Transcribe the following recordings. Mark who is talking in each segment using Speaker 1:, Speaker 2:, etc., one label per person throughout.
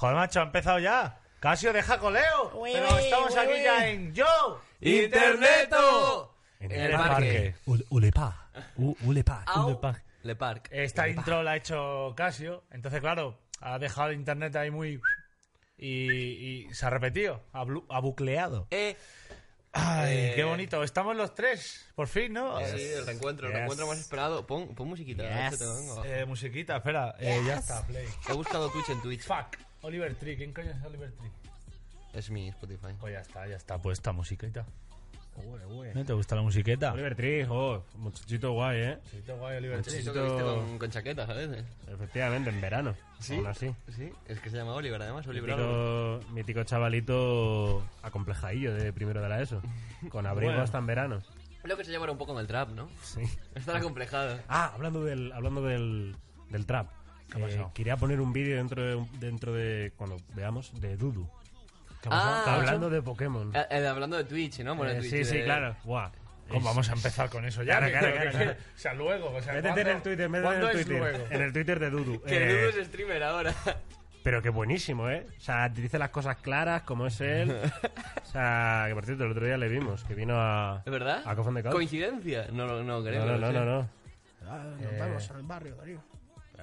Speaker 1: Joder, macho, ha empezado ya. Casio, deja coleo.
Speaker 2: Uy,
Speaker 1: pero
Speaker 2: uy,
Speaker 1: estamos
Speaker 2: uy,
Speaker 1: aquí
Speaker 2: uy.
Speaker 1: ya en Yo.
Speaker 3: Interneto.
Speaker 1: En
Speaker 3: el parque.
Speaker 4: Ulepa. Ulepa.
Speaker 2: Au.
Speaker 3: Le Parc.
Speaker 1: Esta intro la ha hecho Casio. Entonces, claro, ha dejado el internet ahí muy... Y, y se ha repetido, ha, blu- ha bucleado.
Speaker 3: Eh,
Speaker 1: Ay,
Speaker 3: Eh.
Speaker 1: qué bonito. Estamos los tres, por fin, ¿no?
Speaker 3: sí, el reencuentro, el
Speaker 1: Yes.
Speaker 3: reencuentro más esperado. Pon, pon musiquita.
Speaker 2: Yes.
Speaker 3: este, venga, va.
Speaker 1: Eh, musiquita, espera. Eh, ya está, play.
Speaker 3: He buscado Twitch en Twitch.
Speaker 1: Fuck. Oliver Tree. ¿Quién coño es Oliver Tree?
Speaker 3: Es mi Spotify.
Speaker 1: Pues ya está, ya está puesta musiquita. ¿No te gusta la musiqueta?
Speaker 4: Oliver Tree, oh, muchachito guay, ¿eh?
Speaker 1: Musiquita guay, Oliver Tree.
Speaker 3: Eso que viste con, con chaquetas a veces.
Speaker 4: Efectivamente, en verano.
Speaker 3: Sí.
Speaker 4: Aún así.
Speaker 3: Sí, es que se llama Oliver, además. Oliver. Álvarez.
Speaker 4: Mítico, mítico chavalito acomplejadillo de primero de la ESO. Con abrigo
Speaker 1: Bueno.
Speaker 4: hasta en verano.
Speaker 3: Lo que se llevará un poco en el trap, ¿no?
Speaker 4: Sí.
Speaker 3: Está acomplejado.
Speaker 4: Ah, hablando del, hablando del, del trap. eh, quería poner un vídeo dentro de, dentro de. Cuando veamos, de Dudu.
Speaker 3: Ah,
Speaker 4: Está hablando de Pokémon.
Speaker 3: Eh, eh, hablando de Twitch, ¿no? Bueno,
Speaker 4: Eh,
Speaker 3: Twitch
Speaker 4: sí, sí,
Speaker 3: de-
Speaker 4: claro. Buah.
Speaker 1: ¿Cómo
Speaker 4: Es-
Speaker 1: vamos a empezar con eso ya? Que-
Speaker 4: Claro, claro,
Speaker 1: que-
Speaker 4: claro,
Speaker 1: que-
Speaker 4: claro.
Speaker 1: O sea, luego. O sea,
Speaker 4: Métete en
Speaker 1: ¿cuándo-
Speaker 4: el Twitter, métete en
Speaker 1: ¿cuándo
Speaker 4: el
Speaker 1: es
Speaker 4: Twitter.
Speaker 1: luego?
Speaker 4: En el Twitter de Dudu.
Speaker 3: Que
Speaker 4: Eh,
Speaker 3: Dudu es streamer ahora.
Speaker 4: Pero que buenísimo, ¿eh? O sea, dice las cosas claras, como es él. O sea, que por cierto, el otro día le vimos, que vino a...
Speaker 3: ¿Es verdad?
Speaker 4: A Coffin de Couch.
Speaker 3: ¿Coincidencia? No, no, no, creo.
Speaker 4: No, no, no, no, no.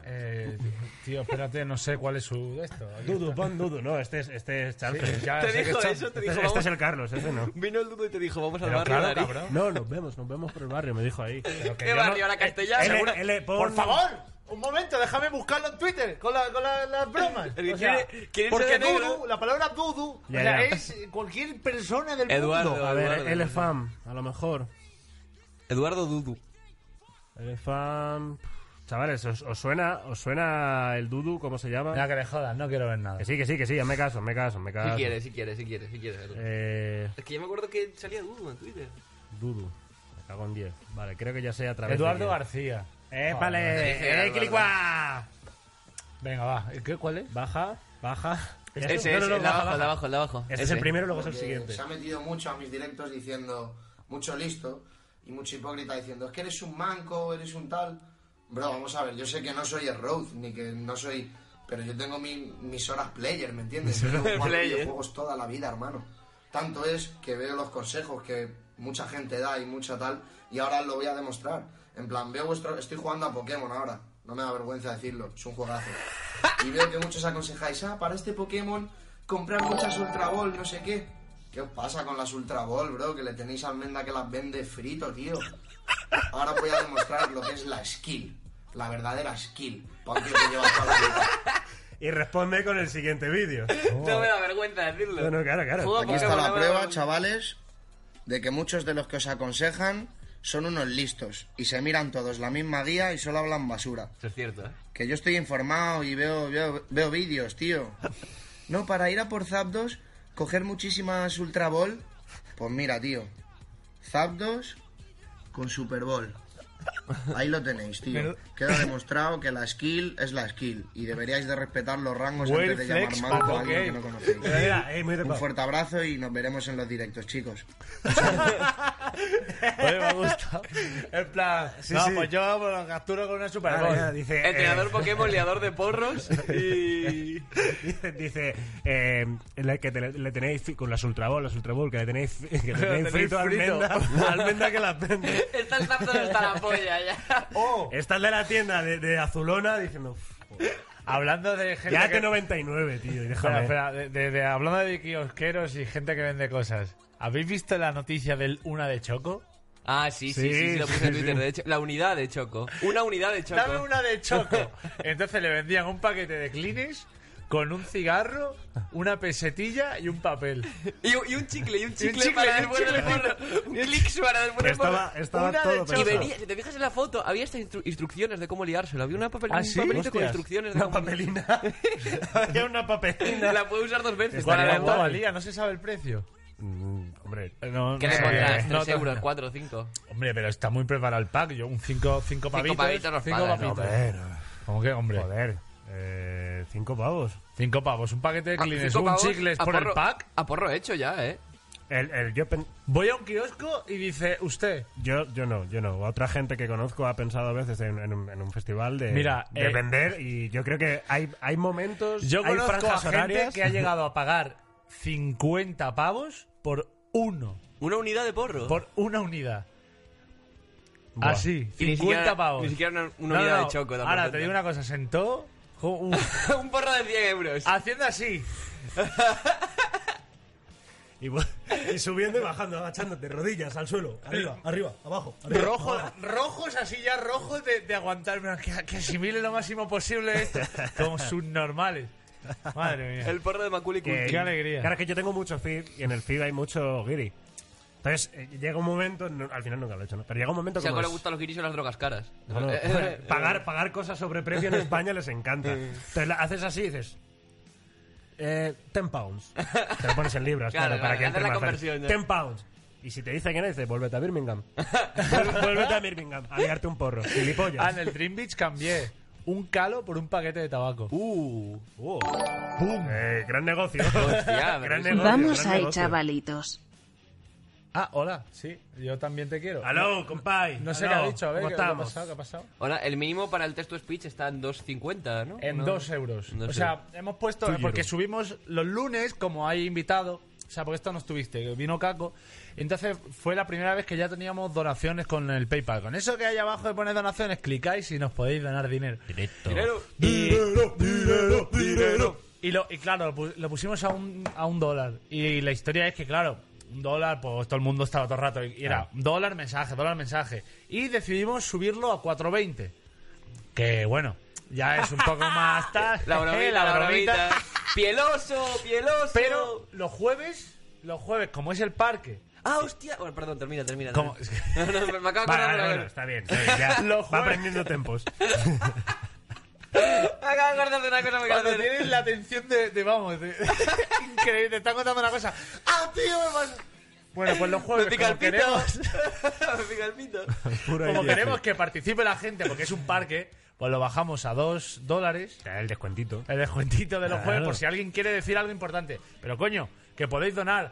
Speaker 1: Eh, tío, espérate, no sé cuál es su de esto.
Speaker 4: Dudu, pon Dudu. No, este es, este es Charles.
Speaker 1: Sí, ya
Speaker 3: Te
Speaker 1: sé que
Speaker 3: dijo
Speaker 1: está-
Speaker 3: eso, te
Speaker 4: Este,
Speaker 3: dijo.
Speaker 4: este
Speaker 3: vamos-
Speaker 4: es el Carlos, ese no.
Speaker 3: Vino el Dudu y te dijo, vamos al
Speaker 1: Pero
Speaker 3: barrio.
Speaker 1: claro,
Speaker 3: Darío.
Speaker 1: cabrón.
Speaker 4: No, nos vemos, nos vemos por el barrio, me dijo ahí.
Speaker 1: Pero que
Speaker 3: ¿Qué
Speaker 1: yo
Speaker 3: barrio?
Speaker 1: no- eh,
Speaker 3: ¿Ahora Castellana?
Speaker 4: L,
Speaker 3: Seguro-
Speaker 4: L, pon-
Speaker 1: Por favor, un momento, déjame buscarlo en Twitter con, la- con la- las bromas.
Speaker 3: El que
Speaker 1: O sea,
Speaker 3: quiere- quiere irse
Speaker 1: porque
Speaker 3: de negro.
Speaker 1: Dudu, la palabra Dudu
Speaker 4: Ya,
Speaker 1: o sea,
Speaker 4: ya.
Speaker 1: es cualquier persona del mundo.
Speaker 3: Eduardo,
Speaker 4: A ver,
Speaker 3: Eduardo,
Speaker 4: él es
Speaker 3: Eduardo.
Speaker 4: fan, a lo mejor.
Speaker 3: Eduardo Dudu.
Speaker 4: Él es fan... Chavales, ¿os, os suena, ¿os suena el Dudu? ¿Cómo se llama?
Speaker 1: Nada que le jodas, no quiero ver nada.
Speaker 4: Que sí, que sí, que sí, hazme caso, hazme caso, hazme
Speaker 3: Si
Speaker 4: caso.
Speaker 3: quieres, si quieres, si quieres, si quieres.
Speaker 4: Eh...
Speaker 3: Es que yo me acuerdo que salía Dudu en Twitter.
Speaker 4: Dudu. Me cago en 10. Vale, creo que ya sé a través
Speaker 1: Eduardo
Speaker 4: de...
Speaker 1: García.
Speaker 4: ¡Épale!
Speaker 3: Joder, dije
Speaker 4: ¡Eh,
Speaker 3: Eduardo.
Speaker 4: quilicua!
Speaker 1: Venga, va. ¿Qué, ¿Cuál es?
Speaker 4: Baja, baja. Este
Speaker 3: Ese,
Speaker 4: No,
Speaker 3: ese,
Speaker 4: no, no,
Speaker 3: el de
Speaker 4: baja,
Speaker 3: abajo, el de
Speaker 4: baja.
Speaker 3: abajo, el de abajo.
Speaker 4: Este es el
Speaker 3: Ese.
Speaker 4: primero, luego es el
Speaker 5: Porque
Speaker 4: siguiente.
Speaker 5: Se ha metido mucho a mis directos diciendo, mucho listo y mucho hipócrita diciendo, es que eres un manco, eres un tal. Bro, vamos a ver, yo sé que no soy el Road, ni que no soy. Pero yo tengo mi- mis horas player, ¿me entiendes? Yo llevo jugando
Speaker 3: player.
Speaker 5: videojuegos toda la vida, hermano. Tanto es que veo los consejos que mucha gente da y mucha tal, y ahora lo voy a demostrar. En plan, veo vuestro. Estoy jugando a Pokémon ahora. No me da vergüenza decirlo, es un juegazo. Y veo que muchos aconsejáis, ah, para este Pokémon, comprar muchas Ultra Ball, no sé qué. ¿Qué os pasa con las Ultra Ball, bro? Que le tenéis almendra que las vende frito, tío. Ahora voy a demostrar lo que es la skill. La verdadera skill. Para un tío que lleva toda la vida.
Speaker 4: Y responde con el siguiente vídeo.
Speaker 3: No me da vergüenza decirlo.
Speaker 4: No, no, claro, claro.
Speaker 3: Joder.
Speaker 5: Aquí está
Speaker 3: Pokémon,
Speaker 5: la
Speaker 3: no, no,
Speaker 5: prueba,
Speaker 3: no.
Speaker 5: chavales, de que muchos de los que os aconsejan son unos listos y se miran todos la misma guía y solo hablan basura.
Speaker 3: Eso es cierto, ¿eh?
Speaker 5: Que yo estoy informado y veo, veo, veo vídeos, tío. No, para ir a por Zapdos, coger muchísimas Ultra Ball. Pues mira, tío. Zapdos con Super Ball. Ahí lo tenéis, tío.
Speaker 1: Pero-
Speaker 5: Queda demostrado que la skill es la skill y deberíais de respetar los rangos
Speaker 1: Well
Speaker 5: antes de llamar
Speaker 1: flex,
Speaker 5: manco a
Speaker 1: Paco
Speaker 5: alguien que no
Speaker 1: Gay.
Speaker 5: conocéis.
Speaker 1: Pero mira, eh, muy de
Speaker 5: Un
Speaker 1: pa-
Speaker 5: fuerte abrazo y nos veremos en los directos, chicos.
Speaker 1: Oye, Pues me ha gustado. En plan, no,
Speaker 4: sí.
Speaker 1: pues yo me lo capturo con una Super
Speaker 4: Ah,
Speaker 1: Bowl.
Speaker 4: mira, dice, eh,
Speaker 3: Entrenador Pokémon, liador de porros y.
Speaker 4: dice, dice, eh, la que te- le tenéis fi- con las Ultra Ball, las Ultra Ball, que le tenéis, fi- que le tenéis
Speaker 1: Tenéis frito.
Speaker 4: frito, almenda, almenda que la prende.
Speaker 3: Está el tapto hasta la polla ya.
Speaker 1: Oh,
Speaker 4: Está el de la tienda de, de Azulona diciendo, "Uf, joder,
Speaker 1: hablando de gente.
Speaker 4: ya
Speaker 1: que-
Speaker 4: te 99, tío, y déjame.
Speaker 1: Espera, espera, de- de- de- hablando de kiosqueros y gente que vende cosas. ¿Habéis visto la noticia del una de Choco?
Speaker 3: Ah, sí, sí, sí,
Speaker 4: Sí,
Speaker 3: sí, lo puse
Speaker 4: sí,
Speaker 3: en Twitter.
Speaker 4: sí.
Speaker 3: De hecho, la unidad de Choco. Una unidad de Choco.
Speaker 1: Dame una de Choco. Entonces le vendían un paquete de Kleenex con un cigarro, una pesetilla y un papel.
Speaker 3: Y, y un chicle, y un chicle,
Speaker 1: chicle, y
Speaker 3: para
Speaker 1: un
Speaker 3: después del
Speaker 1: chicle.
Speaker 3: porro. Un clic para después del
Speaker 4: Estaba,
Speaker 3: porro.
Speaker 4: estaba
Speaker 1: Una de
Speaker 4: todo
Speaker 1: Choco.
Speaker 3: Y
Speaker 4: pensado.
Speaker 3: venía, si te fijas en la foto, había estas instru- instrucciones de cómo liárselo. Había una papel,
Speaker 1: ¿Ah,
Speaker 3: un
Speaker 1: sí?
Speaker 3: papelito con
Speaker 1: Hostias.
Speaker 3: instrucciones de
Speaker 4: Una
Speaker 3: cómo
Speaker 4: papelina. Había una papelina.
Speaker 3: La puede usar dos veces.
Speaker 4: Estaría
Speaker 3: para
Speaker 1: ¿Cuánto
Speaker 3: adelantar.
Speaker 4: guay.
Speaker 1: valía? No se sabe el precio.
Speaker 4: Mm, hombre,
Speaker 1: Eh, No,
Speaker 3: ¿Qué
Speaker 1: no
Speaker 3: le
Speaker 1: sé.
Speaker 3: pondrás?
Speaker 1: No,
Speaker 3: 3
Speaker 1: no.
Speaker 3: euros, 4, 5.
Speaker 1: Hombre, pero está muy preparado el pack. Yo un 5 cinco, pavitos.
Speaker 3: pavitos nos
Speaker 1: cinco
Speaker 3: pagan,
Speaker 1: pavitos.
Speaker 4: hombre, no.
Speaker 1: ¿Cómo que, hombre?
Speaker 4: joder, eh, cinco pavos.
Speaker 1: Cinco pavos, un paquete de Kleenex,
Speaker 3: Ah, Cinco
Speaker 1: un
Speaker 3: pavos,
Speaker 1: chicles
Speaker 3: a
Speaker 1: por el
Speaker 3: porro-
Speaker 1: pack.
Speaker 3: A porro hecho ya, ¿eh?
Speaker 4: El, el- yo, pen-
Speaker 1: Voy a un kiosco y dice, usted,
Speaker 4: yo, yo no, yo no. Otra gente que conozco ha pensado a veces en, en un, en un festival de,
Speaker 1: Mira,
Speaker 4: de
Speaker 1: eh,
Speaker 4: vender y yo creo que hay, hay momentos,
Speaker 1: yo
Speaker 4: hay
Speaker 1: conozco a
Speaker 4: franjas
Speaker 1: gente
Speaker 4: horarias
Speaker 1: que ha llegado a pagar 50 pavos por uno,
Speaker 3: Una unidad de porro.
Speaker 1: por una unidad.
Speaker 4: Buah.
Speaker 1: Así,
Speaker 3: Y
Speaker 1: 50
Speaker 3: ni siquiera-
Speaker 1: Ah, pavos.
Speaker 3: ni siquiera una- una
Speaker 1: No, no,
Speaker 3: unidad de
Speaker 1: no.
Speaker 3: choco, tampoco
Speaker 1: Ahora, te
Speaker 3: tanto.
Speaker 1: digo una cosa, sentó jo- uf,
Speaker 3: un porro de 100 euros.
Speaker 1: haciendo así.
Speaker 4: y, bu- y subiendo y bajando, agachándote, rodillas al suelo, arriba, arriba, abajo. arriba,
Speaker 1: Rojo,
Speaker 4: abajo.
Speaker 1: rojos así ya rojos de, de aguantarme, que, que asimile lo máximo posible esto. Como subnormales. Madre mía.
Speaker 3: El porro de Macaulay
Speaker 4: Que-
Speaker 3: Culkin.
Speaker 1: Qué alegría.
Speaker 4: Claro, es que yo tengo mucho feed y en el feed hay mucho guiri. Entonces, eh, llega un momento, no- al final nunca lo he hecho, ¿no? Pero llega un momento
Speaker 3: Si algo
Speaker 4: como
Speaker 3: le
Speaker 4: es-
Speaker 3: gustan los guiris son las drogas caras.
Speaker 4: No, no. pagar, pagar cosas sobre precio en España les encanta. Entonces la- haces así y dices. Eh, 10 pounds. Te lo pones en libras, claro,
Speaker 3: Claro,
Speaker 4: para
Speaker 3: claro,
Speaker 4: que
Speaker 3: haces
Speaker 4: entre
Speaker 3: la
Speaker 4: más
Speaker 3: conversión,
Speaker 4: fácil.
Speaker 3: ya.
Speaker 4: 10 pounds. Y si te dice quién es, dices, vuélvete a Birmingham. Vuel- vuélvete a Birmingham, a liarte un porro.
Speaker 1: Ah,
Speaker 4: Gilipollas.
Speaker 1: en el Dream Beach cambié un calo por un paquete de tabaco.
Speaker 3: Uh.
Speaker 4: Uh. Eh, gran negocio.
Speaker 3: Hostia,
Speaker 4: gran
Speaker 3: pero
Speaker 4: negocio.
Speaker 2: Vamos
Speaker 4: gran
Speaker 2: ahí,
Speaker 4: negocio.
Speaker 2: chavalitos.
Speaker 1: Ah, hola, sí, yo también te quiero.
Speaker 4: Aló, compay.
Speaker 1: No sé
Speaker 4: aló,
Speaker 1: qué ha dicho, a ver,
Speaker 4: ¿cómo
Speaker 1: ¿qué, qué ha
Speaker 4: estamos?
Speaker 1: pasado? ¿Qué ha pasado?
Speaker 3: Ahora, el mínimo para el text to speech está en 2.50, ¿no?
Speaker 1: En
Speaker 3: No.
Speaker 1: dos euros.
Speaker 3: No
Speaker 1: o
Speaker 3: sé.
Speaker 1: sea, hemos puesto, eh,
Speaker 4: Two
Speaker 1: porque
Speaker 4: euro.
Speaker 1: subimos los lunes, como hay invitado, o sea, porque esto no estuviste, que vino Caco. Entonces fue la primera vez que ya teníamos donaciones con el PayPal. Con eso que hay abajo de poner donaciones, clicáis y nos podéis donar dinero.
Speaker 3: Dinero.
Speaker 1: Y, Y, lo, y claro, lo pu- lo pusimos a un, a un dólar. Y la historia es que, claro, un dólar, pues todo el mundo estaba todo el rato. Y era dólar mensaje, dólar mensaje. Y decidimos subirlo a 4.20. Que bueno, ya es un poco más tarde. ¿eh?
Speaker 3: La bromita, la
Speaker 1: bromita.
Speaker 3: bromita. Pieloso, pieloso.
Speaker 1: Pero los jueves, los jueves, como es el parque,
Speaker 3: Ah, hostia. Bueno, perdón, termina, termina.
Speaker 1: ¿Cómo?
Speaker 3: termina. No, no, me acabo de
Speaker 4: Vale,
Speaker 3: acordar.
Speaker 4: bueno, está bien, está bien, ya.
Speaker 1: Lo
Speaker 4: Va
Speaker 1: juro.
Speaker 4: aprendiendo tempos.
Speaker 3: Me acabo de acordar de una cosa. Me
Speaker 1: cuando
Speaker 3: acabo de acordar.
Speaker 1: tienes la atención de, de, vamos, de- increíble, te están contando una cosa. ¡Ah, tío! me pasa! Bueno, pues los
Speaker 3: Me
Speaker 1: jueves,
Speaker 3: pica el
Speaker 1: como
Speaker 3: pito.
Speaker 1: queremos,
Speaker 3: Me pica el pito.
Speaker 4: Pura
Speaker 1: como
Speaker 4: idiotez.
Speaker 1: queremos que participe la gente, porque es un parque, pues lo bajamos a 2 dólares.
Speaker 4: Ya, El descuentito.
Speaker 1: El descuentito de los
Speaker 4: Claro.
Speaker 1: jueves, por si alguien quiere decir algo importante. Pero coño, que podéis donar,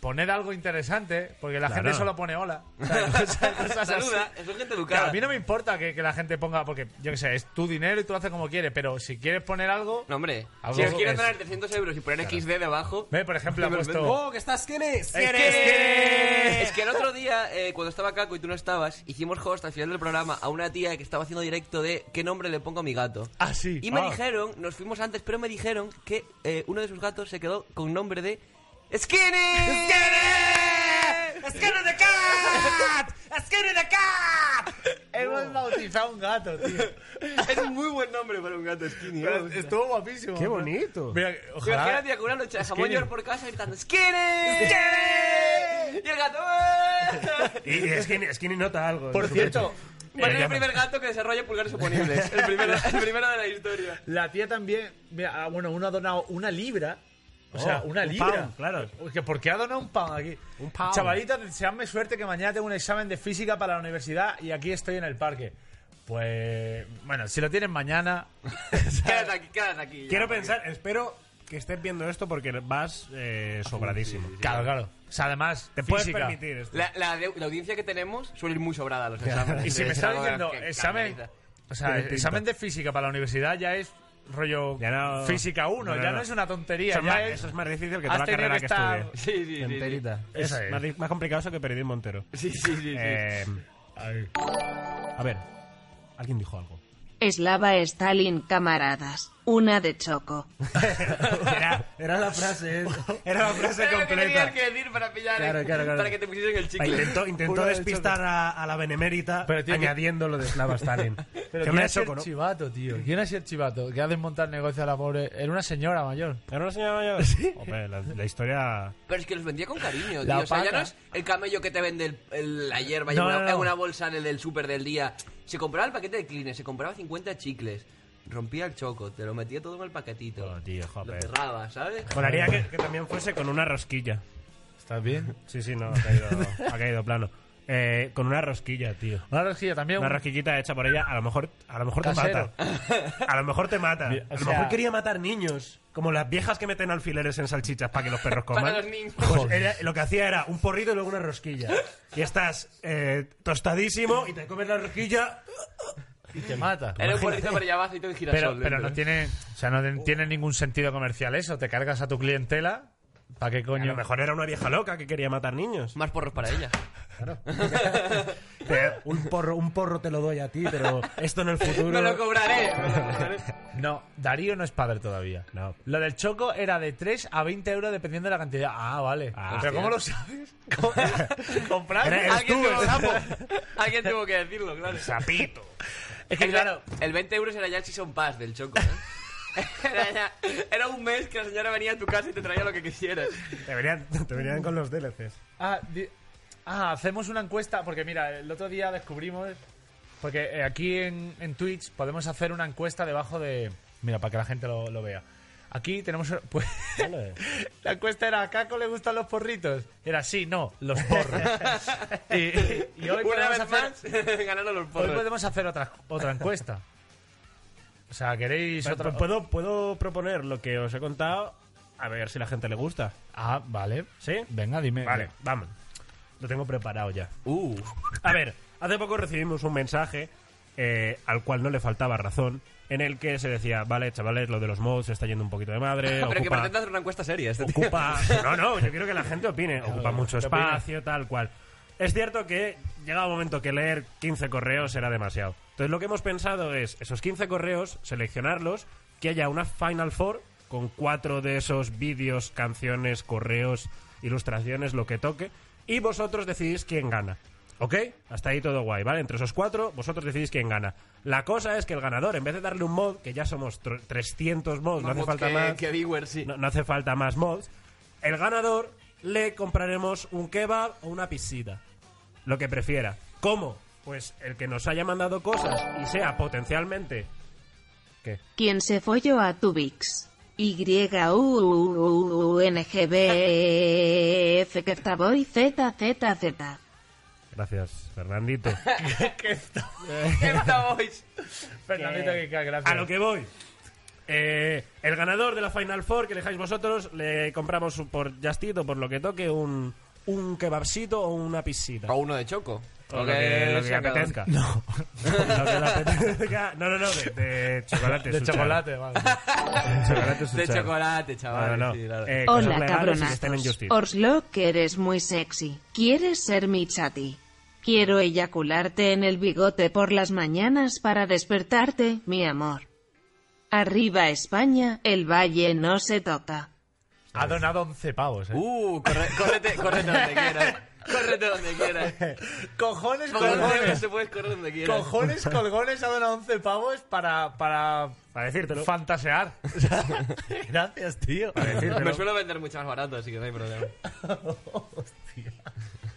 Speaker 1: poner algo interesante, porque la
Speaker 4: Claro.
Speaker 1: gente solo pone hola. O sea, cosas- cosas así.
Speaker 3: Saluda, es un gente
Speaker 1: Que
Speaker 3: educada.
Speaker 1: a mí no me importa que, que la gente ponga, porque yo qué sé, es tu dinero y tú lo haces como quieres, pero si quieres poner algo.
Speaker 3: No, hombre.
Speaker 1: Algo
Speaker 3: Si os
Speaker 1: es-
Speaker 3: quieren ganar 300 euros y poner XD debajo.
Speaker 1: Ve, por ejemplo, ha puesto.
Speaker 3: ¡Oh, que estás! ¿Quién es?
Speaker 1: Es que- es que-
Speaker 3: Es que el otro día, eh, cuando estaba Caco y tú no estabas, hicimos host al final del programa a una tía que estaba haciendo directo de qué nombre le pongo a mi gato.
Speaker 1: Ah, sí.
Speaker 3: Y me
Speaker 1: Ah.
Speaker 3: dijeron, nos fuimos antes, pero me dijeron que eh, uno de sus gatos se quedó con nombre de Skinny.
Speaker 4: ¡Esquero de cat! ¡Esquero de cat!
Speaker 1: Hemos bautizado un gato, tío.
Speaker 3: es un muy buen nombre para un gato Skinny. ¿eh? ¿no?
Speaker 1: Pero estuvo guapísimo.
Speaker 4: ¡Qué
Speaker 1: ¿no?
Speaker 4: bonito!
Speaker 1: Mira, ojalá.
Speaker 3: Imagínate con una noche de jamón
Speaker 4: Skinny.
Speaker 3: york por casa gritando ¡Skinny! ¡Skinny! Y el gato ¡eh!
Speaker 4: Y, y Skinny, Skinny nota algo.
Speaker 1: Por
Speaker 4: en su
Speaker 1: cierto,
Speaker 4: pecho.
Speaker 3: Va a ser
Speaker 4: ya
Speaker 3: el primer gato que desarrolla pulgares oponibles. El primero, el primero de la historia.
Speaker 1: la tía también. mira, ah, bueno, uno ha donado una libra. O sea,
Speaker 4: Oh,
Speaker 1: una
Speaker 4: un
Speaker 1: libra.
Speaker 4: pound, claro.
Speaker 1: Uy, que ¿Por qué ha donado un pound aquí?
Speaker 4: Un pound.
Speaker 1: Chavalita, deseadme suerte que mañana tengo un examen de física para la universidad y aquí estoy en el parque. Pues, bueno, si lo tienen mañana...
Speaker 3: Quédate aquí, quédate aquí. ya,
Speaker 4: Quiero
Speaker 3: porque-
Speaker 4: pensar, espero que estés viendo esto porque vas eh, sobradísimo.
Speaker 1: Claro, claro. O sea, además,
Speaker 4: Te puedes
Speaker 1: física.
Speaker 4: permitir esto.
Speaker 3: La, la de- la audiencia que tenemos suele ir muy sobrada a los exámenes.
Speaker 1: Y si me
Speaker 3: Es
Speaker 1: está
Speaker 3: algo
Speaker 1: diciendo
Speaker 3: que- que
Speaker 1: examen,
Speaker 3: canaliza.
Speaker 1: o sea,
Speaker 4: Tiene pinta.
Speaker 1: examen de física para la universidad ya es rollo
Speaker 4: Ya no-
Speaker 1: física 1,
Speaker 4: no, no,
Speaker 1: ya
Speaker 4: no.
Speaker 1: no es una tontería,
Speaker 4: Ah. Eso es
Speaker 1: ya
Speaker 4: más-
Speaker 1: es
Speaker 4: eso es más difícil que
Speaker 1: has
Speaker 4: toda la
Speaker 1: tenido
Speaker 4: carrera que,
Speaker 1: que estar-
Speaker 4: estudies.
Speaker 3: Sí, sí, sí, sí.
Speaker 1: enterita.
Speaker 4: Es
Speaker 1: Esa es.
Speaker 4: Más, di- más complicado eso que Periodismo Montero.
Speaker 3: Sí, sí, sí, sí.
Speaker 4: Eh,
Speaker 1: A ver.
Speaker 4: a ver, alguien dijo algo.
Speaker 2: Eslava Stalin, camaradas. Una de choco.
Speaker 4: era, era la frase, era la frase
Speaker 3: Era lo que
Speaker 4: completa.
Speaker 3: tenías que decir para pillar,
Speaker 4: Claro,
Speaker 3: el-
Speaker 4: claro, claro.
Speaker 3: para que te pusiesen el
Speaker 4: Ah,
Speaker 3: chicle.
Speaker 4: Intentó, intentó
Speaker 1: Una de
Speaker 4: despistar a, a la benemérita
Speaker 1: Pero tiene que-
Speaker 4: añadiendo lo de Slava Stalin.
Speaker 1: Pero
Speaker 4: Que
Speaker 1: ¿quién
Speaker 4: me
Speaker 1: ha sido
Speaker 4: choco,
Speaker 1: el
Speaker 4: ¿no?
Speaker 1: chivato, tío? ¿Quién ha sido el chivato? Que ha desmontado el negocio a la pobre... Era una señora mayor.
Speaker 4: Era una señora mayor. Hombre, la, la historia.
Speaker 3: Pero es que los vendía con cariño,
Speaker 1: La
Speaker 3: tío. O sea, ya
Speaker 1: pata.
Speaker 3: no es el camello que te vende el- el- la hierba y
Speaker 1: No,
Speaker 3: una,
Speaker 1: no, no.
Speaker 3: en una bolsa en el, del súper del día. Se compraba el paquete de Kleenex, se compraba 50 chicles, rompía el choco, te lo metía todo en el paquetito.
Speaker 4: Oh, tío,
Speaker 3: lo
Speaker 4: joder.
Speaker 3: cerraba, ¿sabes?
Speaker 4: Molaría que, que también fuese con una rosquilla.
Speaker 1: ¿Estás bien?
Speaker 4: Sí, sí, no, ha caído, ha caído plano. Eh, con una rosquilla, tío.
Speaker 1: Una rosquilla también.
Speaker 4: Una
Speaker 1: un-
Speaker 4: rosquillita hecha por ella, a lo mejor, a lo mejor
Speaker 1: Casero.
Speaker 4: te mata. A lo mejor te mata. A
Speaker 1: Mira, o
Speaker 4: lo
Speaker 1: sea-
Speaker 4: mejor quería matar niños. Como las viejas que meten alfileres en salchichas para que los perros coman.
Speaker 3: Para los niños.
Speaker 4: Pues era- lo que hacía era un porrito y luego una rosquilla. Y estás eh, tostadísimo y te comes la rosquilla.
Speaker 1: y te mata.
Speaker 3: Era un porrito para llevar aceite de girasol. Oh.
Speaker 1: Pero, pero
Speaker 3: dentro.
Speaker 1: no tiene... O sea, no de- tiene ningún sentido comercial eso. Te cargas a tu clientela... ¿Para qué
Speaker 4: A lo
Speaker 1: coño?
Speaker 4: mejor era una vieja loca que quería matar niños.
Speaker 3: Más porros para ella.
Speaker 4: Te- un, porro, un porro te lo doy a ti, pero esto en el futuro.
Speaker 3: Me lo cobraré. me lo cobraré.
Speaker 1: No, Darío no es padre todavía.
Speaker 4: No.
Speaker 1: Lo del choco era de 3 a 20 euros dependiendo de la cantidad. Ah, vale.
Speaker 4: Ah,
Speaker 1: ¿Pero
Speaker 3: hostia.
Speaker 1: cómo lo sabes? ¿Cómo- ¿Comprar?
Speaker 4: Era- eres
Speaker 3: Alguien
Speaker 4: tú,
Speaker 3: tuvo-
Speaker 4: el
Speaker 3: Alguien tuvo que decirlo, claro.
Speaker 4: Sapito.
Speaker 1: Es que
Speaker 3: El-
Speaker 1: claro,
Speaker 3: El 20 euros era ya el Season Pass del Choco, ¿eh? Era, ya- era un mes que la señora venía a tu casa y te traía lo que quisieras.
Speaker 4: Te venían, te venían con los DLCs.
Speaker 1: Ah, di- ah, hacemos una encuesta, porque mira, el otro día descubrimos, porque eh, aquí en, en Twitch podemos hacer una encuesta debajo de... Mira, para que la gente lo, lo vea. Aquí tenemos... Pues, la encuesta era, ¿a Caco le gustan los porritos? Era, sí, no, los porros. y, y hoy
Speaker 3: Una
Speaker 1: podemos
Speaker 3: vez
Speaker 1: hacer,
Speaker 3: más, ganaron los
Speaker 1: hoy
Speaker 3: porros.
Speaker 1: podemos hacer otra, otra encuesta. O sea, ¿queréis
Speaker 4: Pero,
Speaker 1: otra?
Speaker 4: pues, ¿Puedo, puedo proponer lo que os he contado a ver si la gente le gusta.
Speaker 1: Ah, vale.
Speaker 4: ¿Sí?
Speaker 1: Venga, dime.
Speaker 4: Vale, vamos. Lo tengo preparado ya.
Speaker 3: Uh,
Speaker 4: A ver, hace poco recibimos un mensaje eh, al cual no le faltaba razón, en el que se decía, vale, chavales, lo de los mods se está yendo un poquito de madre.
Speaker 3: pero que
Speaker 4: ocupa-
Speaker 3: pretende hacer una encuesta seria este tío.
Speaker 4: ocupa no no yo quiero que la gente opine ocupa mucho
Speaker 1: que opine.
Speaker 4: espacio tal cual es cierto que llega un momento que leer 15 correos era demasiado entonces lo que hemos pensado es esos 15 correos seleccionarlos que haya una final four con cuatro de esos vídeos canciones correos ilustraciones lo que toque y vosotros decidís quién gana ¿Ok? Hasta ahí todo guay, ¿vale? Entre esos cuatro, vosotros decidís quién gana. La cosa es que el ganador, en vez de darle un mod, que ya somos tr- 300 mods, no hace
Speaker 3: Vamos,
Speaker 4: falta
Speaker 3: que,
Speaker 4: más.
Speaker 3: Que viewers, sí.
Speaker 4: No, no hace falta más mods. El ganador le compraremos un kebab o una piscina. Lo que prefiera. ¿Cómo? Pues el que nos haya mandado cosas y sea potencialmente. ¿Qué?
Speaker 2: Quien se folló a Tubix. Y-U-N-G-B-F que está boy Z-Z-Z.
Speaker 4: Gracias, Fernandito.
Speaker 3: Esta voice.
Speaker 1: Fernandito, que, gracias.
Speaker 4: A lo que voy. Eh, el ganador de la Final Four que elijáis vosotros, le compramos por Justito, por lo que toque, un, un kebabcito o una piscina.
Speaker 3: O uno de Choco.
Speaker 4: O lo que, lo que
Speaker 3: se ha quedado.
Speaker 4: apetezca. No. lo que le apetezca. No, no, no, de, de chocolate.
Speaker 1: De
Speaker 4: Suchara.
Speaker 1: chocolate, vale.
Speaker 4: De chocolate,
Speaker 3: De
Speaker 4: Suchara.
Speaker 3: chocolate,
Speaker 4: No,
Speaker 3: chaval.
Speaker 4: no, no.
Speaker 3: Ah, sí, claro.
Speaker 4: Eh, cosas
Speaker 2: Hola
Speaker 4: legales y que estén en
Speaker 2: cabronazos.
Speaker 4: Justice.
Speaker 2: Orslo, que eres muy sexy. ¿Quieres ser mi chati? Quiero eyacularte en el bigote por las mañanas para despertarte, mi amor. Arriba España, el valle no se toca.
Speaker 1: Ha donado 11 pavos, eh.
Speaker 3: Uh, corre, córrete, córrete donde quieras. Córrete donde quieras.
Speaker 1: Cojones,
Speaker 3: Con los dedos
Speaker 1: colgones.
Speaker 3: te puedes correr donde quieras.
Speaker 1: Cojones, colgones ha donado 11 pavos para, para
Speaker 4: Para decírtelo.
Speaker 1: fantasear. O sea, Gracias, tío.
Speaker 3: Me suelo vender mucho más barato, así que no hay problema.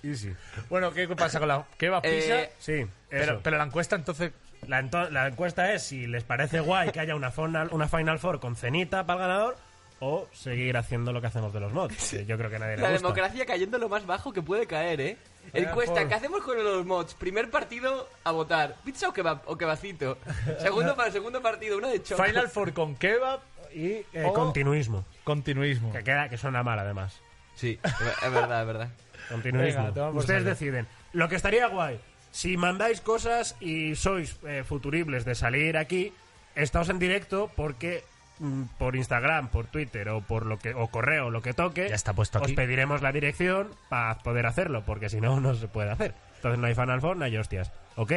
Speaker 4: Easy.
Speaker 1: Bueno, ¿qué pasa con la kebab pizza?
Speaker 3: Eh,
Speaker 4: Sí,
Speaker 1: pero,
Speaker 4: eso.
Speaker 1: pero la encuesta entonces...
Speaker 4: La, ento- la encuesta es si les parece guay que haya una, final, una Final Four con cenita para el ganador o seguir haciendo lo que hacemos de los mods. que Yo creo que a nadie le
Speaker 3: La
Speaker 4: gusta.
Speaker 3: democracia cayendo lo más bajo que puede caer, ¿eh? Encuesta,
Speaker 1: por-
Speaker 3: ¿qué hacemos con los mods? Primer partido, a votar. ¿Pizza o kebab? O kebabcito. Segundo para segundo partido, uno de choco. Oh.
Speaker 1: Final Four con kebab y
Speaker 4: Eh,
Speaker 1: o
Speaker 4: Continuismo.
Speaker 1: continuismo.
Speaker 4: Que, queda, que suena mal, además.
Speaker 3: Sí, es ver- es verdad, es verdad.
Speaker 4: Continuismo.
Speaker 1: Venga, toma por
Speaker 4: Ustedes
Speaker 1: saco.
Speaker 4: deciden. Lo que estaría guay, si mandáis cosas y sois eh, futuribles de salir aquí, estáos en directo porque mm, por Instagram, por Twitter o por lo que o correo, lo que toque,
Speaker 1: Ya está puesto
Speaker 4: os
Speaker 1: aquí.
Speaker 4: pediremos la dirección para poder hacerlo, porque si no no se puede hacer. Entonces no hay Final Four, no hay hostias. Ok.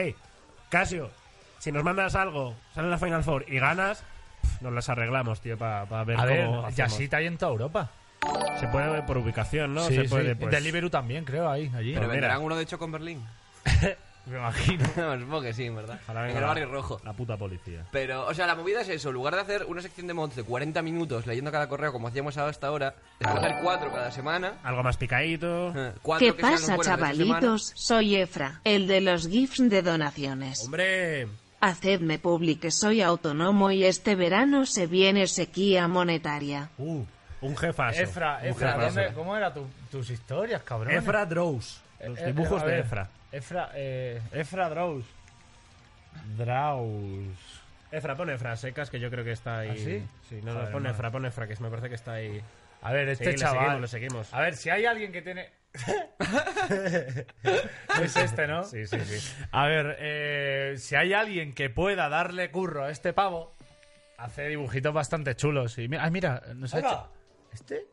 Speaker 4: Casio, si nos mandas algo, sale la Final Four y ganas, pf, nos las arreglamos, tío, para ver
Speaker 1: A ver,
Speaker 4: cómo hacemos.
Speaker 1: Yasita hay en toda Europa.
Speaker 4: Se puede ver por ubicación, ¿no?
Speaker 1: Sí,
Speaker 4: se
Speaker 1: sí.
Speaker 4: puede pues,
Speaker 1: Deliveroo también, creo, ahí, allí.
Speaker 3: Pero
Speaker 4: mira.
Speaker 3: vendrán uno de choco en Berlín.
Speaker 1: Me imagino.
Speaker 3: Supongo que sí, en verdad.
Speaker 4: Ojalá
Speaker 3: en
Speaker 4: Ah, venga
Speaker 3: el
Speaker 4: la-
Speaker 3: barrio rojo.
Speaker 4: La puta policía.
Speaker 3: Pero, o sea, la movida es eso. En lugar de hacer una sección de mods de 40 minutos leyendo cada correo como hacíamos hasta ahora, tenemos que hacer cuatro cada semana.
Speaker 4: Algo más picadito.
Speaker 3: eh, cuatro
Speaker 2: ¿Qué
Speaker 3: que sean los
Speaker 2: pasa,
Speaker 3: buenos de esa semana.
Speaker 2: chavalitos? Soy Efra, el de los GIFs de donaciones.
Speaker 4: Hombre,
Speaker 2: Hacedme público que soy autónomo y este verano se viene sequía monetaria.
Speaker 4: uh, un jefazo.
Speaker 1: Efra,
Speaker 4: un
Speaker 1: Efra,
Speaker 4: jefazo.
Speaker 1: ¿dónde- ¿cómo eran tus historias, cabrón?
Speaker 4: Efra Drows. Los
Speaker 1: Eh, eh,
Speaker 4: dibujos
Speaker 1: a
Speaker 4: de
Speaker 1: ver,
Speaker 4: Efra.
Speaker 1: Efra, eh, Efra Draus. Draus.
Speaker 4: Efra, pone Efra secas, que yo creo que está ahí.
Speaker 1: ¿Ah, sí?
Speaker 4: no, no,
Speaker 1: Joder,
Speaker 4: pone
Speaker 1: no.
Speaker 4: Efra, pone Efra, que me parece que está ahí.
Speaker 1: A ver, este
Speaker 4: Sí, le
Speaker 1: chaval.
Speaker 4: seguimos, le seguimos.
Speaker 1: A ver, si hay alguien que tiene. es este, ¿no?
Speaker 4: Sí, sí, sí.
Speaker 1: A ver, eh, si hay alguien que pueda darle curro a este pavo, hace dibujitos bastante chulos. Y mira, ay, mira, nos ha hecho. ¿Este?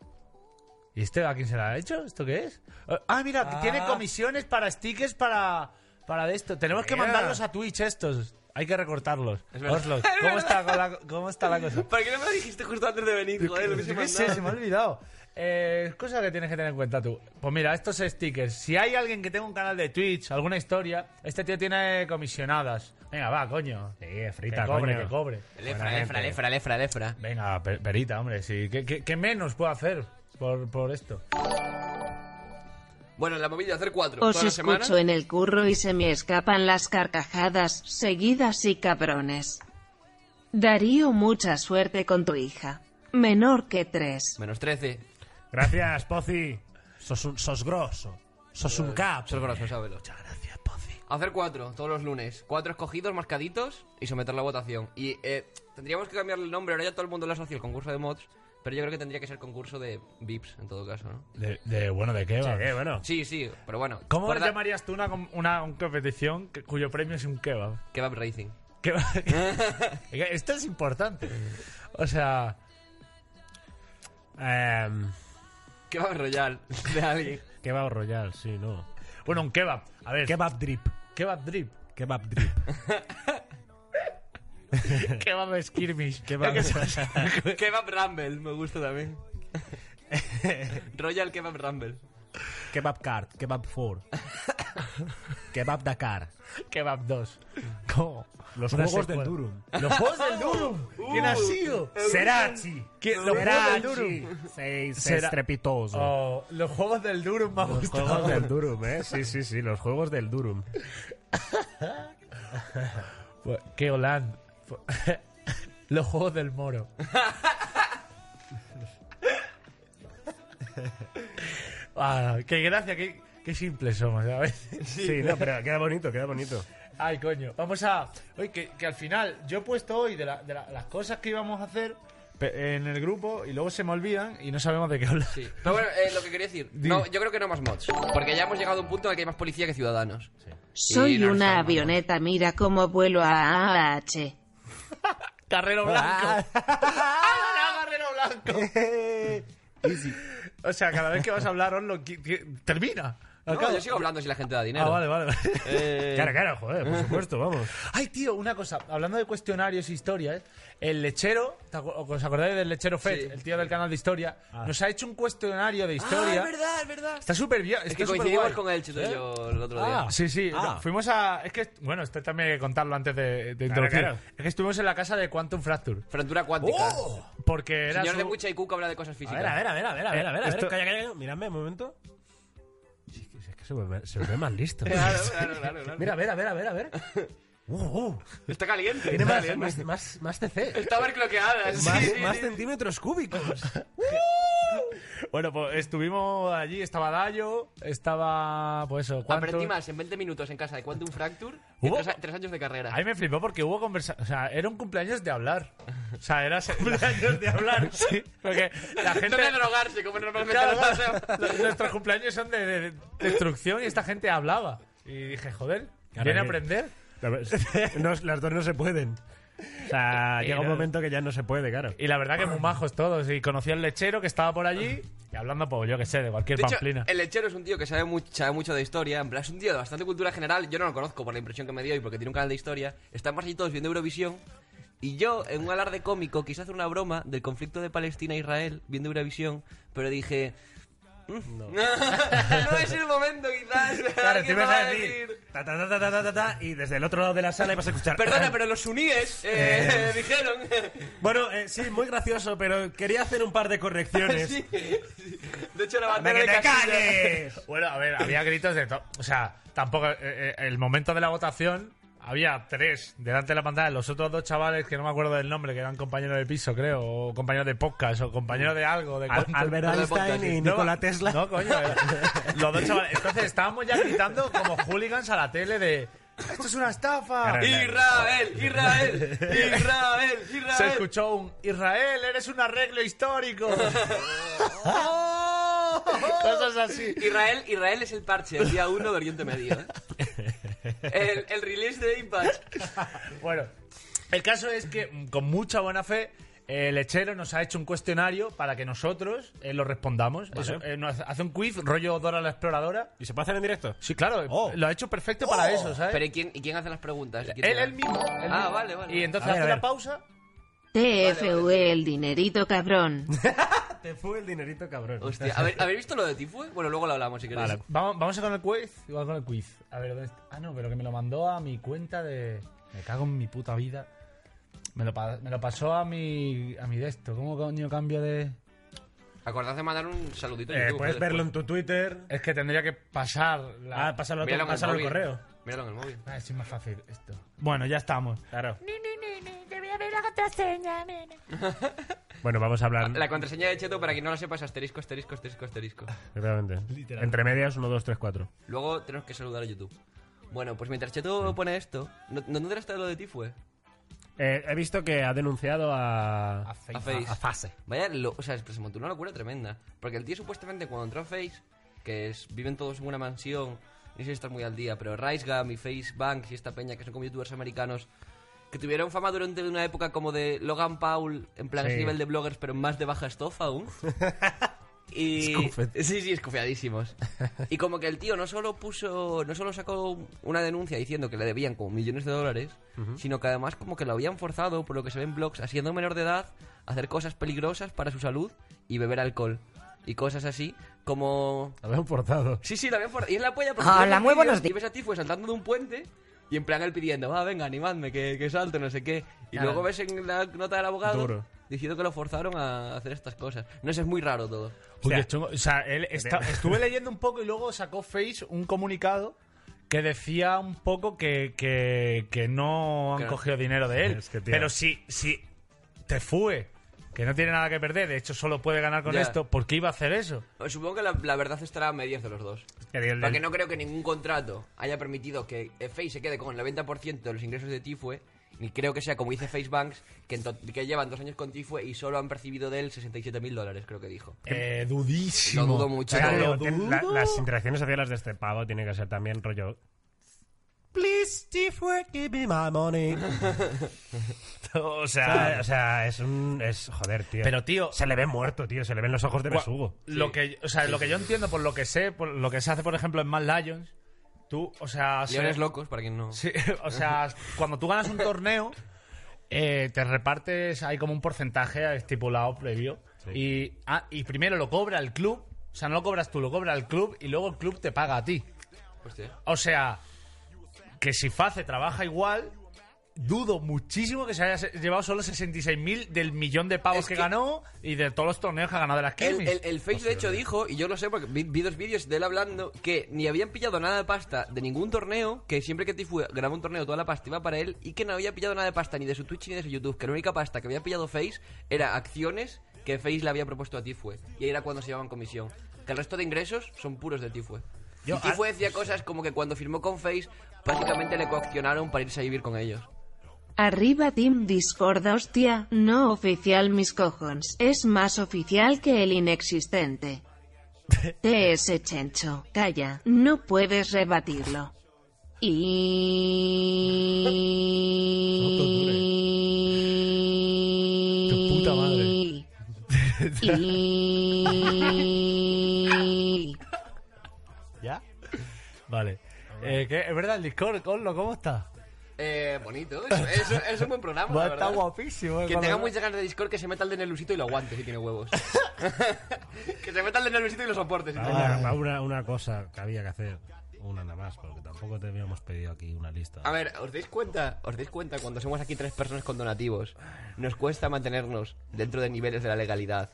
Speaker 1: ¿Y este a quién se la ha hecho? ¿Esto qué es? Eh, Ah, mira, que tiene comisiones para stickers para, para de esto. Tenemos que
Speaker 4: Mira.
Speaker 1: mandarlos a Twitch estos. Hay que recortarlos. Oslo,
Speaker 3: Es
Speaker 1: ¿cómo está, con la- ¿cómo está la cosa?
Speaker 3: ¿Por qué no me lo dijiste justo antes de venir, joder? Lo
Speaker 1: Pues
Speaker 3: hubiese
Speaker 1: yo qué sé,
Speaker 3: mandado.
Speaker 1: se me ha olvidado. Eh, Es cosa que tienes que tener en cuenta tú. Pues mira, estos stickers. Si hay alguien que tenga un canal de Twitch, alguna historia, este tío tiene comisionadas. Venga, va, coño.
Speaker 4: Sí, Efrita,
Speaker 1: que cobre,
Speaker 4: coño.
Speaker 1: que cobre.
Speaker 3: El Efra, el Efra, el Efra, el Efra, el Efra.
Speaker 1: Venga, per- perita, hombre. Sí. ¿Qué, qué- qué menos puedo hacer por, por esto?
Speaker 3: Bueno, la movida hacer cuatro.
Speaker 2: Os
Speaker 3: todas las semanas.
Speaker 2: escucho en el curro y se me escapan las carcajadas, seguidas y cabrones. Darío, mucha suerte con tu hija. Menor que tres.
Speaker 3: Menos 13.
Speaker 4: Gracias, Pozi. Sos, un, sos grosso. Sos un cap.
Speaker 3: Eso es grosso, sábelo.
Speaker 4: Muchas gracias, Pozi.
Speaker 3: Hacer cuatro, todos los lunes. Cuatro escogidos, marcaditos y someter la votación. Y eh, tendríamos que cambiarle el nombre. Ahora ya todo el mundo lo asocia al concurso de mods. Pero yo creo que tendría que ser concurso de VIPs en todo caso, ¿no?
Speaker 1: De, de- bueno, ¿de qué va?
Speaker 4: Eh, bueno.
Speaker 3: Sí, sí, pero bueno.
Speaker 1: ¿Cómo
Speaker 3: guarda-
Speaker 1: llamarías tú una, com- una, una competición que- cuyo premio es un kebab?
Speaker 3: Kebab Racing.
Speaker 1: Kebab- Esto es importante. O sea,
Speaker 4: Em,
Speaker 3: Kebab Royal de alguien.
Speaker 4: Kebab Royal, sí, no.
Speaker 1: bueno, un kebab. A ver,
Speaker 4: Kebab Drip.
Speaker 1: kebab drip.
Speaker 4: Kebab Drip.
Speaker 1: Kebab skirmish.
Speaker 4: Kebab-
Speaker 1: Yo qué sé.
Speaker 3: Kebab Rumble, me gusta también. Royal Kebab Rumble.
Speaker 4: Kebab Card. Kebab 4. Kebab Dakar.
Speaker 1: Kebab 2. ¿Cómo?
Speaker 4: Los
Speaker 1: Una
Speaker 4: juegos Uh.
Speaker 1: secuela.
Speaker 4: del Durum.
Speaker 1: Los juegos del Durum. ¿Quién ha sido?
Speaker 4: Serachi.
Speaker 1: ¿Quién- los juegos del Durum?
Speaker 4: Seis
Speaker 1: Sera-
Speaker 4: estrepitoso.
Speaker 1: Oh, los juegos del Durum me han
Speaker 4: Los
Speaker 1: gustado.
Speaker 4: juegos del Durum, ¿eh? Sí, sí, sí, los juegos del Durum.
Speaker 1: Pues, Qué holand. Los juegos del moro. Ah, qué gracia, qué, qué simples somos, ¿sabes?
Speaker 4: Sí, no, pero queda bonito, queda bonito.
Speaker 1: Ay, coño. Vamos a. Oye, que, que al final, yo he puesto hoy de, la- de la- las cosas que íbamos a hacer pe- eh, en el grupo y luego se me olvidan y no sabemos de qué hablar.
Speaker 3: Sí. Pero bueno, eh, lo que quería decir. No, yo creo que no más mods. Porque ya hemos llegado a un punto en el que hay más policía que ciudadanos.
Speaker 2: Soy
Speaker 3: no está
Speaker 2: una
Speaker 3: mal.
Speaker 2: avioneta, mira cómo vuelo a AH.
Speaker 1: Carrero blanco. ¡Ah, Carrero blanco. O sea, cada vez que vas a hablar, Orlo, qui- qui- termina.
Speaker 3: No,
Speaker 1: Acaba.
Speaker 3: yo sigo hablando si la gente da dinero.
Speaker 1: Ah, vale, vale. vale.
Speaker 3: Eh,
Speaker 4: Claro, claro, joder, por supuesto, vamos.
Speaker 1: Ay, tío, una cosa. Hablando de cuestionarios e historias, el lechero, ¿te acu- ¿os acordáis del lechero Fed,
Speaker 3: Sí.
Speaker 1: el tío del canal de historia?
Speaker 4: Ah.
Speaker 1: Nos ha hecho un cuestionario de historia.
Speaker 3: Ah, es verdad, es verdad.
Speaker 1: Está súper bien.
Speaker 3: Es que coincidimos con el chito y yo el otro día.
Speaker 1: ¿Eh? Ah, sí, sí.
Speaker 4: Ah.
Speaker 1: No, fuimos a. Es que, bueno, esto también hay que contarlo antes de, de introducir.
Speaker 4: claro.
Speaker 1: Es que estuvimos en la casa de Quantum Fracture. Oh.
Speaker 3: Frontura cuántica.
Speaker 1: Porque era.
Speaker 3: Señor de
Speaker 1: su-
Speaker 3: Mucha y Cuca habla de cosas
Speaker 4: A
Speaker 3: físicas.
Speaker 4: ver, a ver, a ver, a ver, a ver, a ver, a ver.
Speaker 1: Esto-
Speaker 4: Calla, calla, calla. Miradme un momento. Sí, Es que, es que se, vuelve, se vuelve más listo.
Speaker 3: Claro, claro, claro. claro.
Speaker 4: Mira, a ver, a ver, a ver, a ver. Uh, uh,
Speaker 3: Está caliente.
Speaker 6: Tiene
Speaker 3: está
Speaker 6: más,
Speaker 3: caliente.
Speaker 6: más, más, más TC.
Speaker 3: Está barcloqueada. sí,
Speaker 6: Más,
Speaker 3: sí, sí.
Speaker 6: más centímetros cúbicos.
Speaker 1: Bueno, pues estuvimos allí, estaba Dayo, estaba. Pues eso, ¿cuántos?
Speaker 3: Aprendí más en 20 minutos en casa de Quantum Fracture que
Speaker 1: ¿Hubo?
Speaker 3: tres, a- tres años de carrera.
Speaker 1: A mí me flipó porque hubo conversación. O sea, era un cumpleaños de hablar. O sea, era se- cumpleaños de hablar. Sí. Porque la gente.
Speaker 3: No de drogarse, como normalmente
Speaker 1: Claro,
Speaker 3: lo hacemos.
Speaker 1: los- nuestros cumpleaños son de, de- de destrucción y esta gente hablaba. Y dije, joder, viene a
Speaker 4: que-
Speaker 1: aprender.
Speaker 4: a ver, no, las dos no se pueden. O sea, llega un
Speaker 1: no.
Speaker 4: momento que ya no se puede, claro.
Speaker 1: Y la verdad que muy majos todos. Y conocí al lechero que estaba por allí. Y hablando, pues yo que sé, de cualquier
Speaker 3: De hecho,
Speaker 1: pamplina.
Speaker 3: el lechero es un tío que sabe, mucho sabe mucho de historia, en plan, es un tío de bastante cultura general, yo no lo conozco por la impresión que me dio y porque tiene un canal de historia, estamos allí todos viendo Eurovisión y yo, en un alarde cómico, quise hacer una broma del conflicto de Palestina e Israel viendo Eurovisión, pero dije... "Mm, No. es el momento, quizás.
Speaker 4: Claro, te
Speaker 3: ¿Qué
Speaker 4: ibas
Speaker 3: va
Speaker 4: a decir. Ta, ta, ta, ta, ta, ta, ta, ta, y desde el otro lado de la sala ibas a escuchar.
Speaker 3: Perdona, pero los suníes eh, dijeron...
Speaker 4: Bueno, eh, sí, muy gracioso, pero quería hacer un par de correcciones.
Speaker 3: Sí, sí. De hecho, la
Speaker 4: ¡Anda,
Speaker 3: bandera
Speaker 4: que
Speaker 3: de
Speaker 4: te
Speaker 3: Castilla-
Speaker 4: calles!
Speaker 1: Bueno, a ver, había gritos de todo. O sea, tampoco. eh, eh, el momento de la votación. Había tres delante de la pantalla, los otros dos chavales que no me acuerdo del nombre, que eran compañeros de piso, creo, o compañeros de podcast, o compañeros de algo. De
Speaker 4: Al-
Speaker 1: cuanto-
Speaker 4: Albert
Speaker 3: No me pongas,
Speaker 4: Einstein
Speaker 3: sí.
Speaker 4: y
Speaker 1: No,
Speaker 4: Nikola Tesla.
Speaker 1: No, coño. eh. Los dos chavales. Entonces estábamos ya gritando como hooligans a la tele de. ¡Esto es una estafa!
Speaker 4: Claro.
Speaker 3: Israel, Israel, Israel, Israel.
Speaker 1: Se escuchó un Israel, eres un arreglo histórico. Cosas así.
Speaker 3: Israel, Israel es el parche, el día 1 de Oriente Medio. ¿eh? El, el release de Impact.
Speaker 1: Bueno, el caso es que mm, con mucha buena fe. El lechero nos ha hecho un cuestionario para que nosotros eh, lo respondamos. Eso, eh, nos hace un quiz, rollo Dora la exploradora.
Speaker 4: ¿Y se puede hacer en directo?
Speaker 1: Sí, claro, eh,
Speaker 4: Oh.
Speaker 1: lo ha hecho perfecto para eso,
Speaker 4: ¿eh?
Speaker 1: ¿sabes?
Speaker 3: Pero ¿y quién, y quién hace las preguntas? ¿Quién
Speaker 1: él,
Speaker 3: te-
Speaker 1: él mismo. él
Speaker 3: Ah,
Speaker 1: mismo.
Speaker 3: vale, vale.
Speaker 1: Y entonces
Speaker 4: A ver, a
Speaker 1: hace la
Speaker 4: ver.
Speaker 1: pausa
Speaker 2: TFUE el dinerito cabrón.
Speaker 4: Te fue el dinerito, cabrón.
Speaker 3: Hostia, ¿habe- ¿habéis visto lo de Tifue? Bueno, luego lo hablamos si queréis.
Speaker 1: Vale, vamos, vamos a con el quiz. Igual con el quiz. A ver, ¿dónde está? Ah, no, pero que me lo mandó a mi cuenta de. Me cago en mi puta vida. Me lo, pa- me lo pasó a mi. a mi de esto. ¿Cómo coño cambio de.?
Speaker 3: Acordad de mandar un saludito. en
Speaker 4: Eh,
Speaker 3: YouTube,
Speaker 4: puedes
Speaker 3: joder,
Speaker 4: verlo en tu Twitter.
Speaker 1: Pues Es que tendría que pasar la.
Speaker 4: Ah, pásalo, a tu-
Speaker 3: Míralo en el
Speaker 4: pásalo al
Speaker 3: móvil.
Speaker 4: correo.
Speaker 3: Míralo en el móvil.
Speaker 1: Ah, sí, es más fácil esto. Bueno, ya estamos.
Speaker 4: Claro.
Speaker 7: Ni, ni, ni, ni, te voy a abrir la contraseña, mira.
Speaker 4: Bueno, vamos a hablar.
Speaker 3: Ah, La contraseña de Cheto, para quien no la sepa, es asterisco, asterisco, asterisco, asterisco.
Speaker 4: Literalmente. Entre medias, 1, 2, 3, 4.
Speaker 3: Luego tenemos que saludar a YouTube. Bueno, pues mientras Cheto pone esto, ¿no, no tendrás todo lo de Tifue?
Speaker 4: Eh, he visto que ha denunciado a.
Speaker 3: A Face. Vaya, lo- o sea, se montó una locura tremenda. Porque el tío supuestamente cuando entró a Face, que es, viven todos en una mansión, no sé si estás muy al día, pero Rice Gum y Face Banks y esta peña, que son como youtubers americanos, que tuvieron fama durante una época como de Logan Paul, en plan
Speaker 4: Sí.
Speaker 3: ese nivel de bloggers, pero más de baja estofa aún. Y...
Speaker 6: Scooped.
Speaker 3: Sí, sí, escofeadísimos. Y como que el tío no solo puso, no solo sacó una denuncia diciendo que le debían como millones de dólares, sino que además como que lo habían forzado, por lo que se ven blogs, siendo menor de edad, a hacer cosas peligrosas para su salud y beber alcohol. Y cosas así, como...
Speaker 4: Habían forzado.
Speaker 3: Sí, sí, la habían forzado. Y es la polla porque...
Speaker 6: Hola,
Speaker 3: ves los
Speaker 6: Ah, muy buenos
Speaker 3: vídeos Y
Speaker 6: días.
Speaker 3: ves a ti fue saltando de un puente y en plan él pidiendo, va, venga, animadme, que, que salto, no sé qué. Y
Speaker 1: Claro.
Speaker 3: luego ves en la nota del abogado
Speaker 4: Duro.
Speaker 3: diciendo que lo forzaron a hacer estas cosas. No sé, es muy raro todo.
Speaker 1: Uy,
Speaker 4: O sea,
Speaker 1: qué chungo. O sea, él está- estuve leyendo un poco y luego sacó Face un comunicado que decía un poco que, que- que no han
Speaker 3: Claro.
Speaker 1: cogido dinero de él.
Speaker 4: Es que, tío.
Speaker 1: Pero si, si te fue, que no tiene nada que perder, de hecho solo puede ganar con
Speaker 3: Ya.
Speaker 1: esto, ¿por qué iba a hacer eso?
Speaker 3: pues Supongo que la, la verdad estará a medias de los dos.
Speaker 4: Que el-
Speaker 3: Porque no creo que ningún contrato haya permitido que Face se quede con el 90% de los ingresos de Tifue, ni creo que sea como dice Face Banks, que, en to- que llevan dos años con Tifue y solo han percibido de él 67 mil dólares, creo que dijo.
Speaker 1: Eh, dudísimo.
Speaker 3: Lo dudo mucho.
Speaker 4: O sea,
Speaker 3: Pero
Speaker 4: digo, tien- la- las interacciones sociales de este pavo tienen que ser también rollo. Please, Steve, give me my money.
Speaker 1: O
Speaker 4: O
Speaker 1: sea,
Speaker 4: sea, o sea, es un. Es, joder, tío.
Speaker 1: Pero, tío-
Speaker 4: Se le ve muerto, tío. Se le ven los ojos de
Speaker 1: Gua-
Speaker 4: besugo.
Speaker 1: Lo que, o sea, lo que yo entiendo por lo que sé, por lo que se hace, por ejemplo, en Mad Lions, tú, o sea, se-
Speaker 3: Leones locos, para quien no...
Speaker 1: Sí, o sea, cuando tú ganas un torneo, eh, te repartes, hay como un porcentaje estipulado previo. Y, ah, y primero lo cobra el club, o sea, no lo cobras tú, lo cobra el club y luego el club te paga a ti.
Speaker 3: Hostia.
Speaker 1: O sea, que si Face trabaja igual, dudo muchísimo que se haya se- llevado solo 66.000 del millón de pavos
Speaker 3: Es
Speaker 1: que,
Speaker 3: que-
Speaker 1: ganó y de todos los torneos que ha ganado de las
Speaker 3: El,
Speaker 1: Kirmis.
Speaker 3: el- el Face, de hecho, dijo, y yo lo sé porque vi, vi dos vídeos de él hablando, que ni habían pillado nada de pasta de ningún torneo, que siempre que Tifu grababa un torneo toda la pasta iba para él, y que no había pillado nada de pasta ni de su Twitch ni de su YouTube, que la única pasta que había pillado Face era acciones que Face le había propuesto a Tifue, y ahí era cuando se llevaban comisión. Que el resto de ingresos son puros de Tifue. Y
Speaker 4: Yo-
Speaker 3: Tifue decía cosas como que cuando firmó con Face, básicamente le coaccionaron para irse a vivir con ellos.
Speaker 2: Arriba Team Discord, hostia, no oficial mis cojons, es más oficial que el inexistente. TS Chencho, calla, no puedes rebatirlo. Y...
Speaker 1: Tu puta madre.
Speaker 2: Y...
Speaker 1: ¿Ya? Vale. Eh, ¿qué? ¿Es verdad el Discord, Conlo? ¿Cómo está?
Speaker 3: Eh, bonito, eso, eso- es un buen programa.
Speaker 1: Va,
Speaker 3: la
Speaker 1: está
Speaker 3: verdad.
Speaker 1: guapísimo. eh,
Speaker 3: Que
Speaker 1: con
Speaker 3: tenga
Speaker 1: lo-
Speaker 3: muchas ganas de Discord, que se meta el de Nerviosito y lo aguante si tiene huevos. que se meta el de Nerviosito y lo soporte. Si tiene
Speaker 4: Ahora,
Speaker 3: huevos.
Speaker 4: para una, una cosa que había que hacer, una nada más, porque tampoco te habíamos pedido aquí una lista.
Speaker 3: A ver, ¿os dais cuenta? ¿Os dais cuenta cuando somos aquí tres personas con donativos? Nos cuesta mantenernos dentro de niveles de la legalidad.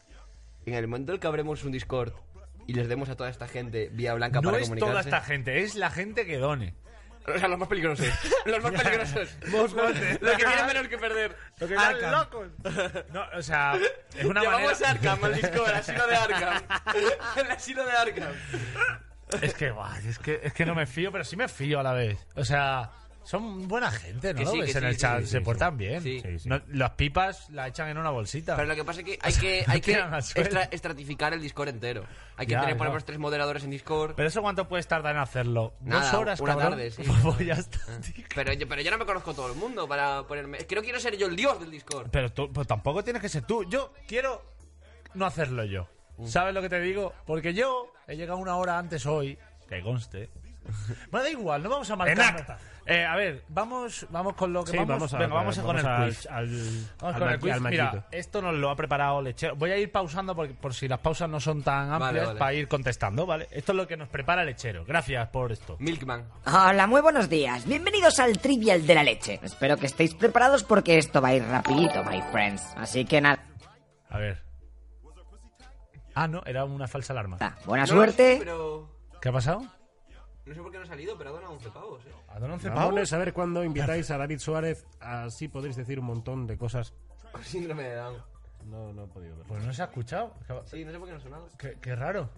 Speaker 3: En el momento en que abremos un Discord y les demos a toda esta gente vía blanca
Speaker 1: No
Speaker 3: para
Speaker 1: es
Speaker 3: comunicarse.
Speaker 1: toda esta gente, es la gente que done.
Speaker 3: O sea, los más peligrosos. los más peligrosos. los, los que tienen menos que perder.
Speaker 1: ¡Al locos! No, o sea, es una
Speaker 3: Llevamos
Speaker 1: manera...
Speaker 3: a Arkham al Discord, el asilo de Arkham. el asilo de Arkham.
Speaker 1: Es que, guau, es que, es que no me fío, pero sí me fío a la vez. O sea, son buena gente, ¿no?
Speaker 3: Que sí,
Speaker 1: Lo ves
Speaker 3: que
Speaker 1: en
Speaker 3: sí,
Speaker 1: el
Speaker 3: sí,
Speaker 1: chat,
Speaker 3: sí,
Speaker 1: se
Speaker 3: sí,
Speaker 1: portan
Speaker 3: sí.
Speaker 1: bien.
Speaker 3: Sí.
Speaker 4: Sí, sí.
Speaker 1: No, las pipas la echan en una bolsita.
Speaker 3: Pero lo que pasa es que hay que, hay que
Speaker 1: tiran al suelo.
Speaker 3: estra- estratificar el Discord entero. Hay que
Speaker 1: Ya,
Speaker 3: tener
Speaker 1: ya.
Speaker 3: por lo menos tres moderadores en Discord.
Speaker 1: Pero eso cuánto puedes tardar en hacerlo? Dos
Speaker 3: Nada,
Speaker 1: horas,
Speaker 3: una
Speaker 1: cabrón.
Speaker 3: tarde, sí.
Speaker 1: Pues ya está,
Speaker 3: Ah.
Speaker 1: tío.
Speaker 3: Pero yo, pero yo no me conozco todo el mundo para ponerme. Es que no quiero ser yo el dios del Discord.
Speaker 1: Pero tú, pues tampoco tienes que ser tú. Yo quiero no hacerlo yo. ¿Sabes lo que te digo? Porque yo he llegado una hora antes hoy, que conste. Bueno, da igual, no vamos a marcar.
Speaker 4: En acta.
Speaker 1: Eh, a ver, vamos, vamos con lo que
Speaker 4: Sí,
Speaker 1: vamos,
Speaker 4: vamos a,
Speaker 1: venga, vamos a con el
Speaker 4: al-
Speaker 1: quiz.
Speaker 4: Al,
Speaker 1: Vamos
Speaker 4: al
Speaker 1: con el
Speaker 4: maqui-
Speaker 1: quiz.
Speaker 4: al
Speaker 1: Mira,
Speaker 4: maquito.
Speaker 1: esto nos lo ha preparado Lechero. Voy a ir pausando porque, por si las pausas no son tan amplias
Speaker 3: vale.
Speaker 1: para ir contestando, ¿vale? Esto es lo que nos prepara Lechero. Gracias por esto.
Speaker 3: Milkman.
Speaker 8: Hola, muy buenos días. Bienvenidos al Trivial de la Leche. Espero que estéis preparados porque esto va a ir rapidito, my friends. Así que nada,
Speaker 1: A ver. Ah, no, era una falsa alarma.
Speaker 8: Ah, buena
Speaker 3: No,
Speaker 8: suerte.
Speaker 3: sí, pero.
Speaker 1: ¿Qué ha pasado?
Speaker 3: No sé por qué no ha salido, pero ha donado 11 pavos, eh.
Speaker 1: ¿A dónde
Speaker 4: Vamos a ver cuándo invitáis a David Suárez, así podréis decir un montón de cosas.
Speaker 3: Síndrome de Down.
Speaker 4: No, no he podido verlo.
Speaker 1: Pues no se ha escuchado. Qué-
Speaker 3: Sí, no sé por qué no ha sonado.
Speaker 1: Qué, qué raro.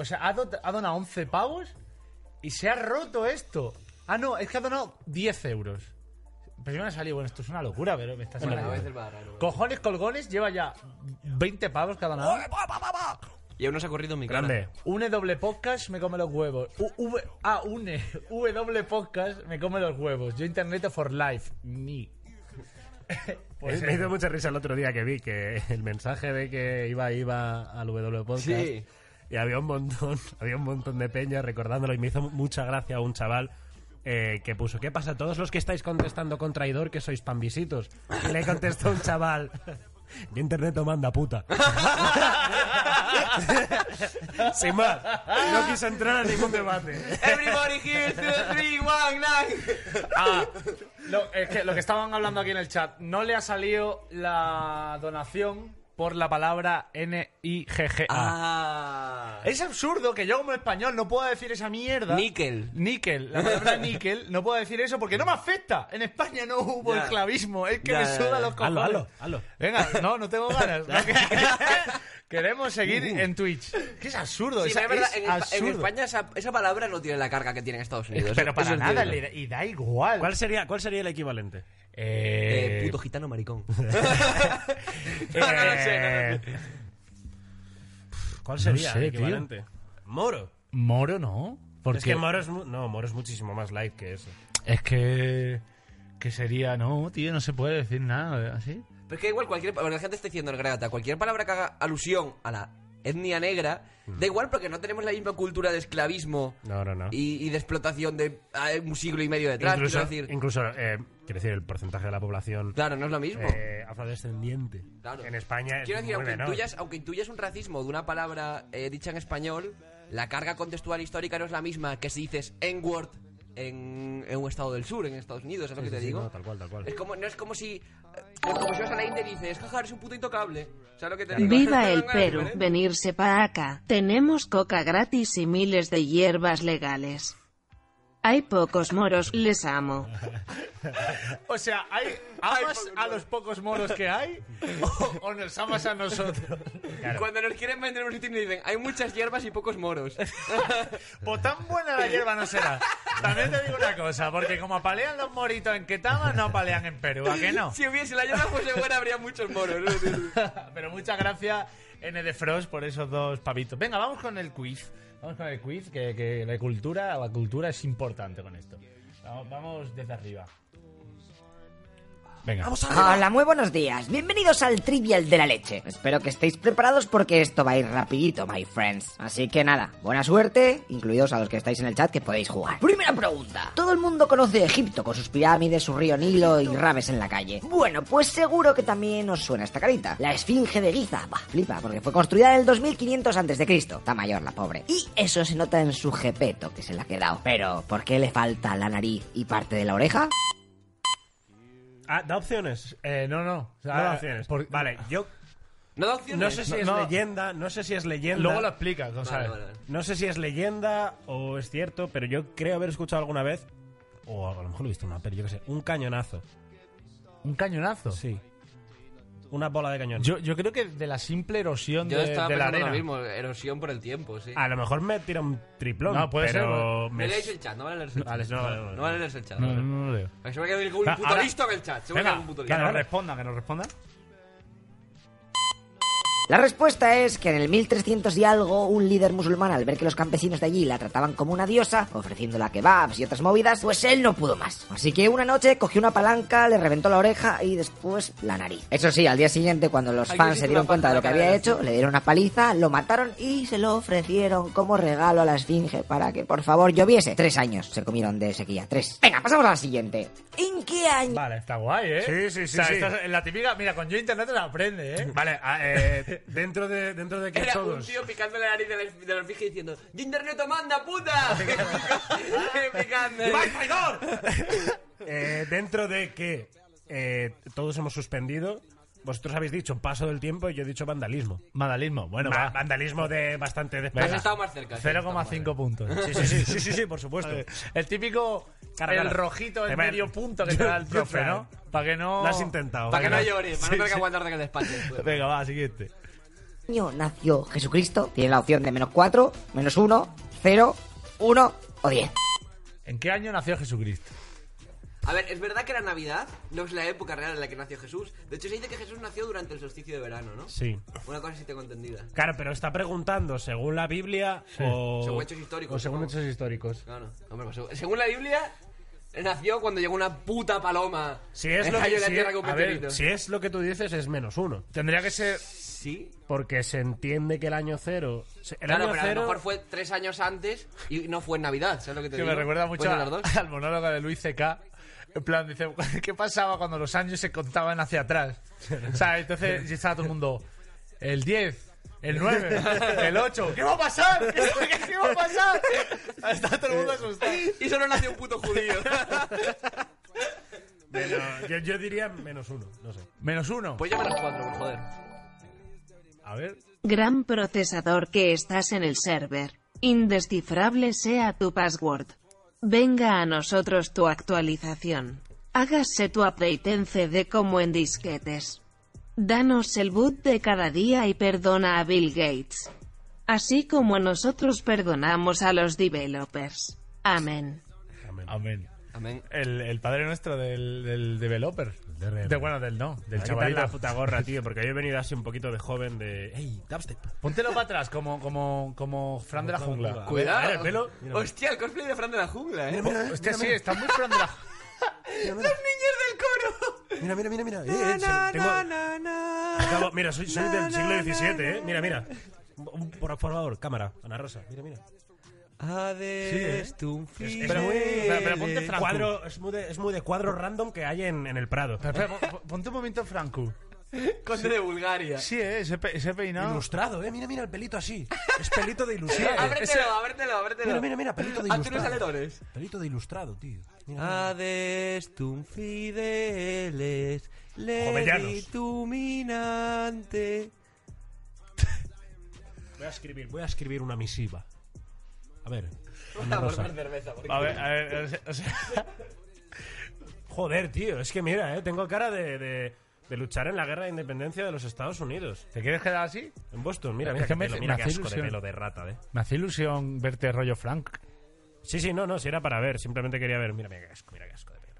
Speaker 1: O sea, ha, do- ha donado 11 pavos y se ha roto esto. Ah, no, es que ha donado 10 euros. Pero yo me ha salido. Bueno, esto es una locura, pero me está
Speaker 3: A
Speaker 1: saliendo.
Speaker 3: veces va raro.
Speaker 1: Cojones colgones lleva ya 20 pavos cada donado.
Speaker 3: Y aún no se ha corrido mi cara.
Speaker 4: Grande.
Speaker 1: Une doble podcast, me come los huevos. U- v, ah, une. W podcast, me come los huevos. Yo internet for life. Ni. Pues,
Speaker 4: Eh, me
Speaker 1: eh,
Speaker 4: hizo mucha risa el otro día que vi que el mensaje de que iba iba al W Podcast
Speaker 3: Sí.
Speaker 4: y había un montón, había un montón de peña recordándolo y me hizo mucha gracia un chaval eh, que puso ¿Qué pasa? Todos los que estáis contestando con traidor que sois pambisitos. Y le contestó un chaval. Yo internet no manda puta. Sin más, no quiso entrar a ningún debate.
Speaker 3: Everybody here, two, three, one, nine.
Speaker 1: Ah, lo, es que lo que estaban hablando aquí en el chat, no le ha salido la donación por la palabra N-I-G-G-A.
Speaker 3: Ah.
Speaker 1: Es absurdo que yo como español no pueda decir esa mierda.
Speaker 3: Níquel.
Speaker 1: Níquel, la palabra níquel, no puedo decir eso porque no me afecta. En España no hubo
Speaker 3: Ya.
Speaker 1: esclavismo, es que
Speaker 3: Ya,
Speaker 1: me
Speaker 3: ya,
Speaker 1: suda
Speaker 3: ya.
Speaker 1: los cojones.
Speaker 4: Halo, halo, halo.
Speaker 1: Venga, no, no tengo ganas. No, que- Queremos seguir en Twitch. Que es absurdo,
Speaker 3: Uh. Sí,
Speaker 1: es,
Speaker 3: pero es verdad,
Speaker 1: es
Speaker 3: en, Espa- en
Speaker 1: absurdo.
Speaker 3: España esa, esa palabra no tiene la carga que tiene en Estados Unidos. ¿eh?
Speaker 1: Pero para
Speaker 3: Eso es
Speaker 1: nada,
Speaker 3: cierto.
Speaker 1: le da- y da igual.
Speaker 4: ¿Cuál sería, ¿Cuál sería el equivalente?
Speaker 1: Eh,
Speaker 3: Eh, puto gitano maricón.
Speaker 1: eh,
Speaker 3: no lo sé, no lo
Speaker 4: ¿Cuál sería
Speaker 1: sé,
Speaker 4: el
Speaker 1: tío.
Speaker 4: equivalente? Moro.
Speaker 1: Moro no. Porque
Speaker 4: Es que Moro es, mu- no, Moro es muchísimo más light que eso.
Speaker 1: Es que. que sería. No, tío, no se puede decir nada así.
Speaker 3: Pero es que igual cualquier palabra, la gente está diciendo en Granata, cualquier palabra que haga alusión a la etnia negra,
Speaker 1: Mm.
Speaker 3: da igual porque no tenemos la misma cultura de esclavismo
Speaker 4: No, no,
Speaker 1: Ah.
Speaker 4: no.
Speaker 3: y, y de explotación de ah, un siglo y medio detrás,
Speaker 4: incluso,
Speaker 3: quiero decir.
Speaker 4: incluso, eh, quiero decir, el porcentaje de la población
Speaker 3: Claro, no es lo mismo.
Speaker 4: eh, afrodescendiente
Speaker 3: Claro.
Speaker 4: en España es
Speaker 3: quiero decir,
Speaker 4: muy
Speaker 3: aunque
Speaker 4: menor.
Speaker 3: intuyas, aunque intuyas un racismo de una palabra eh, dicha en español, la carga contextual histórica no es la misma que si dices N-word en, en un estado del sur, en Estados Unidos, es lo
Speaker 4: Sí,
Speaker 3: que te
Speaker 4: sí, sí,
Speaker 3: digo.
Speaker 4: no, tal cual, tal cual.
Speaker 3: Es como, no es como si. eh, Es como si vas a la India y dices, jaja, eres un puto intocable. ¿Sabes lo que te digo?
Speaker 2: Viva el
Speaker 3: No, no,
Speaker 2: Perú,
Speaker 3: ¿eh?
Speaker 2: venirse para acá. Tenemos coca gratis y miles de hierbas legales. Hay pocos moros, les amo.
Speaker 1: O sea, ¿hay amas a los pocos moros que hay o, o nos amas a nosotros?
Speaker 3: Cuando nos quieren vender un sitio y dicen, hay muchas hierbas y pocos moros.
Speaker 1: Pues tan buena la hierba no será. También te digo una cosa, porque como apalean los moritos en Ketama, no apalean en Perú, ¿a qué no?
Speaker 3: Si hubiese la hierba fuese buena, habría muchos moros. ¿no?
Speaker 1: Pero muchas gracias, N de Frost, por esos dos pavitos. Venga, vamos con el quiz. Vamos con el quiz, que, que la cultura, la cultura es importante con esto. Vamos, vamos desde arriba. Venga.
Speaker 8: Hola, muy buenos días. Bienvenidos al Trivial de la Leche. Espero que estéis preparados porque esto va a ir rapidito, my friends. Así que nada, buena suerte, incluidos a los que estáis en el chat que podéis jugar. Primera pregunta. Todo el mundo conoce Egipto con sus pirámides, su río Nilo y raves en la calle. Bueno, pues seguro que también os suena esta carita. La Esfinge de Giza. Bah, flipa, porque fue construida en el 2500 a.C. Está mayor la pobre. Y eso se nota en su jepeto que se la ha quedado. Pero, ¿por qué le falta la nariz y parte de la oreja?
Speaker 4: Ah, da opciones.
Speaker 1: Eh, no, no. O sea,
Speaker 4: No da opciones.
Speaker 1: por-
Speaker 4: Vale, yo
Speaker 3: No da opciones.
Speaker 4: no sé si
Speaker 1: No,
Speaker 4: es
Speaker 1: no.
Speaker 4: leyenda, no sé si es leyenda.
Speaker 1: Luego lo explicas,
Speaker 3: Vale,
Speaker 1: Gonzalo.
Speaker 3: vale, vale.
Speaker 4: No sé si es leyenda o es cierto, pero yo creo haber escuchado alguna vez, o a lo mejor lo he visto en una peli, yo qué sé, un cañonazo.
Speaker 1: Un cañonazo.
Speaker 4: Sí. Una bola de cañón.
Speaker 1: Yo, yo creo que de la simple erosión
Speaker 3: Yo
Speaker 1: de,
Speaker 3: estaba
Speaker 1: de la arena.
Speaker 3: pensando lo mismo, erosión por el tiempo, sí.
Speaker 4: A lo mejor me tira un triplón.
Speaker 1: No, puede
Speaker 4: pero Me...
Speaker 3: No leéis el chat, no vale leer el chat.
Speaker 4: Vale, no, vale, vale.
Speaker 3: No vale leer el chat.
Speaker 1: No,
Speaker 3: vale.
Speaker 1: no lo leo.
Speaker 3: Para que se me quede algún
Speaker 1: Ah,
Speaker 3: puto
Speaker 1: ahora-
Speaker 3: listo en el chat. Se me
Speaker 1: Venga,
Speaker 3: algún puto
Speaker 1: que
Speaker 3: listo.
Speaker 1: nos responda, que nos responda.
Speaker 8: La respuesta es que en el 1300 y algo, un líder musulmán, al ver que los campesinos de allí la trataban como una diosa, ofreciéndola kebabs y otras movidas, pues él no pudo más. Así que una noche cogió una palanca, le reventó la oreja y después la nariz. Eso sí, al día siguiente, cuando los
Speaker 3: Ay, yo
Speaker 8: fans
Speaker 3: sí
Speaker 8: se
Speaker 3: que
Speaker 8: dieron
Speaker 3: me
Speaker 8: cuenta de lo que
Speaker 3: acuerdo de
Speaker 8: había
Speaker 3: la
Speaker 8: hecho, le dieron una paliza, lo mataron y se lo ofrecieron como regalo a la esfinge para que por favor lloviese. Tres años se comieron de sequía, tres. Venga, pasamos a la siguiente. ¿En qué año?
Speaker 1: Vale, está guay, ¿eh?
Speaker 4: Sí, sí, sí,
Speaker 1: O sea,
Speaker 4: sí.
Speaker 1: esto es- en la típica, mira, con yo internet se la aprende, ¿eh?
Speaker 4: Vale, ah, eh, dentro, de, dentro de que
Speaker 3: Era un
Speaker 4: todos...
Speaker 3: tío picándole la nariz de la, de la fija y diciendo ¡Yo internet os manda, puta! Picándole.
Speaker 4: ¡Vais, traidor! Eh, dentro de que eh, todos hemos suspendido, vosotros habéis dicho paso del tiempo y yo he dicho vandalismo.
Speaker 1: Vandalismo, bueno,
Speaker 4: Va-
Speaker 1: va.
Speaker 4: vandalismo de bastante después.
Speaker 3: Has estado más cerca. sí, has estado
Speaker 1: 0,5
Speaker 3: más
Speaker 1: puntos.
Speaker 4: Sí, sí, sí, sí, sí, sí, por supuesto.
Speaker 1: Vale. El típico,
Speaker 4: Cara,
Speaker 1: el
Speaker 4: cara.
Speaker 1: rojito, el
Speaker 4: Te va-
Speaker 1: medio punto que te
Speaker 4: Yo-
Speaker 1: da el
Speaker 4: yo
Speaker 1: profe,
Speaker 4: sé.
Speaker 1: ¿no? Para que no...
Speaker 4: Lo has intentado.
Speaker 3: cerca. Para que no
Speaker 4: Vale.
Speaker 3: llores, para no tener que aguantarte que el despacho. pues.
Speaker 1: Venga, va, siguiente.
Speaker 8: año nació Jesucristo? Tiene la opción de menos 4, menos 1, 0, 1 o 10.
Speaker 1: ¿En qué año nació Jesucristo?
Speaker 3: A ver, es verdad que la Navidad no es la época real en la que nació Jesús. De hecho, se dice que Jesús nació durante el solsticio de verano, ¿no?
Speaker 4: Sí.
Speaker 3: Una cosa sí tengo entendida.
Speaker 4: Claro, pero está preguntando según la Biblia o...
Speaker 3: Según hechos históricos,
Speaker 4: O según
Speaker 3: supongo.
Speaker 4: hechos históricos.
Speaker 3: Claro, hombre, pues, según- según la Biblia, nació cuando llegó una puta paloma.
Speaker 4: Si es,
Speaker 3: Eh,
Speaker 4: lo
Speaker 3: cayó
Speaker 4: que,
Speaker 3: en la
Speaker 4: si,
Speaker 3: tierra con
Speaker 4: a ver,
Speaker 3: meteorito.
Speaker 4: si es lo que tú dices, es menos uno.
Speaker 1: Tendría que ser...
Speaker 3: Sí.
Speaker 4: Porque se entiende que el año cero... se- El
Speaker 3: Claro,
Speaker 4: año
Speaker 3: pero a
Speaker 4: cero...
Speaker 3: lo mejor fue tres años antes y no fue en Navidad, ¿sabes lo que te
Speaker 1: Que me
Speaker 3: digo?
Speaker 1: recuerda mucho
Speaker 3: Pueden
Speaker 1: a-
Speaker 3: ser las dos.
Speaker 1: al monólogo de Luis C.K. En plan, dice, ¿qué pasaba cuando los años se contaban hacia atrás? O sea, entonces ya estaba todo el mundo, el 10, el 9, el 8, ¿qué va a pasar? ¿Qué, qué va a pasar? Está todo el mundo asustado.
Speaker 3: Eh, Y solo nació un puto judío.
Speaker 4: Menos- yo, yo diría menos uno, no sé.
Speaker 1: Menos uno.
Speaker 3: pues yo menos cuatro, por joder.
Speaker 1: A ver.
Speaker 2: Gran procesador que estás en el server. Indescifrable sea tu password. Venga a nosotros tu actualización. Hágase tu update en CD como en disquetes. Danos el boot de cada día y perdona a Bill Gates. Así como nosotros perdonamos a los developers. Amén.
Speaker 1: Amén.
Speaker 3: Amén.
Speaker 1: El, el padre nuestro del, del developer.
Speaker 4: developer.
Speaker 1: De, bueno, del no, del chavalito.
Speaker 4: la puta gorra, tío, porque yo he venido así un poquito de joven de... ¡Ey, dubstep!
Speaker 1: Póntelo para atrás, como, como, como Fran de la jungla.
Speaker 3: Cuidado.
Speaker 4: el pelo.
Speaker 3: Hostia, el cosplay de Fran de la jungla, eh.
Speaker 1: Hostia, sí, está muy Fran de la jungla.
Speaker 4: Mira, mira, mira, mira. Eh, eh, se- tengo- Acabo- Mira, soy, soy del siglo XVII, ¿eh? Mira, mira. Un- Por, por favor, cámara, Ana Rosa. Mira, mira. eh.
Speaker 3: Hades tum
Speaker 1: Pero- pero- pero ponte Franco.
Speaker 4: Cuadro, es, muy de, es muy de cuadro random que hay en, en el Prado.
Speaker 1: Pero espera, pon- pon- ponte un momento Franco.
Speaker 3: Conde de Bulgaria.
Speaker 1: Sí, eh, ese, pe- ese peinado.
Speaker 9: Ilustrado, eh. Mira, mira el pelito así. Es pelito de ilusión.
Speaker 3: Ábretelo,
Speaker 9: Ese-
Speaker 3: ábretelo, ábretelo.
Speaker 9: Mira, mira, mira, pelito de
Speaker 3: Ah, tú no
Speaker 9: ilustrado.
Speaker 3: sales, Torres.
Speaker 9: Pelito de ilustrado, tío. Mira, mira.
Speaker 3: Ad estum fideles,
Speaker 9: Jovellanos.
Speaker 3: legituminante.
Speaker 4: Voy a escribir, voy a escribir una misiva. A ver.
Speaker 3: Vamos a
Speaker 4: Ana Rosa.
Speaker 3: por cerveza, porque-
Speaker 1: A ver, a ver, o sea- o sea,
Speaker 4: Joder, tío, es que mira, eh, tengo cara de, de, de luchar en la guerra de independencia de los Estados Unidos.
Speaker 1: ¿te quieres quedar así?
Speaker 4: En Boston, mira,
Speaker 1: Es
Speaker 4: mira,
Speaker 1: que
Speaker 4: que
Speaker 1: me-
Speaker 4: pelo,
Speaker 1: me
Speaker 4: mira qué
Speaker 1: hace
Speaker 4: asco de
Speaker 1: ilusión.
Speaker 4: pelo de rata, eh.
Speaker 1: Me hace ilusión verte rollo Frank.
Speaker 4: Sí, sí, no, no, si era para ver, simplemente quería ver. Mira, mira qué asco, mira qué asco de pelo.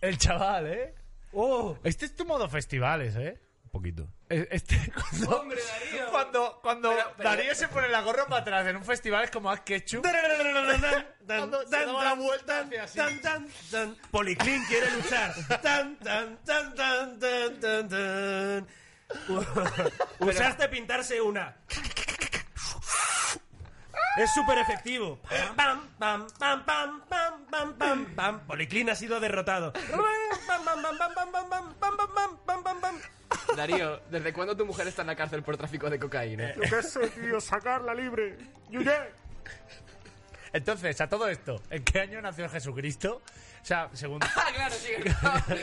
Speaker 1: El chaval, ¿eh?
Speaker 3: Oh.
Speaker 1: Este es tu modo festivales, ¿eh?
Speaker 4: Un poquito.
Speaker 1: E- Este, cuando, cuando, cuando Darío se pone la gorra para atrás en un festival es como haz ketchup. Cuando se daba la vuelta hacia así.
Speaker 9: Tan, tan, tan. Policlin quiere luchar. Tan, tan, tan, tan, tan, tan, tan.
Speaker 4: Usaste pintarse una. Es súper efectivo. Pam, pam, pam, pam, pam, pam, pam, pam. Policlin ha sido derrotado. Pam, pam, pam, pam, pam, pam, pam, pam, pam, pam, pam, pam, pam.
Speaker 3: Darío, ¿desde cuándo tu mujer está en la cárcel por tráfico de
Speaker 1: Eh.
Speaker 3: cocaína?
Speaker 4: ¿Qué sé, tío? Sacarla libre.
Speaker 1: Entonces, a todo esto, ¿en qué año nació Jesucristo? O sea, según.
Speaker 3: Ah, claro, sí.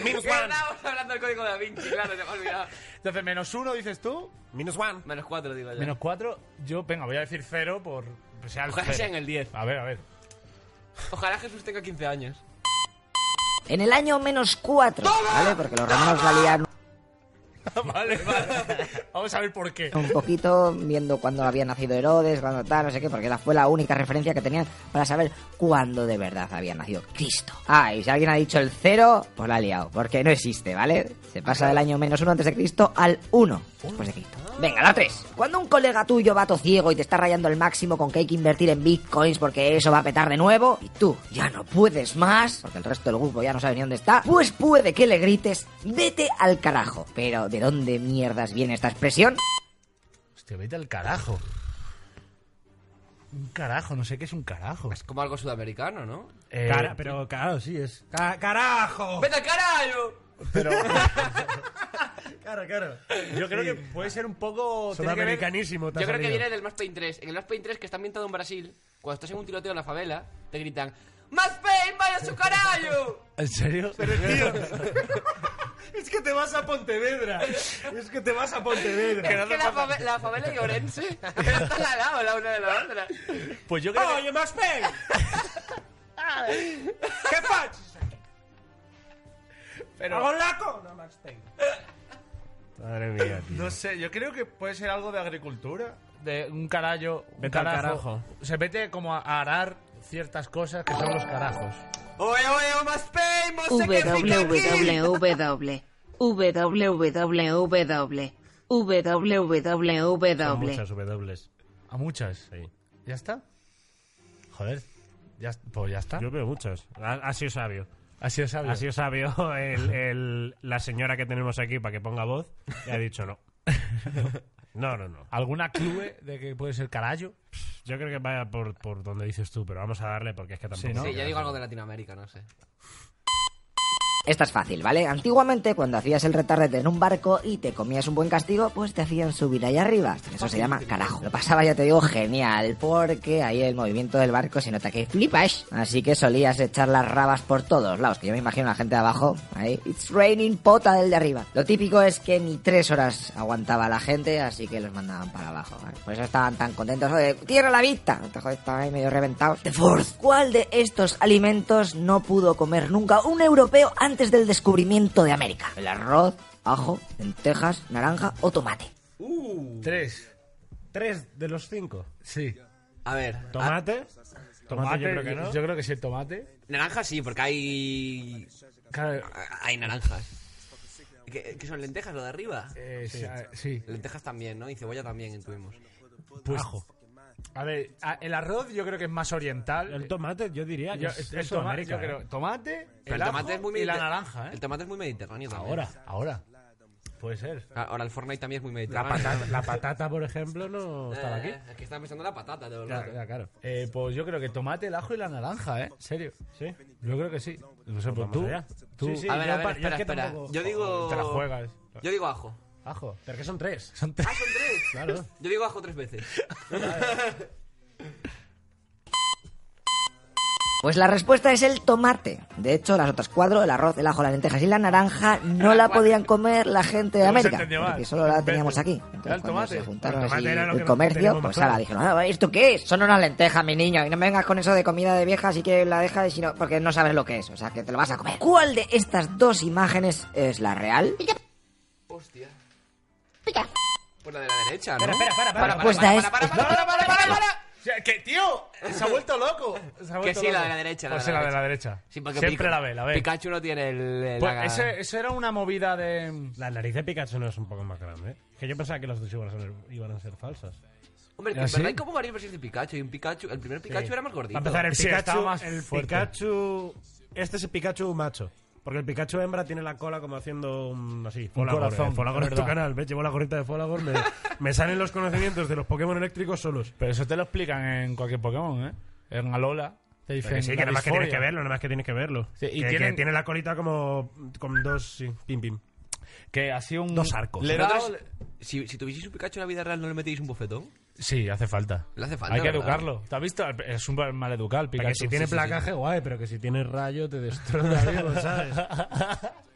Speaker 4: Minus
Speaker 3: Que
Speaker 4: one.
Speaker 3: Estábamos hablando del código da Vinci, claro, se me ha olvidado.
Speaker 1: Entonces, menos uno, dices tú.
Speaker 4: Minus one.
Speaker 3: Menos cuatro, digo yo.
Speaker 1: Menos cuatro, yo, venga, voy a decir cero por. pues sea el
Speaker 3: Ojalá sea
Speaker 1: cero.
Speaker 3: en el 10.
Speaker 1: A ver, a ver.
Speaker 3: Ojalá Jesús tenga 15 años.
Speaker 8: En el año menos 4, ¿vale? Porque los romanos la liaron
Speaker 1: vale, vale. Vamos a ver por qué.
Speaker 8: un poquito viendo cuándo había nacido Herodes, cuándo tal, no sé qué, porque la fue la única referencia que tenían para saber cuándo de verdad había nacido Cristo. Ah, y si alguien ha dicho el 0, pues la ha liado, porque no existe, ¿vale? Se pasa del año menos 1 antes de Cristo al 1 después de Cristo. Venga, la 3. Cuando un colega tuyo vato ciego y te está rayando el máximo con que hay que invertir en bitcoins porque eso va a petar de nuevo, y tú ya no puedes más, porque el resto del grupo ya no sabe ni dónde está, pues puede que le grites, vete al carajo. Pero, ¿de dónde mierdas viene esta expresión?
Speaker 1: Hostia, vete al carajo. Un carajo, no sé qué es un carajo.
Speaker 3: Es como algo sudamericano, ¿no?
Speaker 1: Eh,
Speaker 9: Cara- pero claro, sí es. Ca- ¡Carajo!
Speaker 3: ¡Vete al carajo!
Speaker 1: pero
Speaker 9: Claro, claro.
Speaker 1: yo creo que puede ser un poco. tiene que ver-
Speaker 4: Sudamericanísimo, te
Speaker 3: Yo
Speaker 4: ha
Speaker 3: creo que
Speaker 4: salido.
Speaker 3: viene del Max Payne 3. En el Max Payne 3, que está ambientado en Brasil, cuando estás en un tiroteo en la favela, te gritan ¡Max Payne, vaya a su carajo!
Speaker 1: ¿En serio?
Speaker 9: Es que te vas a Pontevedra. Es que te vas a Pontevedra.
Speaker 3: Es que la, fave- la favela de Orense está al lado la una de la otra.
Speaker 1: Pues yo creo que.
Speaker 9: Oye, Max Payne. ¿Qué faig?
Speaker 1: Pero,
Speaker 9: ¿Hago laco? No, Max Payne.
Speaker 4: Madre mía, tío.
Speaker 1: no sé, yo creo que puede ser algo de agricultura. De un carallo. un
Speaker 4: Vete al
Speaker 1: carajo.
Speaker 4: carajo.
Speaker 1: Se vete como a arar ciertas cosas que son los carajos.
Speaker 3: ¡Oye, oye, oh, Max Payne, no sé qué fica aquí!
Speaker 2: www. www.
Speaker 4: Son
Speaker 2: www.
Speaker 4: muchas dobles.
Speaker 1: A muchas.
Speaker 4: Sí.
Speaker 1: ¿Ya está? Joder. Ya, pues ya está.
Speaker 4: Yo veo muchas. Ha, ha sido sabio.
Speaker 1: Así es sabio.
Speaker 4: Ha sido sabio el, el- la señora que tenemos aquí para que ponga voz. Y ha dicho no. No, no, no.
Speaker 1: ¿Alguna clue de que puede ser carallo?
Speaker 4: Yo creo que vaya por, por donde dices tú, pero vamos a darle porque es que tampoco.
Speaker 1: Sí, ¿no?
Speaker 3: Sí, ya digo algo de Latinoamérica, no sé.
Speaker 8: Esta es fácil, ¿vale? Antiguamente, cuando hacías el retardete en un barco y te comías un buen castigo, pues te hacían subir ahí arriba. Eso se llama carajo. Lo pasaba, ya te digo, genial, porque ahí el movimiento del barco se nota que flipas. Así que solías echar las rabas por todos lados, que yo me imagino a la gente de abajo, ahí, it's raining pota del de arriba. Lo típico es que ni tres horas aguantaba la gente, así que los mandaban para abajo. ¿vale? Por eso estaban tan contentos. Joder, tierra a la vista. Joder, estaban ahí medio reventados. The Fourth. ¿Cuál de estos alimentos no pudo comer nunca un europeo antes del descubrimiento de América? El arroz, ajo, lentejas, naranja o tomate.
Speaker 1: Tres.
Speaker 4: Uh. Tres de los cinco.
Speaker 1: Sí.
Speaker 3: A ver.
Speaker 4: Tomate. Tomate, yo creo que no.
Speaker 1: Yo creo que sí, el tomate.
Speaker 3: Naranja sí, porque hay.
Speaker 1: Claro,
Speaker 3: Hay naranjas. ¿Qué, qué son lentejas lo de arriba?
Speaker 1: eh, sí. a- sí.
Speaker 3: Lentejas también, ¿no? Y cebolla también intuimos.
Speaker 1: Pues, A ver, a- el arroz yo creo que es más oriental.
Speaker 4: El tomate, yo diría que
Speaker 1: Yo-
Speaker 4: es,
Speaker 1: el
Speaker 4: es
Speaker 1: toma-
Speaker 4: Sudamérica,
Speaker 1: yo creo,
Speaker 4: ¿eh?
Speaker 1: tomate,
Speaker 3: Pero
Speaker 1: el,
Speaker 3: el
Speaker 1: ajo
Speaker 3: tomate es muy
Speaker 1: y la
Speaker 3: mediter-
Speaker 1: naranja, ¿eh?
Speaker 3: El tomate es muy mediterráneo también.
Speaker 1: Ahora, ahora. Puede ser.
Speaker 3: Ahora el Fortnite también es muy
Speaker 1: La
Speaker 3: mediterráneo.
Speaker 1: patata, la patata, por ejemplo, no
Speaker 3: Eh,
Speaker 1: estaba aquí.
Speaker 3: Es que estaba pensando en la patata, de verdad.
Speaker 1: Ya, ya, claro. Eh, pues yo creo que tomate, el ajo y la naranja, ¿eh? ¿Serio? Sí. Yo creo que sí. No sé, pues
Speaker 4: Pues
Speaker 1: tú.
Speaker 4: vamos allá.
Speaker 1: tú-
Speaker 4: Sí, sí, A ver, yo a ver, pa- yo es espera, que espera. tampoco-
Speaker 3: Yo digo.
Speaker 1: Te la juegas.
Speaker 3: Yo digo ajo. Ah,
Speaker 1: Ajo. Pero que son tres. Son tres.
Speaker 3: ¿Son tres?
Speaker 1: Claro.
Speaker 3: Yo digo ajo tres veces.
Speaker 8: Pues la respuesta es el tomate. De hecho, las otras cuatro, el arroz, el ajo, las lentejas y la naranja, no la podían comer la gente de
Speaker 1: No se
Speaker 8: América.
Speaker 1: entendió mal.
Speaker 8: Porque solo la teníamos aquí.
Speaker 1: Era
Speaker 8: Entonces,
Speaker 1: el
Speaker 8: cuando
Speaker 1: tomate.
Speaker 8: se juntaron
Speaker 1: El tomate
Speaker 8: así
Speaker 1: era lo que
Speaker 8: el
Speaker 1: no
Speaker 8: comercio,
Speaker 1: teníamos más
Speaker 8: pues ahora
Speaker 1: claro.
Speaker 8: dijeron, "Ah, ¿esto qué es? Son unas lentejas, mi niño. Y no me vengas con eso de comida de vieja, así que la dejas sino... porque no sabes lo que es. O sea, que te lo vas a comer. ¿Cuál de estas dos imágenes es la real?
Speaker 3: Hostia. Pues la de la derecha, ¿no?
Speaker 1: Espera, espera, para, para.
Speaker 8: La respuesta es...
Speaker 1: O sea, que, tío, se ha vuelto loco. Se ha
Speaker 3: Que
Speaker 1: vuelto
Speaker 3: sí, la
Speaker 1: loco.
Speaker 3: de la derecha.
Speaker 1: Pues sí, la de la derecha.
Speaker 3: Sí, porque
Speaker 1: Siempre
Speaker 3: Pika-
Speaker 1: la ve, la ve.
Speaker 3: Pikachu no tiene el. el-
Speaker 1: Pues
Speaker 3: la-
Speaker 1: ese- eso era una movida de.
Speaker 4: La nariz de mm, Pikachu no es un poco más grande. ¿eh? Que yo pensaba que las dos iban a ser, iban a ser falsas.
Speaker 3: Hombre, que
Speaker 1: ¿Ah,
Speaker 3: en
Speaker 1: sí?
Speaker 3: verdad hay como varias versiones de Pikachu. Y un Pikachu. El primer Pikachu era más gordito.
Speaker 4: Para empezar, el
Speaker 1: Sí,
Speaker 4: Pikachu.
Speaker 1: estaba más
Speaker 4: el
Speaker 1: fuerte.
Speaker 4: Pikachu. Este es el Pikachu macho. Porque el Pikachu hembra tiene la cola como haciendo un así. Folagor,
Speaker 1: corazón,
Speaker 4: eh, Folagor
Speaker 1: es
Speaker 4: es tu
Speaker 1: verdad.
Speaker 4: canal. Me llevo la gorrita de Folagor. Me, me salen los conocimientos de los Pokémon eléctricos solos.
Speaker 1: Pero eso te lo explican en cualquier Pokémon, ¿eh? En Alola. Te dicen.
Speaker 4: Que sí, que
Speaker 1: la
Speaker 4: nada más que tienes que
Speaker 1: disforia.
Speaker 4: verlo, nada más que tienes que verlo.
Speaker 1: Sí, y
Speaker 4: Que- que
Speaker 1: tienen-
Speaker 4: tiene la colita como con dos, sí, pim pim.
Speaker 1: Que ha sido un.
Speaker 4: Dos arcos.
Speaker 1: Le he dado-
Speaker 3: Vosotros, si, si tuvieseis un Pikachu en la vida real, ¿no le metéis un bofetón?
Speaker 1: Sí, hace falta.
Speaker 3: Le hace falta,
Speaker 1: Hay que
Speaker 3: ¿verdad?
Speaker 1: educarlo. ¿Te has visto? Es un mal educado el Pikachu.
Speaker 4: que si tiene
Speaker 1: Sí, sí, sí.
Speaker 4: placaje, guay, pero que si tiene rayo te destroza vivo, ¿sabes?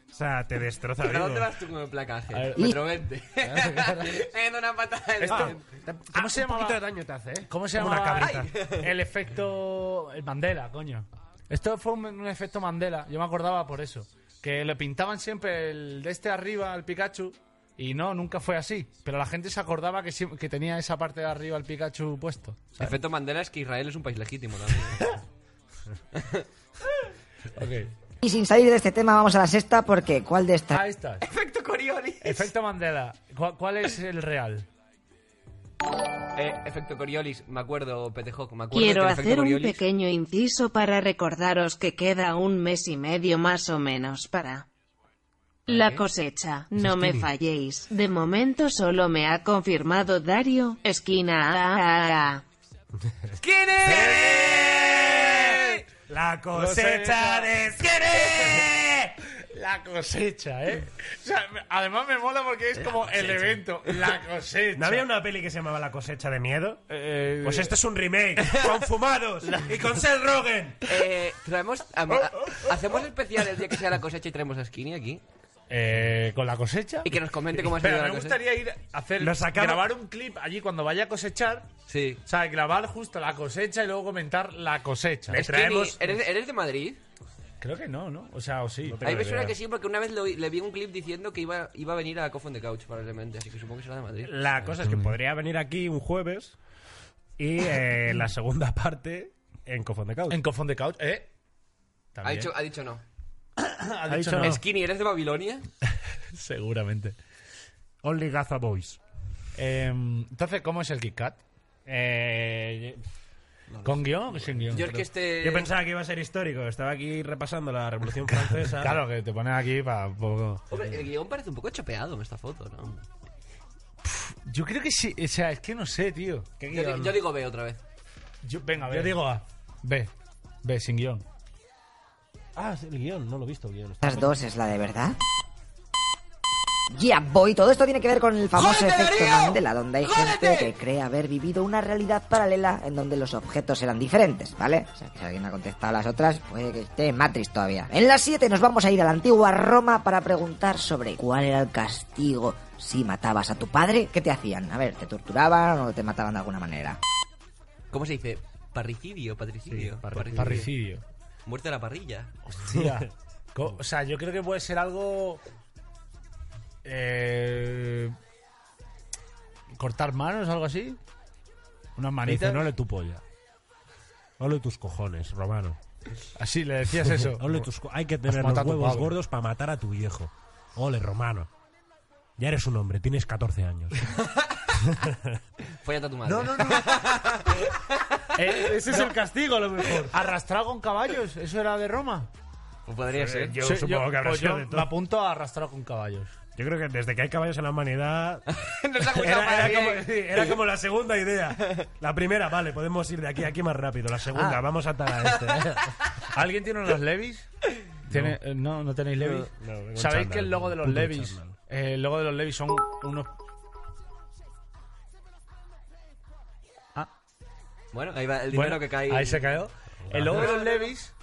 Speaker 4: O sea, te destroza
Speaker 3: ¿Pero
Speaker 4: vivo.
Speaker 3: dónde vas tú con el placaje?
Speaker 1: ver.
Speaker 3: Metro 20.
Speaker 1: Eh,
Speaker 3: Haciendo una patada en
Speaker 1: Esto-
Speaker 3: la-
Speaker 1: ¿Cómo se llama?
Speaker 4: daño te hace, ¿eh?
Speaker 1: ¿Cómo se
Speaker 4: Como
Speaker 1: llama?
Speaker 4: una cabrita.
Speaker 1: El efecto el Mandela, coño. Esto fue un, un efecto Mandela, yo me acordaba por eso. Que le pintaban siempre el de este arriba al Pikachu y no, nunca fue así. Pero la gente se acordaba que, siem- que tenía esa parte de arriba al Pikachu puesto.
Speaker 3: Efecto Mandela es que Israel es un país legítimo también. ¿eh?
Speaker 1: Ok.
Speaker 8: Y sin salir de este tema, vamos a la sexta, porque ¿cuál de estas
Speaker 1: Ah, Ahí estás.
Speaker 3: Efecto Coriolis.
Speaker 1: Efecto Mandela. ¿Cuál, cuál es el real?
Speaker 3: Eh, efecto Coriolis, me acuerdo, Petejok, me acuerdo.
Speaker 2: Quiero
Speaker 3: del efecto
Speaker 2: hacer un
Speaker 3: Coriolis.
Speaker 2: pequeño inciso para recordaros que queda un mes y medio más o menos para la cosecha. No me falléis. De momento solo me ha confirmado Dario, esquina. ah, ah, ah.
Speaker 4: La cosecha de
Speaker 1: La cosecha, ¿eh? O sea, me- además me mola porque es como el evento, la cosecha.
Speaker 4: ¿No había una peli que se llamaba La cosecha de miedo?
Speaker 1: Eh,
Speaker 4: Pues este es un remake con fumados y con Seth Rogen.
Speaker 3: Eh, traemos. a- a- hacemos especial el día que sea la cosecha y traemos a Skinny aquí.
Speaker 1: Eh, con la cosecha.
Speaker 3: Y que nos comente cómo ha
Speaker 1: Espera,
Speaker 3: sido la
Speaker 1: me
Speaker 3: cosecha.
Speaker 1: gustaría ir a hacer
Speaker 4: Lo sacamos.
Speaker 1: grabar un clip allí cuando vaya a cosechar.
Speaker 3: Sí.
Speaker 1: O sea, grabar justo la cosecha y luego comentar la cosecha.
Speaker 4: ¿Ves? traemos-
Speaker 3: Skinny, ¿eres, eres de Madrid?
Speaker 1: Creo que no, ¿no? O sea, o sí.
Speaker 3: A mí me suena que sí, porque una vez lo- le vi un clip diciendo que iba, iba a venir a Coffin de Couch, probablemente. Así que supongo que será de Madrid.
Speaker 4: La cosa es
Speaker 1: Mm.
Speaker 4: que podría venir aquí un jueves y eh, la segunda parte en Cofón de Couch.
Speaker 1: En Cofón de Couch, ¿eh?
Speaker 3: Ha
Speaker 1: También.
Speaker 3: dicho, ha dicho no.
Speaker 1: Ha
Speaker 4: ha
Speaker 1: dicho
Speaker 4: dicho
Speaker 1: no.
Speaker 4: no.
Speaker 3: Skinny, ¿eres de Babilonia?
Speaker 1: Seguramente.
Speaker 4: Only Gaza Boys.
Speaker 1: Eh, entonces, ¿cómo es el Kit Kat? Eh, ¿Con guión o sin guión?
Speaker 3: Yo es que este.
Speaker 4: Yo pensaba que iba a ser histórico. Estaba aquí repasando la Revolución Francesa.
Speaker 1: Claro, que te pones aquí para un poco.
Speaker 3: Hombre, el guión parece un poco chopeado en esta foto, ¿no?
Speaker 1: Yo creo que sí. O sea, es que no sé, tío.
Speaker 3: Yo, di- yo digo B otra vez.
Speaker 1: Yo- venga, ve.
Speaker 4: Yo digo A.
Speaker 1: Ve. Ve, sin guión.
Speaker 4: Ah, el guión. No lo he visto, el guión.
Speaker 8: Estas dos es la de verdad. Yeah, boy, todo esto tiene que ver con el famoso efecto Mandela, donde hay gente que cree haber vivido una realidad paralela en donde los objetos eran diferentes, ¿vale? O sea, que si alguien ha contestado las otras, puede que esté en Matrix todavía. En las 7 nos vamos a ir a la antigua Roma para preguntar sobre cuál era el castigo si matabas a tu padre. ¿Qué te hacían? A ver, ¿te torturaban o te mataban de alguna manera?
Speaker 3: ¿Cómo se dice? Parricidio, patricidio.
Speaker 4: Sí, parricidio.
Speaker 1: Parricidio.
Speaker 3: Muerte a la parrilla.
Speaker 1: Hostia. Co- o sea, yo creo que puede ser algo. Eh, cortar manos, algo así. Unas manitas.
Speaker 4: no le tu polla. Ole tus cojones, Romano.
Speaker 1: Así le decías eso.
Speaker 4: Ole tus co- Hay que tener los
Speaker 1: matado a tu
Speaker 4: huevos
Speaker 1: padre.
Speaker 4: gordos para matar a tu viejo. Ole, Romano. Ya eres un hombre, tienes 14 años.
Speaker 3: Fóllate a tu madre. No, no, no.
Speaker 1: Eh,
Speaker 4: Ese es el castigo, a lo mejor.
Speaker 1: arrastrado con caballos, eso era de Roma.
Speaker 3: podría ser.
Speaker 4: Yo supongo que habrá
Speaker 1: pues
Speaker 4: sido
Speaker 1: yo
Speaker 4: de
Speaker 1: Me
Speaker 4: todo.
Speaker 1: apunto a arrastrado con caballos.
Speaker 4: Yo creo que desde que hay caballos en la humanidad.
Speaker 3: Nos ha
Speaker 9: gustado
Speaker 4: era,
Speaker 9: para
Speaker 4: era como,
Speaker 9: bien.
Speaker 4: sí, era como la segunda idea. La primera, vale, podemos ir de aquí a aquí más rápido. La segunda,
Speaker 1: Ah.
Speaker 4: vamos a atar a este.
Speaker 1: ¿Alguien tiene unos Levis? ¿Tiene- eh, no. no, tenéis Levis.
Speaker 4: No, no, vengo en
Speaker 1: ¿Sabéis que
Speaker 4: chándal,
Speaker 1: el logo de los
Speaker 4: puto
Speaker 1: Levis?
Speaker 4: chándal.
Speaker 1: eh, el logo de los Levis son unos.
Speaker 3: Bueno, ahí va el dinero
Speaker 1: Bueno,
Speaker 3: que cae.
Speaker 1: Ahí se cayó. El logo de los Levis.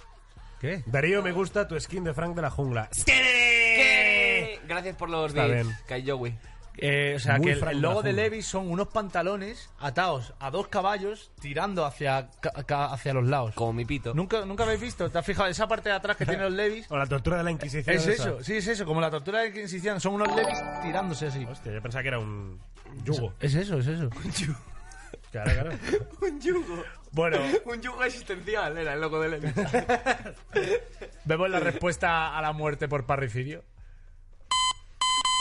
Speaker 1: ¿Qué?
Speaker 4: Darío, me gusta tu skin de Frank de la jungla.
Speaker 3: ¿Qué? eh, Gracias por los
Speaker 4: Está
Speaker 3: bits,
Speaker 4: bien.
Speaker 3: Kai Joey.
Speaker 1: Eh, o sea,
Speaker 4: Muy
Speaker 1: que el,
Speaker 4: Frank
Speaker 1: el logo de
Speaker 4: Laguna.
Speaker 1: Levis son unos pantalones atados a dos caballos tirando hacia, ca- ca- hacia los lados.
Speaker 3: Como mi pito.
Speaker 1: ¿Nunca, nunca habéis visto, ¿te has fijado? Esa parte de atrás que tienen los Levis.
Speaker 4: O la tortura de la Inquisición.
Speaker 1: Es
Speaker 4: esa.
Speaker 1: eso, sí, es eso. Como la tortura de que insistían, son unos Levis tirándose así.
Speaker 4: Hostia, yo pensaba que era un yugo.
Speaker 1: Es eso, es eso.
Speaker 4: Claro, claro.
Speaker 3: Un yugo.
Speaker 1: Bueno,
Speaker 3: Un yugo existencial era el loco de Levi.
Speaker 1: vemos la respuesta a la muerte por parricidio.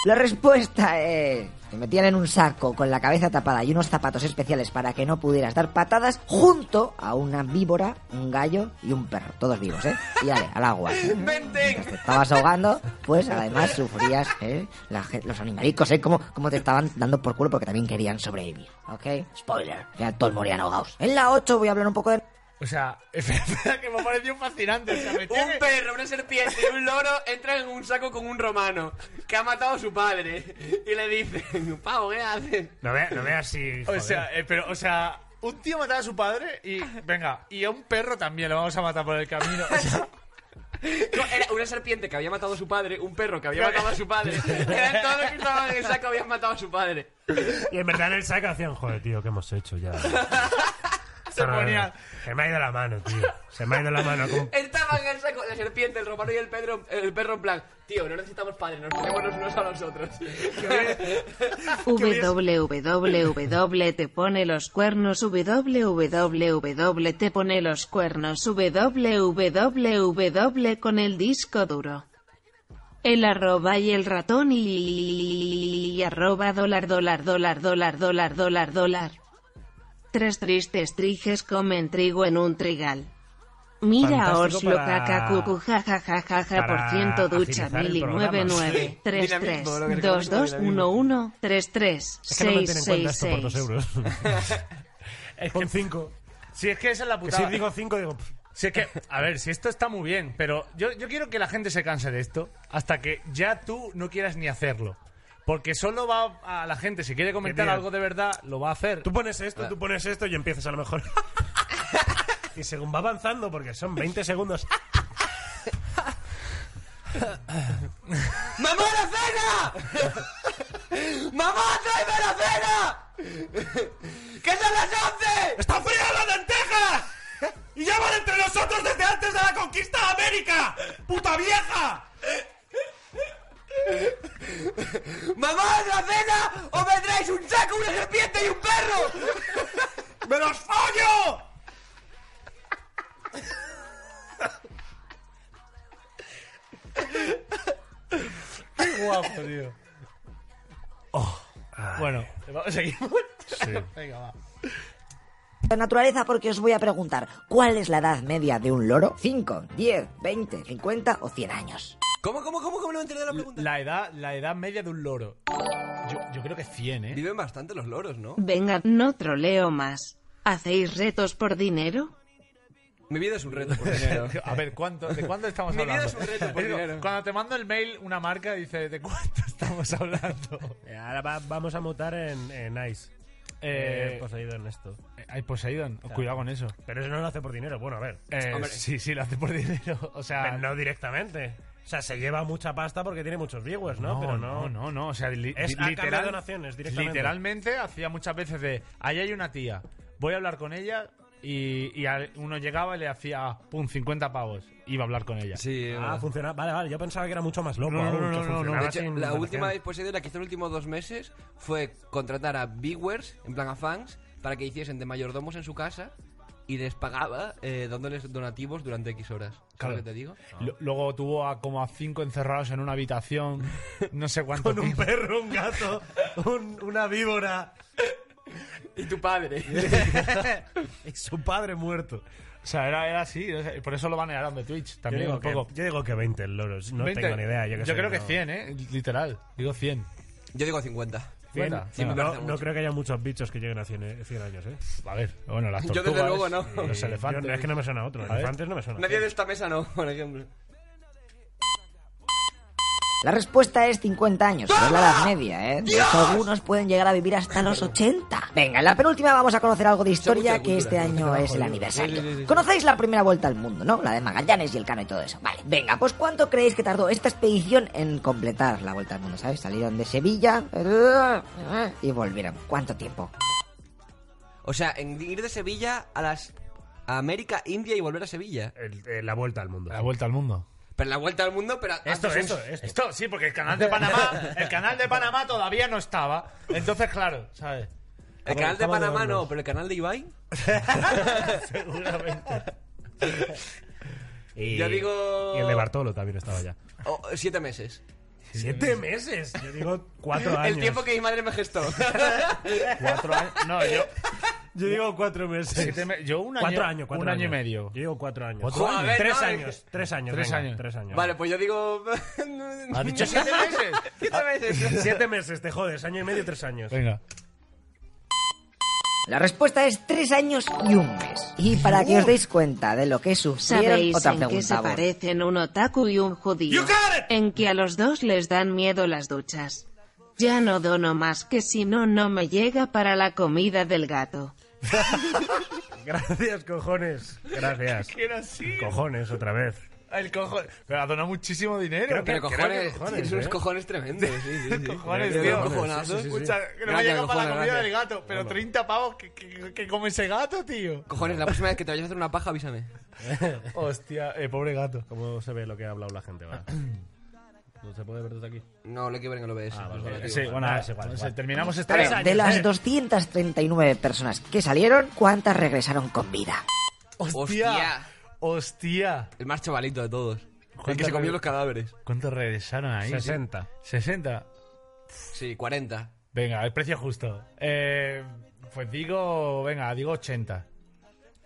Speaker 8: La respuesta es... Te metían en un saco con la cabeza tapada y unos zapatos especiales para que no pudieras dar patadas junto a una víbora, un gallo y un perro. Todos vivos, ¿eh? Y dale, al agua.
Speaker 3: ¡Venten!
Speaker 8: Te estabas ahogando, pues además sufrías, ¿eh? La ge- los animalicos, ¿eh? Como, como te estaban dando por culo porque también querían sobrevivir, ¿ok? Spoiler, ya todos morían ahogados. En la 8 voy a hablar un poco de...
Speaker 1: O sea, espera, espera, que me ha parecido fascinante. o sea, me tiene-
Speaker 3: Un perro, una serpiente y un loro entran en un saco con un romano que ha matado a su padre. Y le dicen, Pavo, ¿qué haces?
Speaker 4: No veas no vea si.
Speaker 1: O sea, eh, pero, o sea, un tío mataba a su padre y, venga, y a un perro también lo vamos a matar por el camino. O sea,
Speaker 3: No, era una serpiente que había matado a su padre, un perro que había matado a su padre. Eran todos los que estaban en el saco habían matado a su padre.
Speaker 4: Y en verdad en el saco hacían, joder, tío, ¿qué hemos hecho ya?
Speaker 1: se ponían.
Speaker 4: Se me ha ido la mano, tío. Se me ha ido la mano. Como...
Speaker 3: Estaban en el saco la serpiente, el romano y el, Pedro, el perro en plan, tío, no necesitamos padre, nos tenemos los unos a los otros.
Speaker 2: www te pone los cuernos www te pone los cuernos www con el disco duro el arroba y el ratón y, arroba dólar dólar dólar dólar dólar dólar dólar tres tristes triges comen trigo en un trigal Mira
Speaker 4: Fantástico
Speaker 2: Oslo
Speaker 4: para-
Speaker 2: caca cucu ja ja ja ja ja
Speaker 4: para
Speaker 2: por ciento ducha
Speaker 4: agilizar el
Speaker 2: mili
Speaker 4: programa.
Speaker 2: nueve nueve
Speaker 3: Sí,
Speaker 2: tres tres
Speaker 3: dinamismo, lo que le
Speaker 2: dos
Speaker 3: conocen como
Speaker 2: dos uno uno tres tres
Speaker 4: Es que no me
Speaker 2: seis
Speaker 4: tienen en cuenta
Speaker 2: seis
Speaker 4: esto por
Speaker 2: seis
Speaker 4: dos euros. Con cinco.
Speaker 1: Si es que esa es la
Speaker 4: Que
Speaker 1: putada.
Speaker 4: si digo cinco, digo... pff,
Speaker 1: Si es que, a ver, si esto está muy bien, pero yo, yo quiero que la gente se canse de esto hasta que ya tú no quieras ni hacerlo. Porque solo va a la gente, si quiere comentar
Speaker 4: Genial.
Speaker 1: algo de verdad, lo va a hacer.
Speaker 4: Tú pones esto, tú pones esto y empiezas a lo mejor. y según va avanzando, porque son 20 segundos.
Speaker 3: ¡Mamá, la cena! ¡Mamá, tráeme la cena! ¡Que son las once!
Speaker 4: ¡Está fría la lenteja! ¡Y llevan entre nosotros desde antes de la conquista de América! ¡Puta vieja!
Speaker 3: ¡Mamá, la cena! ¡O me traes un saco, una serpiente y un perro!
Speaker 4: ¡Me los follo!
Speaker 1: Qué guapo, tío. bueno, seguimos. Venga, va.
Speaker 8: La naturaleza porque os voy a preguntar, ¿cuál es la edad media de un loro? ¿5, 10, 20, 50 o 100 años?
Speaker 3: ¿Cómo, cómo, cómo, cómo no me enteré de la pregunta?
Speaker 1: La edad, la edad media de un loro. Yo, yo creo que 100, ¿eh?
Speaker 3: Viven bastante los loros, ¿no?
Speaker 2: venga no troleo más hacéis retos por dinero
Speaker 3: Mi vida es un reto por dinero.
Speaker 1: A ver, ¿cuánto, ¿de cuánto estamos
Speaker 3: Mi vida
Speaker 1: hablando?
Speaker 3: es un reto por
Speaker 1: Digo,
Speaker 3: dinero.
Speaker 1: Cuando te mando el mail una marca, dice, ¿de cuánto estamos hablando?
Speaker 4: Eh, Ahora va- vamos a mutar en, en Ice.
Speaker 1: Eh,
Speaker 4: Eh, poseído en esto.
Speaker 1: Ay, Poseidon, Pues cuidado con eso.
Speaker 4: Pero eso no lo hace por dinero. Bueno, a ver.
Speaker 1: Eh,
Speaker 3: Hombre.
Speaker 1: sí, sí, lo hace por dinero. O sea,
Speaker 4: Pero no directamente. O sea, se lleva mucha pasta porque tiene muchos viewers, ¿no?
Speaker 1: no,
Speaker 4: Pero
Speaker 1: no,
Speaker 4: no.
Speaker 1: no, no, O sea, li-
Speaker 4: Es a cambio
Speaker 1: literal,
Speaker 4: de donaciones, directamente.
Speaker 1: literalmente hacía muchas veces de, ahí hay una tía, voy a hablar con ella y, y al- uno llegaba y le hacía, pum, 50 pavos, iba a hablar con ella.
Speaker 3: Sí,
Speaker 4: Ah, funciona. Vale, vale. Yo pensaba que era mucho más loco.
Speaker 1: No, no, no,
Speaker 4: aún, que
Speaker 1: no, no,
Speaker 4: funcionaba
Speaker 1: no.
Speaker 3: De hecho,
Speaker 4: sin
Speaker 3: la
Speaker 4: donación.
Speaker 3: última vez poseída que hizo los últimos dos meses fue contratar a viewers, en plan a fans, para que hiciesen de mayordomos en su casa y les pagaba eh, dándoles donativos durante X horas. ¿Sabes
Speaker 1: Claro.
Speaker 3: lo que te digo?
Speaker 1: Lo- Luego tuvo a como a cinco encerrados en una habitación, no sé cuánto
Speaker 4: Con un
Speaker 1: tiempo.
Speaker 4: perro, un gato, un- una víbora
Speaker 3: Y tu padre.
Speaker 4: y su padre muerto.
Speaker 1: O sea, era, era así. o sea, por eso lo banearon de Twitch también
Speaker 4: yo,
Speaker 1: un
Speaker 4: digo
Speaker 1: poco.
Speaker 4: que, yo digo que 20 el loro, no
Speaker 1: 20.
Speaker 4: tengo ni idea. Yo,
Speaker 1: Yo creo que 100, ¿eh? Literal. Digo 100.
Speaker 3: Yo digo 50.
Speaker 4: 100.
Speaker 3: Sí, me
Speaker 4: no,
Speaker 3: parece
Speaker 4: no
Speaker 3: mucho.
Speaker 4: creo que haya muchos bichos que lleguen a 100, eh, 100 años, ¿eh?
Speaker 1: A ver, bueno, las
Speaker 3: Yo desde
Speaker 1: tortugas.
Speaker 3: luego no.
Speaker 1: y Los
Speaker 4: Yo-
Speaker 1: elefantes.
Speaker 4: es que no me suena otro.
Speaker 1: A ver.
Speaker 4: Elefantes no me suena.
Speaker 3: Nadie de esta mesa no, por ejemplo.
Speaker 8: La respuesta es 50 años, pero es la edad media, ¿eh? De hecho, algunos pueden llegar a vivir hasta los 80. Venga, en la penúltima vamos a conocer algo de historia que este año es el aniversario. Conocéis la primera vuelta al mundo, ¿no? La de Magallanes y el Cano y todo eso. Vale, venga, pues ¿cuánto creéis que tardó esta expedición en completar la vuelta al mundo, ¿sabes? Salieron de Sevilla eh, y volvieron. ¿Cuánto tiempo?
Speaker 3: O sea, en ir de Sevilla a las a América, India y volver a Sevilla.
Speaker 4: El- eh, la vuelta al mundo.
Speaker 1: La vuelta al mundo.
Speaker 3: Pero la vuelta al mundo, pero
Speaker 1: Esto,
Speaker 3: antes
Speaker 1: esto,
Speaker 3: un-
Speaker 1: esto, sí, porque el canal de Panamá, el canal de Panamá todavía no estaba. Entonces, claro, ¿sabes?
Speaker 3: El canal de
Speaker 1: Aprovechamos
Speaker 3: Panamá
Speaker 1: vernos.
Speaker 3: no, pero el canal de Ibai.
Speaker 1: Seguramente.
Speaker 4: Y,
Speaker 3: Yo digo-
Speaker 4: y el de Bartolo también estaba ya.
Speaker 3: O- siete meses.
Speaker 4: ¡Siete meses! Yo digo cuatro años.
Speaker 3: El tiempo que mi madre me gestó.
Speaker 1: Cuatro años. No, yo.
Speaker 4: Yo digo cuatro meses.
Speaker 1: siete me- yo un año.
Speaker 4: Cuatro años, cuatro
Speaker 1: un año y
Speaker 4: años.
Speaker 1: medio.
Speaker 4: Yo digo cuatro años.
Speaker 1: Cuatro
Speaker 4: Joder,
Speaker 3: años.
Speaker 4: Tres
Speaker 3: no,
Speaker 4: años.
Speaker 3: es que-
Speaker 4: Tres años.
Speaker 1: Tres
Speaker 4: venga,
Speaker 1: años.
Speaker 4: Tres años.
Speaker 3: vale, pues yo digo.
Speaker 1: ¿Has dicho siete meses?
Speaker 3: siete meses.
Speaker 4: Siete meses, te jodes. Año y medio, tres años.
Speaker 1: Venga.
Speaker 8: La respuesta es 3 años y un mes. Y para que os deis cuenta de lo que sufrieron,
Speaker 2: Uh. ¿Sabéis
Speaker 8: otra
Speaker 2: en qué se
Speaker 8: pregunta. vos.
Speaker 2: parecen un otaku y un judío? En que a los dos les dan miedo las duchas. Ya no dono más que si no, no me llega para la comida del gato.
Speaker 4: Gracias, cojones. Gracias.
Speaker 1: Era así.
Speaker 4: Cojones, otra vez.
Speaker 1: El cojón. Pero ha donado muchísimo dinero.
Speaker 4: Creo que-
Speaker 3: Pero cojones,
Speaker 4: cojones,
Speaker 3: tienes unos
Speaker 4: ¿eh?
Speaker 3: cojones tremendos. Sí, sí, sí.
Speaker 1: Cojones,
Speaker 3: Tienes
Speaker 1: tío.
Speaker 3: unos cojonazos.
Speaker 4: Sí, sí, sí.
Speaker 1: Escucha, que no me
Speaker 3: Gracias,
Speaker 1: llega para la
Speaker 3: cojones,
Speaker 1: comida
Speaker 3: gracias.
Speaker 1: del gato, pero 30 pavos que, que, que come ese gato, tío.
Speaker 3: Cojones, la próxima vez que te vayas a hacer una paja, avísame.
Speaker 1: Hostia, eh, pobre gato.
Speaker 4: ¿Cómo se ve lo que ha hablado la gente? va? ¿No se puede ver desde aquí?
Speaker 3: No, le que ver en el OBS. Pues vale, tío.
Speaker 1: Sí, bueno,
Speaker 4: Ah,
Speaker 1: ahora
Speaker 4: es igual,
Speaker 1: no sé,
Speaker 4: igual.
Speaker 1: terminamos
Speaker 8: A
Speaker 1: esta
Speaker 8: ver,
Speaker 1: vez.
Speaker 8: de
Speaker 4: eh.
Speaker 8: las 239 personas que salieron, ¿cuántas regresaron con vida?
Speaker 1: Hostia. Hostia.
Speaker 3: El más chavalito de todos. El que
Speaker 1: ¿Cuántas
Speaker 3: se comió
Speaker 1: veces?
Speaker 3: los cadáveres.
Speaker 1: ¿Cuántos regresaron ahí?
Speaker 4: 60.
Speaker 1: 60.
Speaker 3: Sí, 40.
Speaker 1: Venga, el precio justo. Eh, pues digo, venga, digo 80.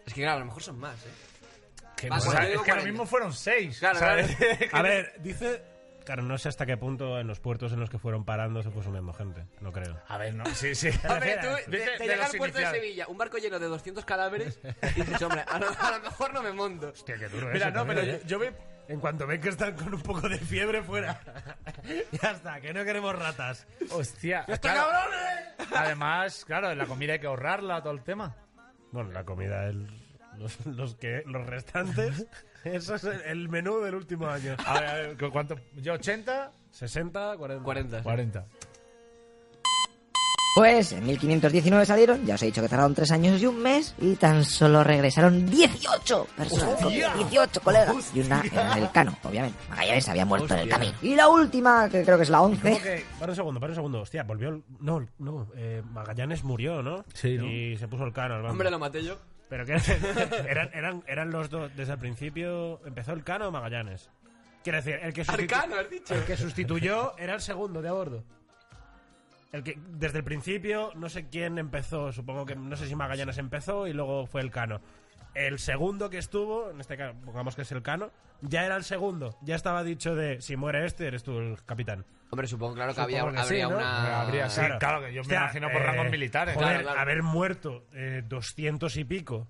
Speaker 3: Es que claro, a lo mejor son más, ¿eh?
Speaker 1: Que,
Speaker 3: Vas,
Speaker 1: o sea,
Speaker 3: pues yo
Speaker 1: es
Speaker 3: digo
Speaker 1: que ahora
Speaker 3: 40.
Speaker 1: mismo fueron 6.
Speaker 3: Claro,
Speaker 4: A
Speaker 1: Ah.
Speaker 4: ver, dice. este- Claro, no sé hasta qué punto en los puertos en los que fueron parando se fue sumiendo gente. No creo.
Speaker 1: A ver, no, sí, sí.
Speaker 3: A ver, tú,
Speaker 1: De-
Speaker 3: de,
Speaker 1: de
Speaker 3: de llegar
Speaker 1: los
Speaker 3: al puerto
Speaker 1: iniciales.
Speaker 3: de Sevilla, un barco lleno de 200 cadáveres, y dices, hombre, a lo, a lo mejor no me monto.
Speaker 4: Hostia, qué duro
Speaker 1: Mira,
Speaker 4: eso
Speaker 1: no, pero
Speaker 4: también,
Speaker 1: yo,
Speaker 4: ¿eh?
Speaker 1: yo me-
Speaker 4: En cuanto ven que están con un poco de fiebre fuera. ya está, que no queremos ratas.
Speaker 1: Hostia. claro. Además, claro, en la comida hay que ahorrarla, todo el tema.
Speaker 4: Bueno, la comida, el- los, los que, los restantes. Eso es el, el menú del último año.
Speaker 1: A ver, a ver, ¿cu- ¿cuánto? Yo 80,
Speaker 4: 60, 40.
Speaker 3: 40. sí.
Speaker 1: 40.
Speaker 8: Pues en 1519 salieron, ya os he dicho que tardaron 3 años y un mes, y tan solo regresaron 18 personas. con vida, 18, colegas. Y una era del Cano, obviamente. Magallanes había muerto en el camino. Y la última, que creo que es la 11.
Speaker 4: ¿Cómo que- Para un segundo, para un segundo. Hostia, volvió el- No, no, eh, Magallanes murió, ¿no?
Speaker 1: Sí, ¿no?
Speaker 4: Y se puso el cano al bando.
Speaker 3: Hombre, lo maté yo.
Speaker 4: Pero que eran, eran, eran, eran los dos. Desde el principio empezó el cano o Magallanes. Quiero decir, el que, sustitu-
Speaker 3: Arcano, has dicho.
Speaker 4: el que sustituyó era el segundo de a bordo. El que desde el principio, no sé quién empezó, supongo que no sé si Magallanes empezó y luego fue el cano. El segundo que estuvo, en este caso, pongamos que es el cano, ya era el segundo. Ya estaba dicho de si muere este, eres tú el capitán.
Speaker 3: Hombre, supongo, claro, que había,
Speaker 4: Supongo que sí,
Speaker 3: habría
Speaker 4: ¿no?
Speaker 3: una...
Speaker 1: Habría, sí, claro, que yo me imagino por rangos militares,
Speaker 4: eh, joder,
Speaker 3: claro, claro.
Speaker 4: haber muerto eh, 200 y pico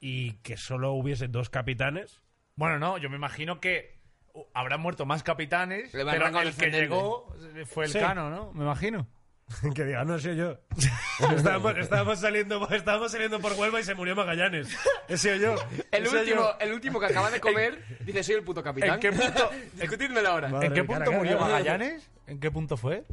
Speaker 4: y que solo hubiese dos capitanes.
Speaker 1: Bueno, no, yo me imagino que uh, habrán muerto más capitanes,
Speaker 3: Le va el
Speaker 1: pero
Speaker 3: rango
Speaker 1: el que
Speaker 3: descendente.
Speaker 1: llegó fue el
Speaker 4: Sí.
Speaker 1: Cano, ¿no? Me imagino.
Speaker 4: que diga, no sé yo. estábamos, estábamos saliendo, estábamos saliendo por Huelva y se murió Magallanes. He sido yo.
Speaker 3: El
Speaker 4: He sido
Speaker 3: último,
Speaker 4: yo.
Speaker 3: el último que acaba de comer dice, soy el puto capitán.
Speaker 1: ¿En qué punto-
Speaker 3: Discutidmelo ahora.
Speaker 4: Madre
Speaker 1: ¿En qué
Speaker 4: mía,
Speaker 1: punto
Speaker 4: cara,
Speaker 1: murió
Speaker 4: cara.
Speaker 1: Magallanes? ¿En qué punto fue?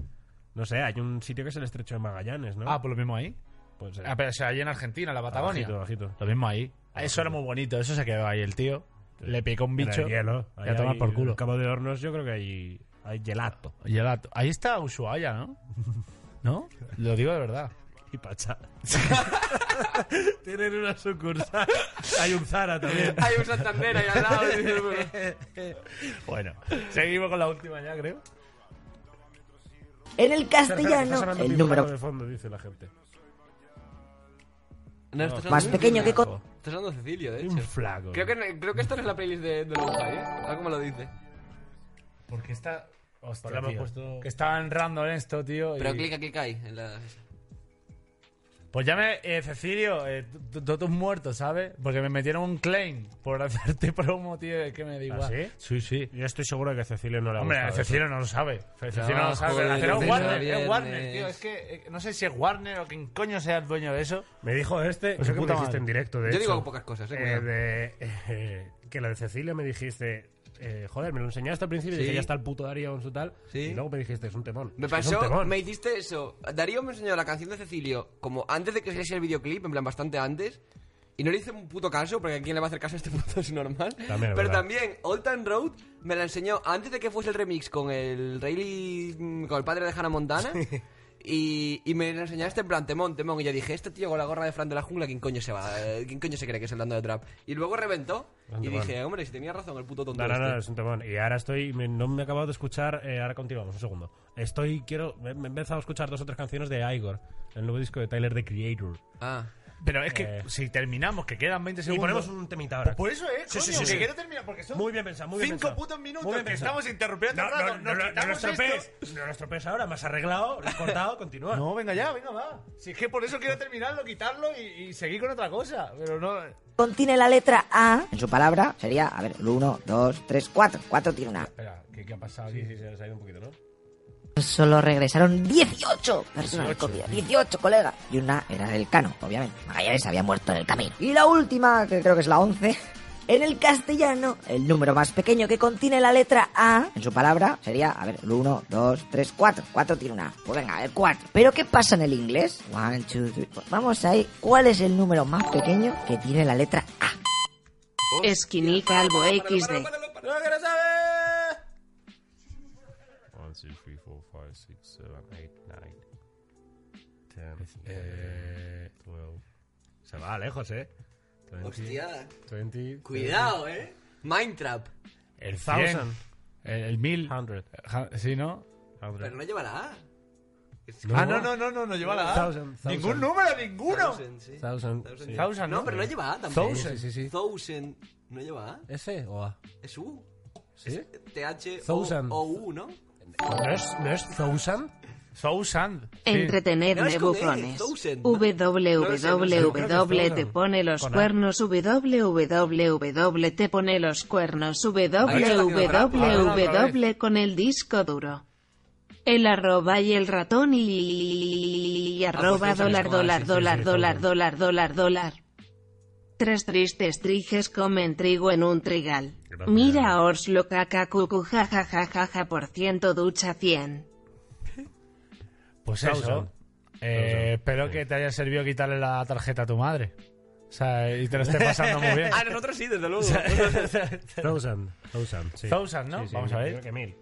Speaker 4: No sé, hay un sitio que es el estrecho de Magallanes, ¿no?
Speaker 1: Ah, pues lo mismo ahí.
Speaker 4: Pues, eh,
Speaker 1: Ah, pero o sea, allí en Argentina, en la Patagonia.
Speaker 4: Abajito, abajito.
Speaker 1: Lo mismo ahí. Eso era muy bonito, eso se quedó ahí el tío. Le picó un
Speaker 4: en el
Speaker 1: bicho.
Speaker 4: hielo.
Speaker 1: Y
Speaker 4: Ahí
Speaker 1: a tomar
Speaker 4: hay-
Speaker 1: por
Speaker 4: en
Speaker 1: culo.
Speaker 4: Cabo de Hornos, yo creo que hay, hay gelato
Speaker 1: Y el ato- Ahí está Ushuaia, ¿no? ¿No? Lo digo de verdad.
Speaker 4: y pacha. Tienen una sucursal. Hay un Zara también.
Speaker 3: Hay un Santander ahí al lado. y dices, bueno.
Speaker 1: Bueno, seguimos con la última ya, creo.
Speaker 8: En el
Speaker 4: Espera, espera, que está
Speaker 8: castellano,
Speaker 4: sonando
Speaker 8: el
Speaker 4: pim, pam,
Speaker 8: número
Speaker 4: de fondo, dice la gente.
Speaker 3: No, estás
Speaker 8: Más
Speaker 3: hablando-
Speaker 8: pequeño que con...
Speaker 4: ¿Ah,
Speaker 3: Estás hablando de Cecilio, de hecho.
Speaker 4: Un flaco.
Speaker 3: Creo que, creo que esto no es la playlist de, de Lo-Fi, ¿eh? Ahora como lo dice.
Speaker 1: Porque está. Hostia,
Speaker 3: Porque hemos
Speaker 1: tío,
Speaker 3: puesto-
Speaker 1: Que estaba entrando en esto, tío.
Speaker 3: Pero
Speaker 1: y-
Speaker 3: clica, clica ahí. En la...
Speaker 1: Pues llame, eh, Cecilio, eh, tú- tú tú muerto, ¿sabes? Porque me metieron un claim por hacerte promo, tío, es que me da igual.
Speaker 4: ¿Ah, Sí, sí. Yo estoy seguro de que Cecilio no lo ha
Speaker 1: Hombre,
Speaker 4: gustado
Speaker 1: Cecilio
Speaker 4: eso.
Speaker 1: no lo sabe. Pues Cecilio no lo sabe.
Speaker 4: joder,
Speaker 1: Hacerá un
Speaker 4: Cecilio
Speaker 1: Warner,
Speaker 4: viernes.
Speaker 1: es Warner, tío. Es que eh, no sé si es Warner o quién coño sea el dueño de eso.
Speaker 4: Me dijo este,
Speaker 1: Pues
Speaker 4: creo que
Speaker 1: puta
Speaker 4: me dijiste
Speaker 1: madre.
Speaker 4: en directo, de
Speaker 1: Yo
Speaker 4: hecho,
Speaker 1: digo pocas cosas, eh,
Speaker 4: eh,
Speaker 1: cuidado.
Speaker 4: de- eh, que la de Cecilia me dijiste, eh, joder, me lo enseñaste al principio y
Speaker 3: Sí.
Speaker 4: dije, ya está el puto Darío en su tal. Y luego me dijiste, es un temón.
Speaker 3: Me
Speaker 4: Es que es un
Speaker 3: pasó,
Speaker 4: temón.
Speaker 3: me hiciste eso. Darío me enseñó la canción de Cecilio como antes de que saliese el videoclip, en plan bastante antes. Y no le hice un puto caso, porque a quién le va a hacer caso a este puto es normal.
Speaker 4: También es
Speaker 3: Pero
Speaker 4: verdad.
Speaker 3: también Old Town Road me la enseñó antes de que fuese el remix con el Rayleigh, mm, con el padre de Hannah Montana. Y, y me la enseñaste en plan temón, temón. Y yo dije, este tío con la gorra de Fran de la jungla, ¿quién coño se va? Eh, ¿Quién coño se cree que es el dando de trap? Y luego reventó.
Speaker 4: Bastante
Speaker 3: Y dije,
Speaker 4: bueno.
Speaker 3: hombre, si tenía razón el puto tonto.
Speaker 4: No, no, no,
Speaker 3: este".
Speaker 4: es un temón. Y ahora estoy. me- no me he acabado de escuchar. eh, ahora continuamos, un segundo. Estoy. Quiero. Me, me he empezado a escuchar dos o tres canciones de Igor, el nuevo disco de Tyler the Creator. Eh.
Speaker 3: Ah.
Speaker 1: Pero es que si terminamos, que quedan 20 segundos.
Speaker 4: ponemos un temita ahora.
Speaker 1: Pues por eso, eh,
Speaker 4: Sí, sí,
Speaker 1: coño,
Speaker 4: sí,
Speaker 1: que
Speaker 4: sí.
Speaker 1: quiero terminar, porque son
Speaker 4: Muy bien pensado, muy bien
Speaker 1: cinco
Speaker 4: pensado.
Speaker 1: putos minutos
Speaker 4: Muy bien
Speaker 1: que
Speaker 4: pensado.
Speaker 1: estamos interrumpiendo
Speaker 4: No,
Speaker 1: el este rato,
Speaker 4: no, no,
Speaker 1: nos
Speaker 4: no, no lo
Speaker 1: quitamos
Speaker 4: estropees.
Speaker 1: esto.
Speaker 4: No lo estropees ahora, me has arreglado, lo has cortado, continúa.
Speaker 1: No, venga ya, venga, va. Si es que por eso quiero terminarlo, quitarlo y, y seguir con otra cosa. Pero no.
Speaker 8: Contiene la letra A. En su palabra sería, a ver, 1, 2, 3, 4. 4 tiene una.
Speaker 4: Espera, ¿qué, qué ha pasado? Sí, sí, se nos ha ido un poquito, ¿no?
Speaker 8: Pues Solo regresaron 18 personas al COVID. 18, colega. Y una era del Cano, obviamente. Magallanes había muerto en el camino. Y la última, que creo que es la 11. En el castellano, el número más pequeño que contiene la letra A, en su palabra, sería, a ver, 1, 2, 3, 4. 4 tiene una A. Pues venga, el 4. ¿Pero qué pasa en el inglés? 1, 2, 3. Vamos ahí. ¿Cuál es el número más pequeño que tiene la letra A?
Speaker 2: Skinny Calvo XD.
Speaker 1: ¡No, que no sabes!
Speaker 4: 1, 2, 3, 4, 5, 6, 7, 8, 9, 10, eh, 12. Se va lejos, eh. 20,
Speaker 3: Hostia.
Speaker 4: 20,
Speaker 3: Cuidado, eh. Mindtrap.
Speaker 4: El
Speaker 1: 100,
Speaker 4: 1000.
Speaker 1: El, el 1000.
Speaker 4: Hundred.
Speaker 1: Ja- Sí, ¿no?
Speaker 3: Pero no lleva la A. Es-
Speaker 1: Ah, no, no, no, no, no lleva la A.
Speaker 4: Thousand, thousand.
Speaker 1: Ningún número, ninguno.
Speaker 3: Thousand, sí.
Speaker 4: Thousand,
Speaker 3: Thousand,
Speaker 4: sí.
Speaker 3: sí.
Speaker 1: Thousand,
Speaker 3: no,
Speaker 1: ¿no?
Speaker 3: pero no lleva A tampoco.
Speaker 1: Thousand.
Speaker 4: Sí, sí, sí.
Speaker 3: Thousand no lleva A.
Speaker 4: ¿S o A?
Speaker 3: Es U.
Speaker 4: ¿Sí?
Speaker 3: TH
Speaker 4: Thousand.
Speaker 3: O, o U, ¿no?
Speaker 4: ¿No es, no es Thousand?
Speaker 1: Thousand. Sí.
Speaker 3: No,
Speaker 2: Entretenerme
Speaker 3: es con
Speaker 2: bufones.
Speaker 3: N, Thousand.
Speaker 2: www te pone los
Speaker 4: Con A.
Speaker 2: cuernos. www te pone los cuernos.
Speaker 3: Ahí está haciendo rap.
Speaker 2: www con el disco duro. El arroba y el ratón y, y arroba
Speaker 3: pues sí,
Speaker 2: dólar
Speaker 3: sabes cómo
Speaker 2: dólar
Speaker 3: es, sí, sí,
Speaker 2: dólar
Speaker 4: sí,
Speaker 2: dólar
Speaker 4: Thousand.
Speaker 2: dólar dólar dólar. Tres tristes trijes comen trigo en un trigal.
Speaker 4: Gracias.
Speaker 2: Mira a Orslo caca cucu ja ja ja ja ja por ciento ducha 100.
Speaker 1: Pues eso.
Speaker 4: Thousand.
Speaker 1: Eh,
Speaker 4: Thousand.
Speaker 1: Espero que te haya servido quitarle la tarjeta a tu madre. O sea, y te lo estés pasando muy bien.
Speaker 4: Ah,
Speaker 3: A Ah, nosotros sí, desde luego.
Speaker 4: Thousand. Thousand, sí.
Speaker 1: Thousand, ¿no?
Speaker 4: Sí, sí,
Speaker 1: Vamos a
Speaker 4: yo
Speaker 1: ver.
Speaker 4: creo que mil.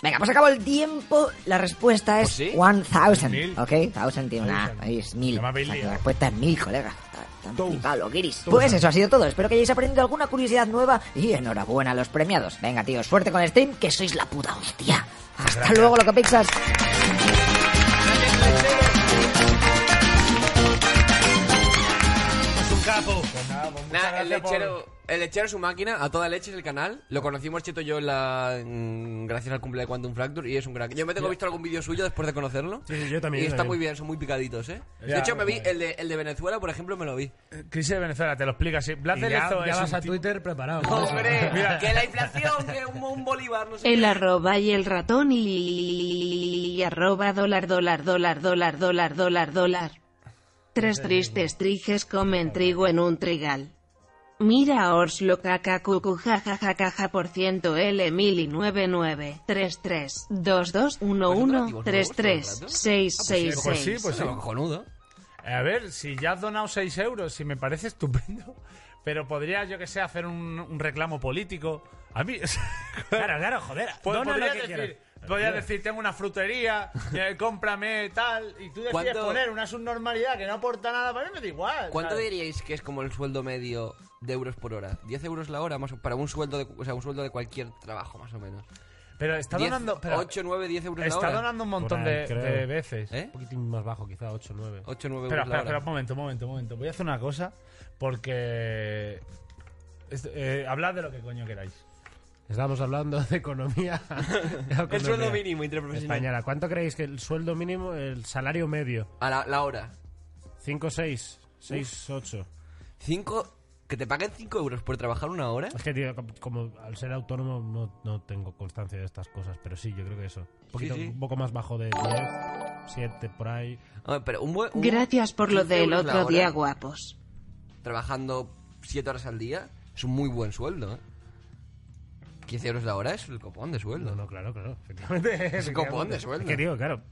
Speaker 8: Venga, pues acabó el tiempo. La respuesta
Speaker 3: Pues
Speaker 8: es
Speaker 3: sí.
Speaker 8: 1000.
Speaker 1: ¿Oh, Mil.
Speaker 8: ¿Ok? 1000 tiene una.
Speaker 1: Thousand.
Speaker 8: Ahí es 1000.
Speaker 1: Llama
Speaker 8: O sea,
Speaker 1: Billy.
Speaker 8: que La respuesta es 1000, colega. Está- está
Speaker 4: Thousand.
Speaker 8: flipado, lo guiris.
Speaker 4: Thousand.
Speaker 8: Pues eso ha sido todo. Espero que hayáis aprendido alguna curiosidad nueva. Y enhorabuena a los premiados. Venga, tíos, suerte con el stream, que sois la puta hostia. Hasta luego, loco pizzas.
Speaker 3: Nah, el lechero, el lechero es su máquina, a toda leche es el canal. Lo conocimos Cheto y yo en la, en- gracias al cumple de Quantum Fracture y es un crack. Yo me tengo visto algún vídeo suyo después de conocerlo.
Speaker 4: Sí, sí, yo también,
Speaker 3: Y
Speaker 4: yo también.
Speaker 3: está
Speaker 4: pues
Speaker 3: muy bien, son muy picaditos, ¿eh?
Speaker 1: Ya,
Speaker 3: de hecho, me vi,
Speaker 1: joder.
Speaker 3: el de, el de Venezuela, por ejemplo, me lo vi.
Speaker 1: Crisis Eh, de Venezuela, te lo explica así. Blas
Speaker 4: Y
Speaker 1: de
Speaker 4: ya,
Speaker 1: Lezo
Speaker 4: ya
Speaker 1: es
Speaker 4: vas
Speaker 1: un
Speaker 4: a
Speaker 1: tipo-
Speaker 4: Twitter preparado. ¿no?
Speaker 3: ¡Hombre! ¡Que la inflación! ¡Que un, un bolívar! No sé
Speaker 2: El
Speaker 3: qué.
Speaker 2: arroba y el ratón y, y arroba dólar dólar dólar dólar dólar dólar dólar. Tres tristes trijes comen trigo en un trigal. Mira a Orslo caca cucu jajaja caja por ciento L mil y nueve nueve tres tres dos dos uno uno tres tres seis seis
Speaker 1: Pues sí,
Speaker 2: seis.
Speaker 1: pues sí.
Speaker 3: Bueno, cojonudo.
Speaker 1: A ver, si ya has donado 6 euros, si me parece estupendo, pero podría, yo que sé, hacer un, un reclamo político. A mí.
Speaker 4: Claro, claro, joder.
Speaker 1: Pod-
Speaker 4: dona
Speaker 1: podría
Speaker 4: lo que
Speaker 1: decir,
Speaker 4: quieras.
Speaker 1: podría decir, tengo una frutería, eh, cómprame tal, y tú decides
Speaker 3: ¿Cuánto-
Speaker 1: poner una subnormalidad que no aporta nada para mí, me da igual.
Speaker 3: ¿Cuánto
Speaker 1: ¿sabes?
Speaker 3: diríais que es como el sueldo medio de euros por hora? ¿10 euros la hora? Más o- para un sueldo de, o sea, un sueldo de cualquier trabajo, más o menos.
Speaker 1: Pero está
Speaker 3: Diez-
Speaker 1: donando. pero
Speaker 3: ocho, nueve, diez euros la
Speaker 1: Está
Speaker 3: hora. ¿Eh?
Speaker 1: donando un montón
Speaker 4: Por ahí,
Speaker 1: de,
Speaker 4: creo.
Speaker 1: de veces.
Speaker 4: Un poquitín más bajo, quizá 8 9.
Speaker 3: 8 9
Speaker 1: Espera, espera, espera, un momento, un momento, un momento. Voy a hacer una cosa porque. es- eh, hablad de lo que coño queráis.
Speaker 4: Estamos hablando de economía. De economía.
Speaker 3: sueldo mínimo interprofesional.
Speaker 4: Española, ¿cuánto creéis que el sueldo mínimo, el salario medio?
Speaker 3: A la, la hora.
Speaker 4: 5, 6, 6, 8.
Speaker 3: 5. ¿Que te paguen 5 euros por trabajar una hora?
Speaker 4: Es que, tío, com- como, al ser autónomo no, no tengo constancia de estas cosas, pero sí, yo creo que eso. Un, poquito,
Speaker 3: sí.
Speaker 4: un poco más bajo de 10, 7 por ahí.
Speaker 3: A ver, pero un buen- un-
Speaker 2: Gracias por lo
Speaker 3: 15
Speaker 2: del
Speaker 3: euros la
Speaker 2: otro
Speaker 3: hora,
Speaker 2: día, guapos.
Speaker 3: Trabajando 7 horas al día es un muy buen sueldo, ¿eh? 15 euros la hora es el copón de sueldo.
Speaker 4: No, no, claro, claro. Efectivamente.
Speaker 3: Es un copón de sueldo.
Speaker 4: Es que, tío, claro,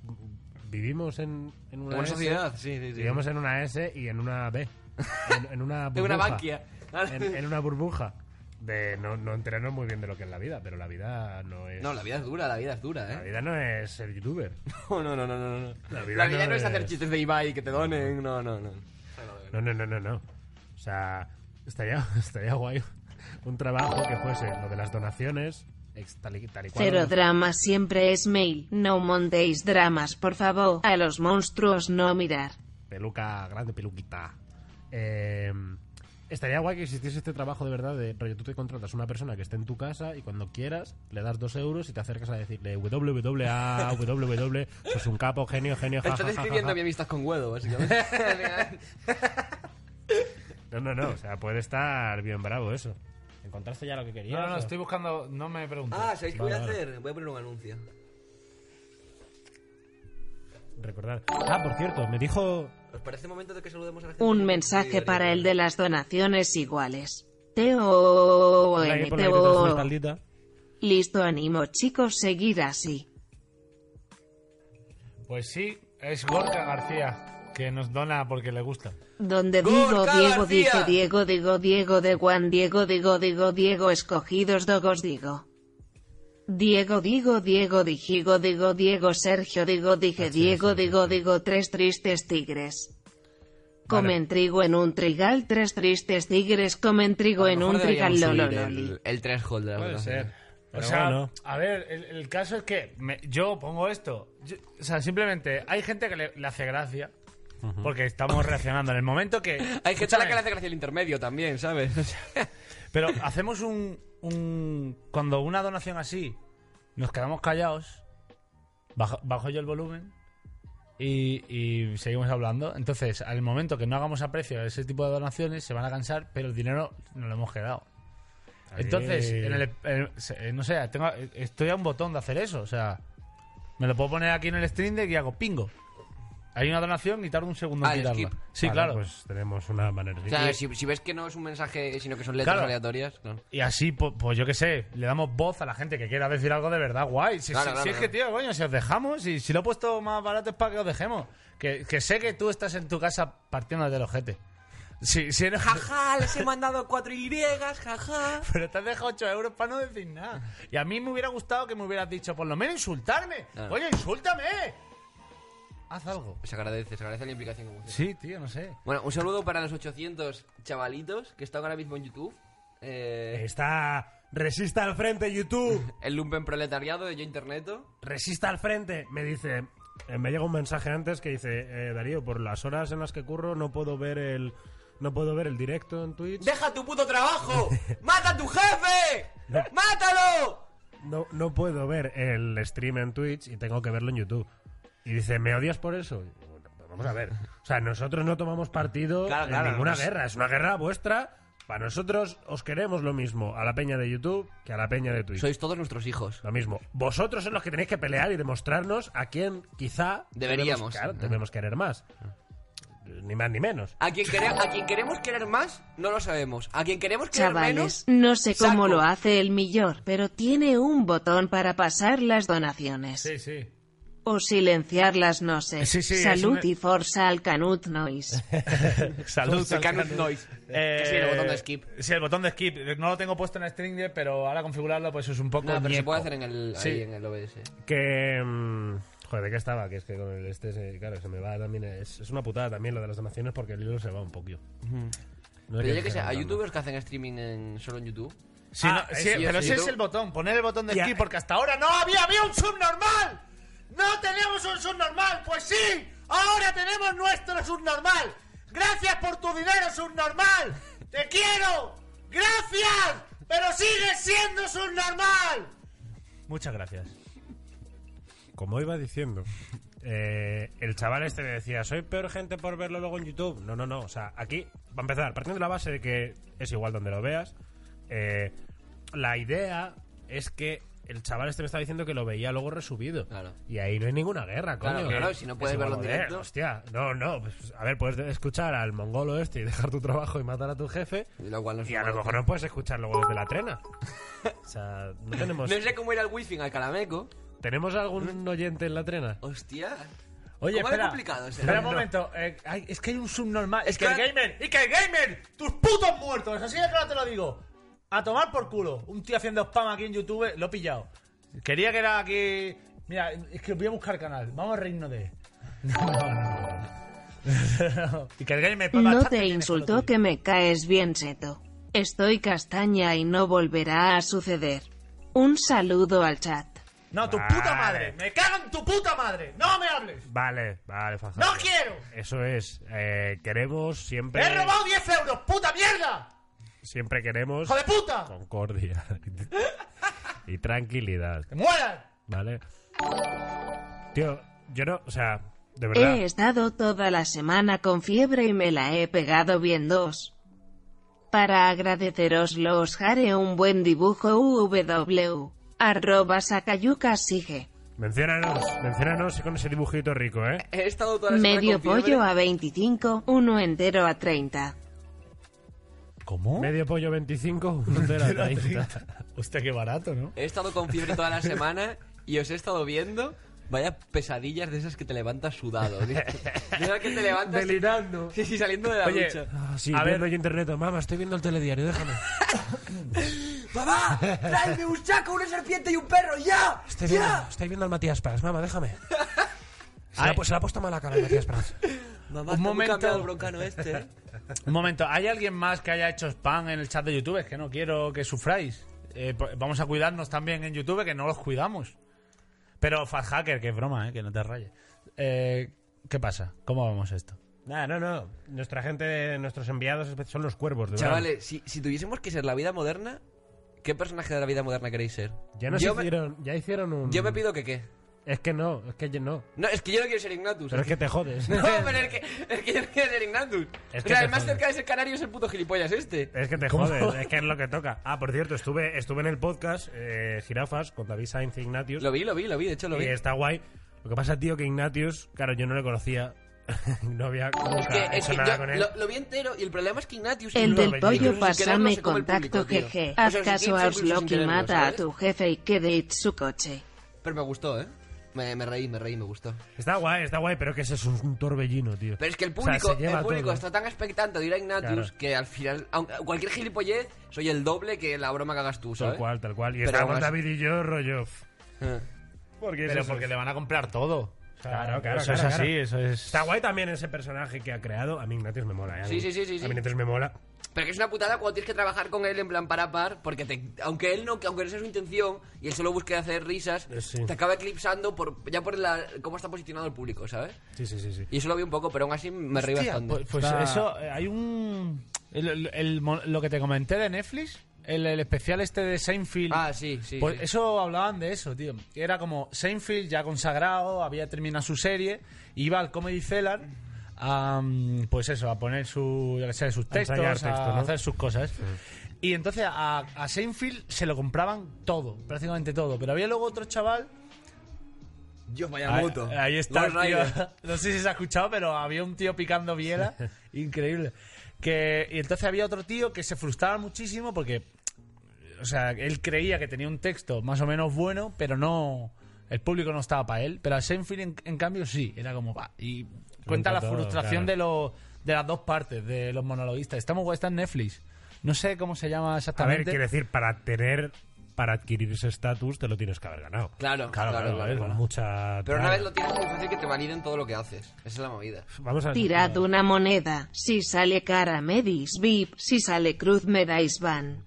Speaker 4: vivimos en, en una,
Speaker 3: Una
Speaker 4: S,
Speaker 3: sociedad, sí, sí, sí.
Speaker 4: Vivimos en una S y en una B. En, en una burbuja.
Speaker 3: En una Bankia.
Speaker 4: En, en una burbuja. De no, no enterarnos muy bien de lo que es la vida, pero la vida no es.
Speaker 3: No, la vida es dura, la vida es dura, ¿eh?
Speaker 4: La vida no es ser youtuber.
Speaker 3: No, no, no, no, no. no.
Speaker 4: La
Speaker 3: La
Speaker 4: vida
Speaker 3: vida,
Speaker 4: no
Speaker 3: no, es hacer
Speaker 4: es-
Speaker 3: chistes de Ibai que te donen, no, no, no.
Speaker 4: No, no, no, no, no. O sea, estaría, estaría guay un trabajo que fuese lo de las donaciones, ex- tal y, tal y cual.
Speaker 2: Cero dramas siempre es mail. No montéis dramas, por favor. A los monstruos no mirar.
Speaker 4: Peluca grande, peluquita. Eh, estaría guay que existiese este trabajo de verdad de rollo. Tú te contratas una persona que esté en tu casa y cuando quieras le das dos euros y te acercas a decirle www, www, sos un capo, genio, genio,
Speaker 3: Te
Speaker 4: ja, ja, ja,
Speaker 3: estás
Speaker 4: ja,
Speaker 3: describiendo
Speaker 4: ja.
Speaker 3: mi amistad con Guedo, básicamente. eh.
Speaker 4: No, no, no. O sea, puede estar bien bravo eso. ¿Encontraste ya lo que querías?
Speaker 1: No, no,
Speaker 4: o?
Speaker 1: estoy buscando. No me preguntes.
Speaker 3: ah, ¿sabéis qué voy a
Speaker 4: Vale, vale.
Speaker 3: hacer? Voy a poner un anuncio.
Speaker 4: Recordar. Ah, por cierto, me dijo
Speaker 3: ¿Os parece Pues este momento de que saludemos a la gente?
Speaker 2: Un mensaje para el de las donaciones iguales. Teo.
Speaker 4: Hola, ¿eh? Por la
Speaker 2: Teo-
Speaker 4: que te das una espaldita.
Speaker 2: Listo, ánimo, chicos, seguir así.
Speaker 1: Pues sí, es Gorka García que nos dona porque le gusta.
Speaker 2: Donde digo
Speaker 1: Gorka
Speaker 2: Diego,
Speaker 1: García.
Speaker 2: dice Diego, digo Diego de Juan, Diego, digo, digo, Diego, escogidos dogos, digo. Diego, digo, Diego, dijigo, digo, Diego, Sergio, digo, dije, Diego, digo, digo, tres tristes tigres. Comen trigo en un trigal, tres tristes tigres comen trigo en un trigal, lolo,
Speaker 3: eh,
Speaker 2: loli.
Speaker 3: El, el tres hole de la
Speaker 1: Puede
Speaker 3: votación.
Speaker 1: ser. O
Speaker 4: Pero
Speaker 1: sea,
Speaker 4: bueno.
Speaker 1: a ver, el, el caso es que me- yo pongo esto. Yo- o sea, simplemente hay gente que le, le hace gracia porque estamos reaccionando. En el momento que.
Speaker 3: Hay gente a la
Speaker 1: Escúchame,
Speaker 3: que le hace gracia el intermedio también, ¿sabes? O sea,
Speaker 1: Pero hacemos un, un- Cuando una donación así, nos quedamos callados, bajo, bajo yo el volumen y, y seguimos hablando. Entonces, al momento que no hagamos aprecio a ese tipo de donaciones, se van a cansar, pero el dinero nos lo hemos quedado. Entonces,
Speaker 4: Ahí.
Speaker 1: en el- en- se- eh, no sé, tengo- estoy a un botón de hacer eso. O sea, me lo puedo poner aquí en el stream deck y hago pingo. Hay una donación y tardo un segundo
Speaker 3: Ah,
Speaker 1: en
Speaker 3: el
Speaker 1: quitarla.
Speaker 3: skip.
Speaker 1: Sí,
Speaker 4: Vale,
Speaker 1: claro.
Speaker 4: Pues tenemos una manera.
Speaker 3: o sea, si, si ves que no es un mensaje, sino que son letras
Speaker 1: Claro.
Speaker 3: aleatorias. claro.
Speaker 1: Y así, po- pues, yo qué sé, le damos voz a la gente que quiera decir algo de verdad guay. Si,
Speaker 3: Claro,
Speaker 1: si-
Speaker 3: claro,
Speaker 1: si es que, tío, coño, si os dejamos, y si lo he puesto más barato es para que os dejemos. Que, que sé que tú estás en tu casa partiendo del ojete. Si, si eres
Speaker 3: Jaja, les he mandado cuatro Y, jaja.
Speaker 1: pero te has dejado 8 euros para no decir nada. Y a mí me hubiera gustado que me hubieras dicho, por lo menos insultarme.
Speaker 3: Claro.
Speaker 1: Coño, insúltame. Haz algo.
Speaker 3: Se agradece, se agradece la implicación. como
Speaker 1: Sí, tío, no sé.
Speaker 3: Bueno, un saludo para los 800 chavalitos que están ahora mismo en YouTube. Eh,
Speaker 4: Está. Resista al frente, YouTube.
Speaker 3: el lumpen proletariado de Yo Interneto.
Speaker 4: Resista al frente. Me dice. eh, me llega un mensaje antes que dice: eh, Darío, por las horas en las que curro no puedo ver el. No puedo ver el directo en Twitch.
Speaker 3: ¡Deja tu puto trabajo! ¡Mata a tu jefe! ¡Mátalo!
Speaker 4: No, no puedo ver el stream en Twitch y tengo que verlo en YouTube. Y dice, ¿me odias por eso? Y digo, "No, Vamos a ver. O sea, nosotros no tomamos partido
Speaker 3: Claro,
Speaker 4: en
Speaker 3: claro,
Speaker 4: ninguna
Speaker 3: no es-
Speaker 4: guerra. Es una guerra vuestra. Para nosotros os queremos lo mismo a la peña de YouTube que a la peña de Twitch.
Speaker 3: Sois todos nuestros hijos.
Speaker 4: Lo mismo. Vosotros son los que tenéis que pelear y demostrarnos a quién quizá debemos,
Speaker 3: Deberíamos.
Speaker 4: claro, debemos querer más. Ni más ni menos.
Speaker 3: A quien, quere- a quien queremos querer más, no lo sabemos. A quien queremos querer menos,
Speaker 2: Chavales, no sé cómo
Speaker 3: saco.
Speaker 2: lo hace el millor, pero tiene un botón para pasar las donaciones.
Speaker 1: Sí, sí.
Speaker 2: O silenciarlas, no sé.
Speaker 1: Sí, sí, es
Speaker 2: Salud
Speaker 1: un-
Speaker 2: y forza al Canut Noise.
Speaker 1: Salud,
Speaker 3: Se
Speaker 1: Salud.
Speaker 3: cae un noise.
Speaker 1: Eh,
Speaker 3: Sí, el botón de skip.
Speaker 1: Sí, el botón de skip. No lo tengo puesto en Stringer, pero ahora configurarlo pues es un poco...
Speaker 3: No, pero se
Speaker 1: ñeco.
Speaker 3: puede hacer en el, ahí,
Speaker 1: Sí.
Speaker 3: en el OBS.
Speaker 4: Que. mm, joder, ¿de qué estaba? Que es que con el este, se- claro, se me va también. Es, es una putada también lo de las donaciones porque el hilo se va un poquito. No sé
Speaker 3: Pero
Speaker 4: qué
Speaker 3: yo que sé,
Speaker 4: está
Speaker 3: a
Speaker 4: contando.
Speaker 3: youtubers que hacen streaming en- solo en YouTube.
Speaker 1: Si
Speaker 4: Ah,
Speaker 1: no-
Speaker 4: eh,
Speaker 1: si- pero ese es el botón, poner el botón de
Speaker 9: Ya.
Speaker 1: aquí, porque hasta ahora no había, había un subnormal. No teníamos un subnormal, pues sí, ahora tenemos nuestro subnormal. Gracias por tu dinero, subnormal. Te quiero. Gracias, pero sigues siendo subnormal. Muchas gracias.
Speaker 4: Como iba diciendo, eh, el chaval este me decía, soy peor gente por verlo luego en YouTube. No, no, no. O sea, aquí va a empezar, partiendo de la base de que es igual donde lo veas. eh, la idea es que el chaval este me está diciendo que lo veía luego resubido. Y ahí no hay ninguna guerra, coño.
Speaker 3: Claro, claro,
Speaker 4: que-
Speaker 3: si no
Speaker 4: que
Speaker 3: puedes
Speaker 4: es
Speaker 3: verlo en
Speaker 4: igual, joder,
Speaker 3: directo.
Speaker 4: Hostia, no, no. pues, a ver, puedes escuchar al mongolo este y dejar tu trabajo y matar a tu jefe.
Speaker 3: Y, a
Speaker 4: lo mejor no puedes escuchar luego desde la trena. O sea, no tenemos...
Speaker 3: No sé cómo ir al wifi al calameco.
Speaker 4: ¿Tenemos algún oyente en la trena?
Speaker 3: Hostia.
Speaker 1: Oye,
Speaker 3: ¿Cómo de
Speaker 1: espera.
Speaker 3: complicado será?
Speaker 1: espera un
Speaker 3: No.
Speaker 1: momento. eh, ay, es que hay un subnormal. Es que
Speaker 3: que-
Speaker 1: el gamer, y que el gamer, tus putos muertos. Así de claro te lo digo. A tomar por culo. Un tío haciendo spam aquí en YouTube, lo he pillado. Quería que era aquí. Mira, es que voy a buscar canal. Vamos a reírnos de. y que el gamer.
Speaker 2: No te insultó que me caes bien, Seto. Estoy castaña y no volverá a suceder. Un saludo al chat.
Speaker 1: No, tu puta madre. Me cago en tu puta madre. No me hables.
Speaker 4: Vale, vale, Fajardo.
Speaker 1: No quiero.
Speaker 4: Eso es. eh, queremos siempre.
Speaker 1: He robado 10 euros. ¡Puta mierda!
Speaker 4: Siempre queremos.
Speaker 1: ¡Hijo de puta!
Speaker 4: Concordia. y tranquilidad.
Speaker 1: ¡Mueran!
Speaker 4: Vale. Tío, yo no. O sea, de verdad.
Speaker 2: He estado toda la semana con fiebre y me la he pegado bien dos. Para agradeceroslo os haré un buen dibujo ww. Arroba Sakayuka sigue.
Speaker 4: Menciónanos, menciónanos con ese dibujito rico, ¿eh?
Speaker 3: He estado toda la semana
Speaker 2: Medio
Speaker 3: con fiebre.
Speaker 2: pollo a 25, uno entero a 30.
Speaker 1: ¿Cómo?
Speaker 4: Medio pollo 25, un de la 30.
Speaker 1: Hostia, qué barato, ¿no?
Speaker 3: He estado con fiebre toda la semana y os he estado viendo. Vaya pesadillas de esas que te levantas sudado. tío. De esas que te levantas.
Speaker 4: Delirando.
Speaker 3: Sí, sí, saliendo de la
Speaker 1: Oye,
Speaker 3: ducha.
Speaker 4: Ah, sí,
Speaker 1: A ver.
Speaker 4: viendo yo internet. Mamá, estoy viendo el telediario, déjame.
Speaker 3: ¡Mamá! ¡Tráeme un saco, una serpiente y un perro! ¡Ya!
Speaker 4: Estoy viendo,
Speaker 3: ¡Ya!
Speaker 4: estoy viendo al Matías Prats, mamá, déjame. Se,
Speaker 1: Ay.
Speaker 4: la, ha pu- se la ha puesto mala cara al Matías Prats.
Speaker 1: Un
Speaker 3: Mamá, está muy
Speaker 1: momento.
Speaker 3: cambiado el broncano este. ¿eh?
Speaker 1: Un momento, ¿hay alguien más que haya hecho spam en el chat de YouTube? Es que no quiero que sufráis. Eh, po- vamos a cuidarnos también en YouTube, que no los cuidamos. Pero Fat Hacker, que es broma, eh, que no te rayes. Eh, ¿Qué pasa? ¿Cómo vamos esto?
Speaker 4: Nah, no, no. Nuestra gente, nuestros enviados son los cuervos, de
Speaker 3: Chavales, si, si tuviésemos que ser la vida moderna, ¿qué personaje de la vida moderna queréis ser?
Speaker 4: Ya nos
Speaker 3: yo, me,
Speaker 4: hicieron, ya hicieron un.
Speaker 3: yo me pido que qué.
Speaker 4: Es que no, es que yo no.
Speaker 3: No, es que yo no quiero ser Ignatus.
Speaker 4: Pero es que te jodes.
Speaker 3: No, pero es que, es que yo no quiero ser Ignatus.
Speaker 4: Es
Speaker 3: o
Speaker 4: que
Speaker 3: sea,
Speaker 4: te
Speaker 3: el más
Speaker 4: jodes.
Speaker 3: cerca de ser canario es el puto gilipollas este.
Speaker 4: Es que te jodes, es que es lo que toca. Ah, por cierto, estuve, estuve en el podcast eh, Girafas con David Sainz e Ignatius.
Speaker 3: Lo vi, lo vi, lo vi, de hecho lo
Speaker 4: y
Speaker 3: vi.
Speaker 4: está guay. Lo que pasa, tío, que Ignatius, claro, yo no le conocía. no había nunca
Speaker 3: Es que, es
Speaker 4: hecho
Speaker 3: que
Speaker 4: nada
Speaker 3: yo
Speaker 4: con él.
Speaker 3: lo, lo vi entero y el problema es que Ignatius...
Speaker 2: El
Speaker 3: lo
Speaker 2: del
Speaker 3: ve-
Speaker 2: pollo
Speaker 3: incluso sin querer no
Speaker 2: pasame
Speaker 3: se come el
Speaker 2: contacto
Speaker 3: público, tío.
Speaker 2: jeje.
Speaker 3: O sea,
Speaker 2: Haz
Speaker 3: sin
Speaker 2: caso
Speaker 3: quererlo,
Speaker 2: a
Speaker 3: incluso sin
Speaker 2: Oslock y
Speaker 3: quererlo,
Speaker 2: mata a
Speaker 3: ¿sabes?
Speaker 2: tu jefe y que de su coche.
Speaker 3: Pero me gustó, ¿eh? Me, me reí, me reí, me gustó.
Speaker 4: Está guay, está guay, pero que ese es un, un torbellino, tío.
Speaker 3: Pero es que el
Speaker 4: O sea,
Speaker 3: público,
Speaker 4: se lleva
Speaker 3: el público
Speaker 4: todo.
Speaker 3: está tan expectante de ir a Ignatius
Speaker 4: Claro.
Speaker 3: que al final, aunque- cualquier gilipollez, soy el doble que la broma que hagas tú,
Speaker 4: Tal
Speaker 3: ¿sabes?
Speaker 4: cual, tal cual. Y
Speaker 3: Pero
Speaker 4: estábamos
Speaker 3: aún así-
Speaker 4: David y yo, rollo.
Speaker 3: Eh.
Speaker 4: Porque
Speaker 1: Pero porque le van a comprar todo. O sea,
Speaker 4: Claro, claro,
Speaker 1: Eso
Speaker 4: claro,
Speaker 1: es así,
Speaker 4: claro.
Speaker 1: eso es.
Speaker 4: Está guay también ese personaje que ha creado. A mí Ignatius me mola, ¿eh? A mí-
Speaker 3: Sí, sí, sí, sí, sí.
Speaker 4: A mí Ignatius me mola.
Speaker 3: Pero que es una putada cuando tienes que trabajar con él en plan para par, porque te- aunque él no, que aunque no sea su intención y él solo busque hacer risas,
Speaker 4: Eh, sí.
Speaker 3: te acaba eclipsando por, ya por la, cómo está posicionado el público, ¿sabes?
Speaker 4: Sí, sí, sí, sí.
Speaker 3: Y eso lo vi un poco, pero aún así me reí
Speaker 1: Hostia,
Speaker 3: bastante.
Speaker 1: Pues, pues
Speaker 4: Está-
Speaker 1: eso, eh, hay un. el- el- el mo- lo que te comenté de Netflix, el, el especial este de Seinfeld.
Speaker 3: Ah, sí, sí,
Speaker 1: Pues
Speaker 3: sí.
Speaker 1: eso hablaban de eso, tío. Era como Seinfeld ya consagrado, había terminado su serie, iba al Comedy Cellar. a, mm, pues eso, a poner su, yo qué sé, sus textos, a,
Speaker 4: ensayar texto, ¿no?
Speaker 1: hacer sus cosas. Y entonces a, a Seinfeld se lo compraban todo, prácticamente todo. Pero había luego otro chaval
Speaker 3: Dios, vaya moto.
Speaker 1: Ahí, ahí está,
Speaker 3: Lord
Speaker 1: tío.
Speaker 3: Ryder.
Speaker 1: No sé si se ha escuchado, pero había un tío picando biela. increíble. Que, y entonces había otro tío que se frustraba muchísimo porque. O sea, él creía que tenía un texto más o menos bueno, pero no. El público no estaba para él. Pero a Seinfeld, en, en cambio, sí. Era como. va, y cuenta la
Speaker 4: todo,
Speaker 1: frustración
Speaker 4: claro.
Speaker 1: de, los de las dos partes, de los monologuistas. Está muy guay, está en Netflix. No sé cómo se llama
Speaker 4: A ver,
Speaker 1: exactamente.
Speaker 4: quiere decir, para tener. Para adquirir ese estatus, te lo tienes que haber ganado.
Speaker 3: Claro, claro, claro,
Speaker 4: a ver,
Speaker 3: claro.
Speaker 4: con mucha.
Speaker 3: Pero una
Speaker 4: tal.
Speaker 3: vez lo tienes muy fácil que te validen todo lo que haces. Esa es la movida.
Speaker 4: Vamos a
Speaker 2: Tirad una moneda. Si sale cara me dis VIP, si sale cruz me dais ban.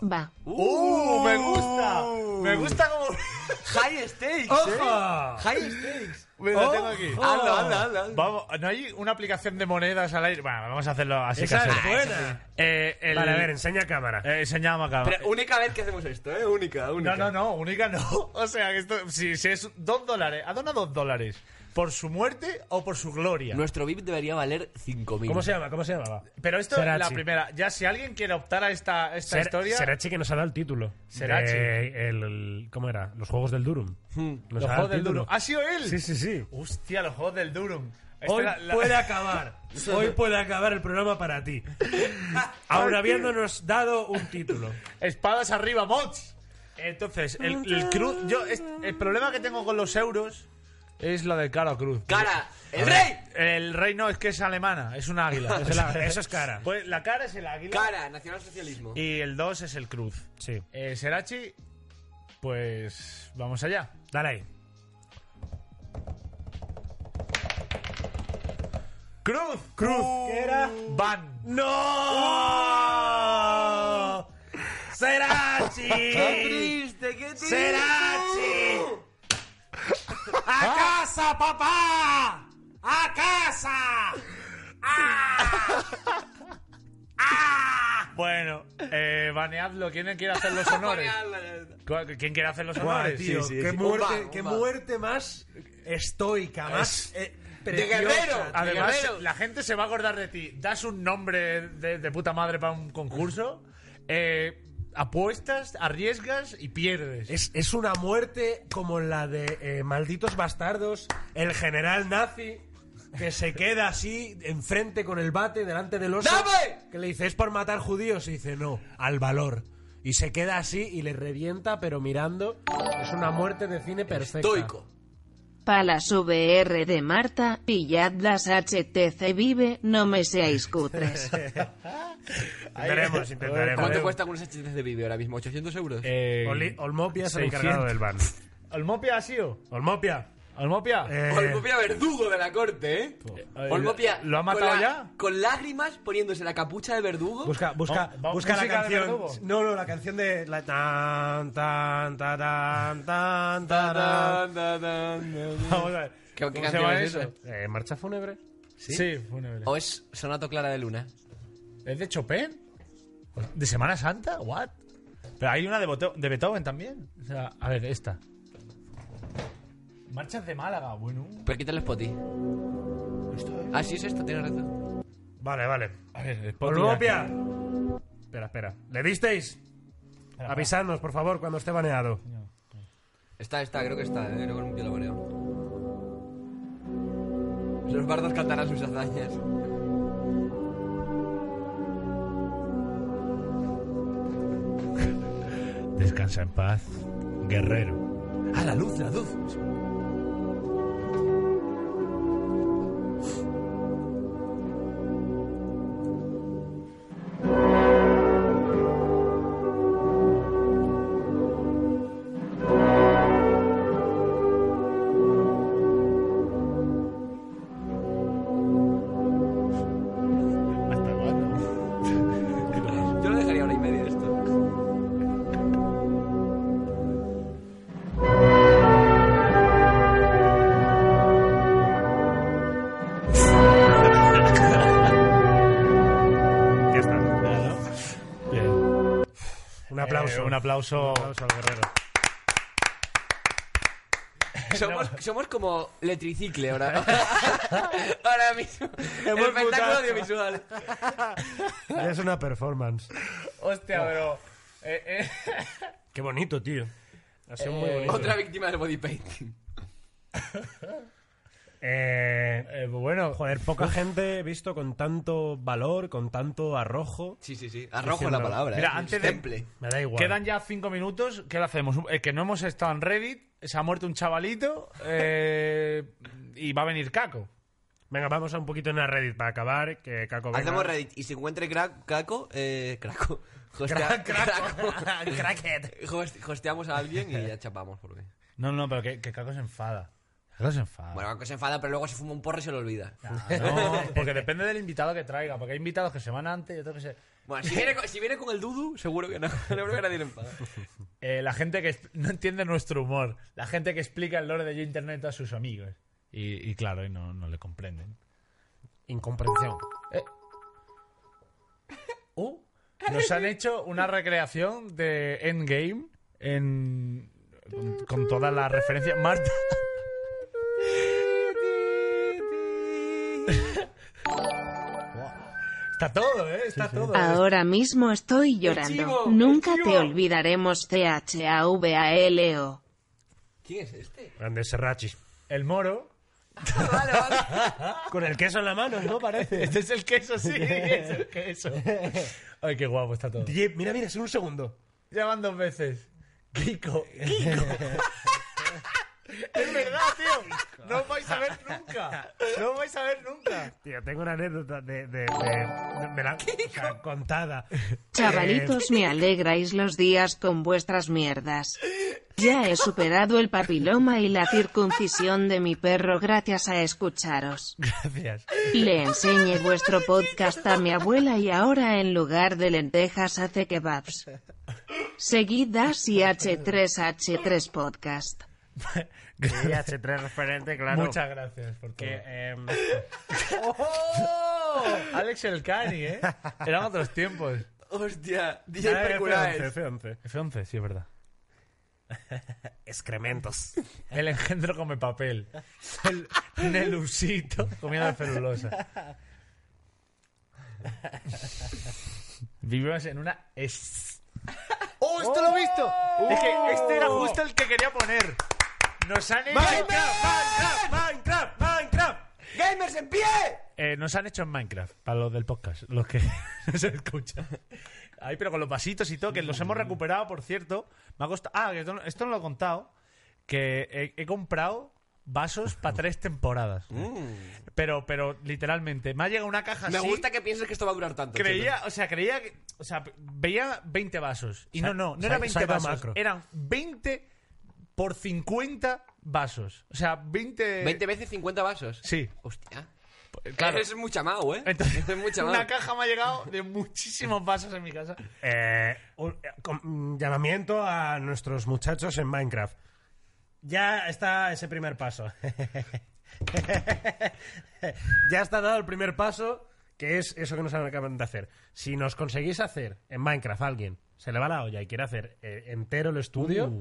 Speaker 2: Va.
Speaker 1: ¡Uh! ¡Me gusta! ¡Me gusta como.
Speaker 3: ¡High stakes!
Speaker 1: ¡Ojo!
Speaker 3: ¿eh? ¡High stakes! Oh.
Speaker 1: Me lo tengo aquí.
Speaker 3: ¡Ojo! Hazlo, hazlo, hazlo, hazlo.
Speaker 1: Vamos, ¿no hay una aplicación de monedas al aire? Bueno, vamos a hacerlo así
Speaker 4: Esa
Speaker 1: casero.
Speaker 4: es buena.
Speaker 1: Eh, el-
Speaker 4: Vale, a ver, enseña cámara.
Speaker 1: eh, enseñamos acá.
Speaker 3: Pero única vez que hacemos esto, ¿eh? Única, única.
Speaker 1: No, no, no, única no. O sea, que esto, si, si es dos dólares, ha donado dos dólares. ¿Por su muerte o por su gloria?
Speaker 3: Nuestro VIP debería valer 5.000.
Speaker 4: ¿Cómo se llama? ¿Cómo se llamaba?
Speaker 1: Pero esto es la
Speaker 4: Serachi.
Speaker 1: primera. Ya, si alguien quiere optar a esta, esta
Speaker 4: Ser-
Speaker 1: historia.
Speaker 4: Serachi que nos ha dado el título.
Speaker 1: Serachi.
Speaker 4: De el, el- ¿Cómo era? Los Juegos del Durum. Nos
Speaker 1: Hmm. Los
Speaker 4: ha dado
Speaker 1: juegos
Speaker 4: el
Speaker 1: del
Speaker 4: título.
Speaker 1: Durum. Ah, ¿Ha sido él?
Speaker 4: Sí, sí, sí.
Speaker 1: Hostia, los juegos del Durum. Esta
Speaker 4: Hoy
Speaker 1: era la-
Speaker 4: puede acabar. Hoy puede acabar el programa para ti. Aún habiéndonos dado un título.
Speaker 1: Espadas arriba, mods. Entonces, el, el cruz. Yo, es- el problema que tengo con los euros es la de cara o cruz.
Speaker 3: ¡Cara!
Speaker 1: Porque-
Speaker 3: ¡El rey!
Speaker 1: El rey no, es que es alemana, es un águila.
Speaker 4: Es el águila, eso es cara.
Speaker 1: Pues la cara es el águila.
Speaker 3: ¡Cara! Nacionalsocialismo.
Speaker 1: Y el 2 es el cruz.
Speaker 4: Sí.
Speaker 1: Eh, Serachi, pues vamos allá.
Speaker 4: Dale ahí.
Speaker 3: Uh.
Speaker 1: Cruz,
Speaker 4: Cruz. ¿Qué era?
Speaker 1: van.
Speaker 4: ¡No! ¡Serachi!
Speaker 3: triste! ¡Qué triste!
Speaker 4: ¡Serachi! ¡A casa, papá! ¡A casa!
Speaker 1: Bueno, eh, baneadlo. ¿Quién quiere hacer los honores? ¿Cuál- ¿Quién quiere hacer los honores?
Speaker 9: tío,
Speaker 1: Sí, sí,
Speaker 9: qué,
Speaker 1: sí.
Speaker 9: muerte,
Speaker 3: Un va, un
Speaker 9: qué
Speaker 3: va.
Speaker 9: muerte más estoica, más. eh,
Speaker 3: ¡De
Speaker 9: preciosa,
Speaker 3: guerrero!
Speaker 9: tío.
Speaker 1: Además,
Speaker 3: Guerrero.
Speaker 1: la gente se va a acordar de ti. Das un nombre de, de puta madre para un concurso, eh, apuestas, arriesgas y pierdes.
Speaker 9: Es,
Speaker 4: eh,
Speaker 9: es una muerte como la de eh, Malditos Bastardos, el general nazi que se queda así enfrente con el bate delante del oso.
Speaker 3: ¡Dame!
Speaker 9: Que le dice, ¿es por matar judíos? Y dice, no, al valor. Y se queda así y le revienta, pero mirando. Es una muerte de cine perfecta.
Speaker 3: Estoico.
Speaker 2: Palas VR de Marta, pillad las HTC Vive, no me seáis cutres.
Speaker 4: Intentaremos, intentaremos.
Speaker 3: ¿Cuánto cuesta unos HTC de vídeo ahora mismo? ¿800 euros?
Speaker 1: Eh,
Speaker 4: Oli- Olmopia es el encargado
Speaker 1: 600.
Speaker 4: del ban.
Speaker 1: ¿Olmopia ha sido?
Speaker 4: Olmopia.
Speaker 1: ¿Olmopia?
Speaker 4: eh,
Speaker 3: Olmopia verdugo de la corte, ¿eh?
Speaker 1: Eh,
Speaker 3: Olmopia.
Speaker 1: ¿lo ha
Speaker 3: con
Speaker 1: matado
Speaker 3: la-
Speaker 1: ya?
Speaker 3: Con lágrimas poniéndose la capucha de verdugo.
Speaker 9: Busca, busca,
Speaker 1: Va- va-
Speaker 9: busca
Speaker 1: música
Speaker 9: la
Speaker 1: de
Speaker 9: canción.
Speaker 1: verdugo.
Speaker 9: No, no, la canción de. La... Tan, tan, ta, tan, tan,
Speaker 3: Da,
Speaker 9: tarán.
Speaker 3: da, da, da, da, da.
Speaker 1: Vamos a ver.
Speaker 3: ¿Qué- qué
Speaker 1: ¿Cómo se
Speaker 3: canción
Speaker 1: llama
Speaker 3: es
Speaker 1: eso?
Speaker 4: eh, ¿Marcha fúnebre?
Speaker 1: Sí, fúnebre.
Speaker 3: ¿O es Sonato Clara de Luna?
Speaker 1: ¿Es de Chopin? ¿De Semana Santa? ¿What? Pero hay una de, Bote- de Beethoven también. O sea, a ver, esta. Marchas de Málaga, bueno.
Speaker 3: Pero quítale Spotty. Ah, sí, es esta, tienes razón.
Speaker 4: Vale, vale.
Speaker 1: A ver, después te dirás.
Speaker 4: Olmopia. Espera, espera. ¿Le disteis?
Speaker 1: Espera,
Speaker 4: Avisadnos, por favor, cuando esté baneado.
Speaker 3: Está, está, creo que está, ¿eh? Luego yo lo mareo. Los bardos cantarán sus hazañas.
Speaker 1: Descansa en paz, guerrero.
Speaker 3: Ah, la luz, la luz. Yo lo dejaría hora y media de esto.
Speaker 4: Ya está. Un aplauso.
Speaker 1: Eh, un aplauso.
Speaker 4: Un aplauso al guerrero.
Speaker 3: Somos, somos como letricicle ahora. ahora mismo. El
Speaker 1: Pues
Speaker 3: espectáculo audiovisual.
Speaker 4: Es una performance.
Speaker 1: Hostia, pero. eh, eh.
Speaker 4: Qué bonito, tío. Ha sido muy bonito.
Speaker 3: Eh, Otra víctima del body painting.
Speaker 4: Eh,
Speaker 1: Eh, bueno,
Speaker 4: joder, poca gente he visto con tanto valor, con tanto arrojo.
Speaker 3: Sí, sí, sí. Arrojo la palabra.
Speaker 1: Mira,
Speaker 3: eh.
Speaker 1: antes de-
Speaker 3: Temple.
Speaker 4: Me da igual.
Speaker 1: quedan ya cinco minutos. ¿Qué le hacemos? Eh, que no hemos estado en Reddit, se ha muerto un chavalito eh, y va a venir Caco.
Speaker 4: Venga, vamos a un poquito en la Reddit para acabar. Que Caco venga.
Speaker 3: Hacemos Reddit y si encuentre crack, Craco, eh. Craco. Hostea, Craco. Host- Hosteamos a alguien y ya chapamos por mí.
Speaker 1: No, no, pero que, que Caco se enfada. Pero se enfada.
Speaker 3: Bueno, Banco se enfada, pero luego se fuma un porro y se lo olvida.
Speaker 1: No, porque depende del invitado que traiga, porque hay invitados que se van antes y otros que se...
Speaker 3: Bueno, si viene, con- si viene con el Dudu, seguro que no. Seguro que nadie le enfada.
Speaker 1: Eh, la gente que es- no entiende nuestro humor, la gente que explica el lore de yo internet a sus amigos. Y, y claro, y no, no le comprenden.
Speaker 9: Incomprensión.
Speaker 1: Eh. Uh, nos han hecho una recreación de Endgame en, con, con todas las referencias. Marta. Está todo, ¿eh? Está todo.
Speaker 2: Ahora mismo estoy
Speaker 3: chivo,
Speaker 2: llorando.
Speaker 3: el
Speaker 2: Nunca
Speaker 3: chivo.
Speaker 2: te olvidaremos CHAVALO.
Speaker 3: ¿Quién es este?
Speaker 4: Grande Serrachi.
Speaker 1: El moro.
Speaker 3: Vale, vale.
Speaker 9: Con el queso en la mano, ¿no? Parece.
Speaker 1: Este es el queso, sí. Es el queso. Ay, qué guapo está todo.
Speaker 9: DJ, mira, mira, es un segundo.
Speaker 1: Ya van dos veces. Kiko. Kiko. es verdad, tío. No os vais a ver nunca. No os vais a ver nunca.
Speaker 4: Tío, tengo una anécdota de. de, de- de- me la- o sea, contada.
Speaker 2: Chavalitos, me alegráis los días con vuestras mierdas. Ya he superado el papiloma y la circuncisión de mi perro gracias a escucharos.
Speaker 1: Gracias.
Speaker 2: Le enseñé vuestro podcast a mi abuela y ahora en lugar de lentejas hace kebabs. Seguidas y H3H3 Podcast.
Speaker 4: H3 referente, claro.
Speaker 1: Muchas gracias por todo.
Speaker 4: Que, eh,
Speaker 1: Oh, Alex el Cani, ¿eh? Eran otros tiempos.
Speaker 3: Hostia, DJ
Speaker 4: F11,
Speaker 3: Perculaes.
Speaker 4: F11.
Speaker 1: F11, sí, es verdad.
Speaker 4: Excrementos.
Speaker 1: El engendro come papel. El Nelusito comiendo celulosa. Vivimos en una es... ¡Oh, esto lo he visto! Es que este era justo el que quería poner. Nos han hecho...
Speaker 4: Minecraft, Minecraft, Minecraft.
Speaker 3: ¡Gamers en pie!
Speaker 1: Eh, nos han hecho en Minecraft, para los del podcast, los que se escuchan. Ahí, pero con los vasitos y todo, que los hemos recuperado, por cierto. Me ha costado. Ah, que esto, no- esto no lo he contado. Que he, he comprado vasos para tres temporadas. Pero, pero literalmente, me ha llegado una caja
Speaker 3: Mm. Me
Speaker 1: así.
Speaker 3: gusta que pienses que esto va a durar tanto.
Speaker 1: Creía, o sea, creía que. O sea, veía 20 vasos. Y
Speaker 9: Se ha-
Speaker 1: no, no, no
Speaker 9: se ha-
Speaker 1: eran
Speaker 9: se ha
Speaker 1: 20
Speaker 9: ido
Speaker 1: vasos.
Speaker 9: macro.
Speaker 1: Eran 20 por 50 vasos. O sea, 20.
Speaker 3: Chema. 20 veces 50 vasos.
Speaker 1: Sí.
Speaker 3: Hostia.
Speaker 1: Pues, Claro.
Speaker 3: Eso es mucha mao, ¿eh?
Speaker 1: Entonces,
Speaker 3: Eso es mucha mao.
Speaker 1: una caja me ha llegado de muchísimos vasos en mi casa.
Speaker 4: Eh,
Speaker 9: Un- eh, com- mm, llamamiento a nuestros muchachos en Minecraft. Ya está ese primer paso. ya está dado el primer paso, que es eso que nos acaban de hacer. Si nos conseguís hacer en Minecraft a alguien, se le va la olla y quiere hacer eh, entero el estudio,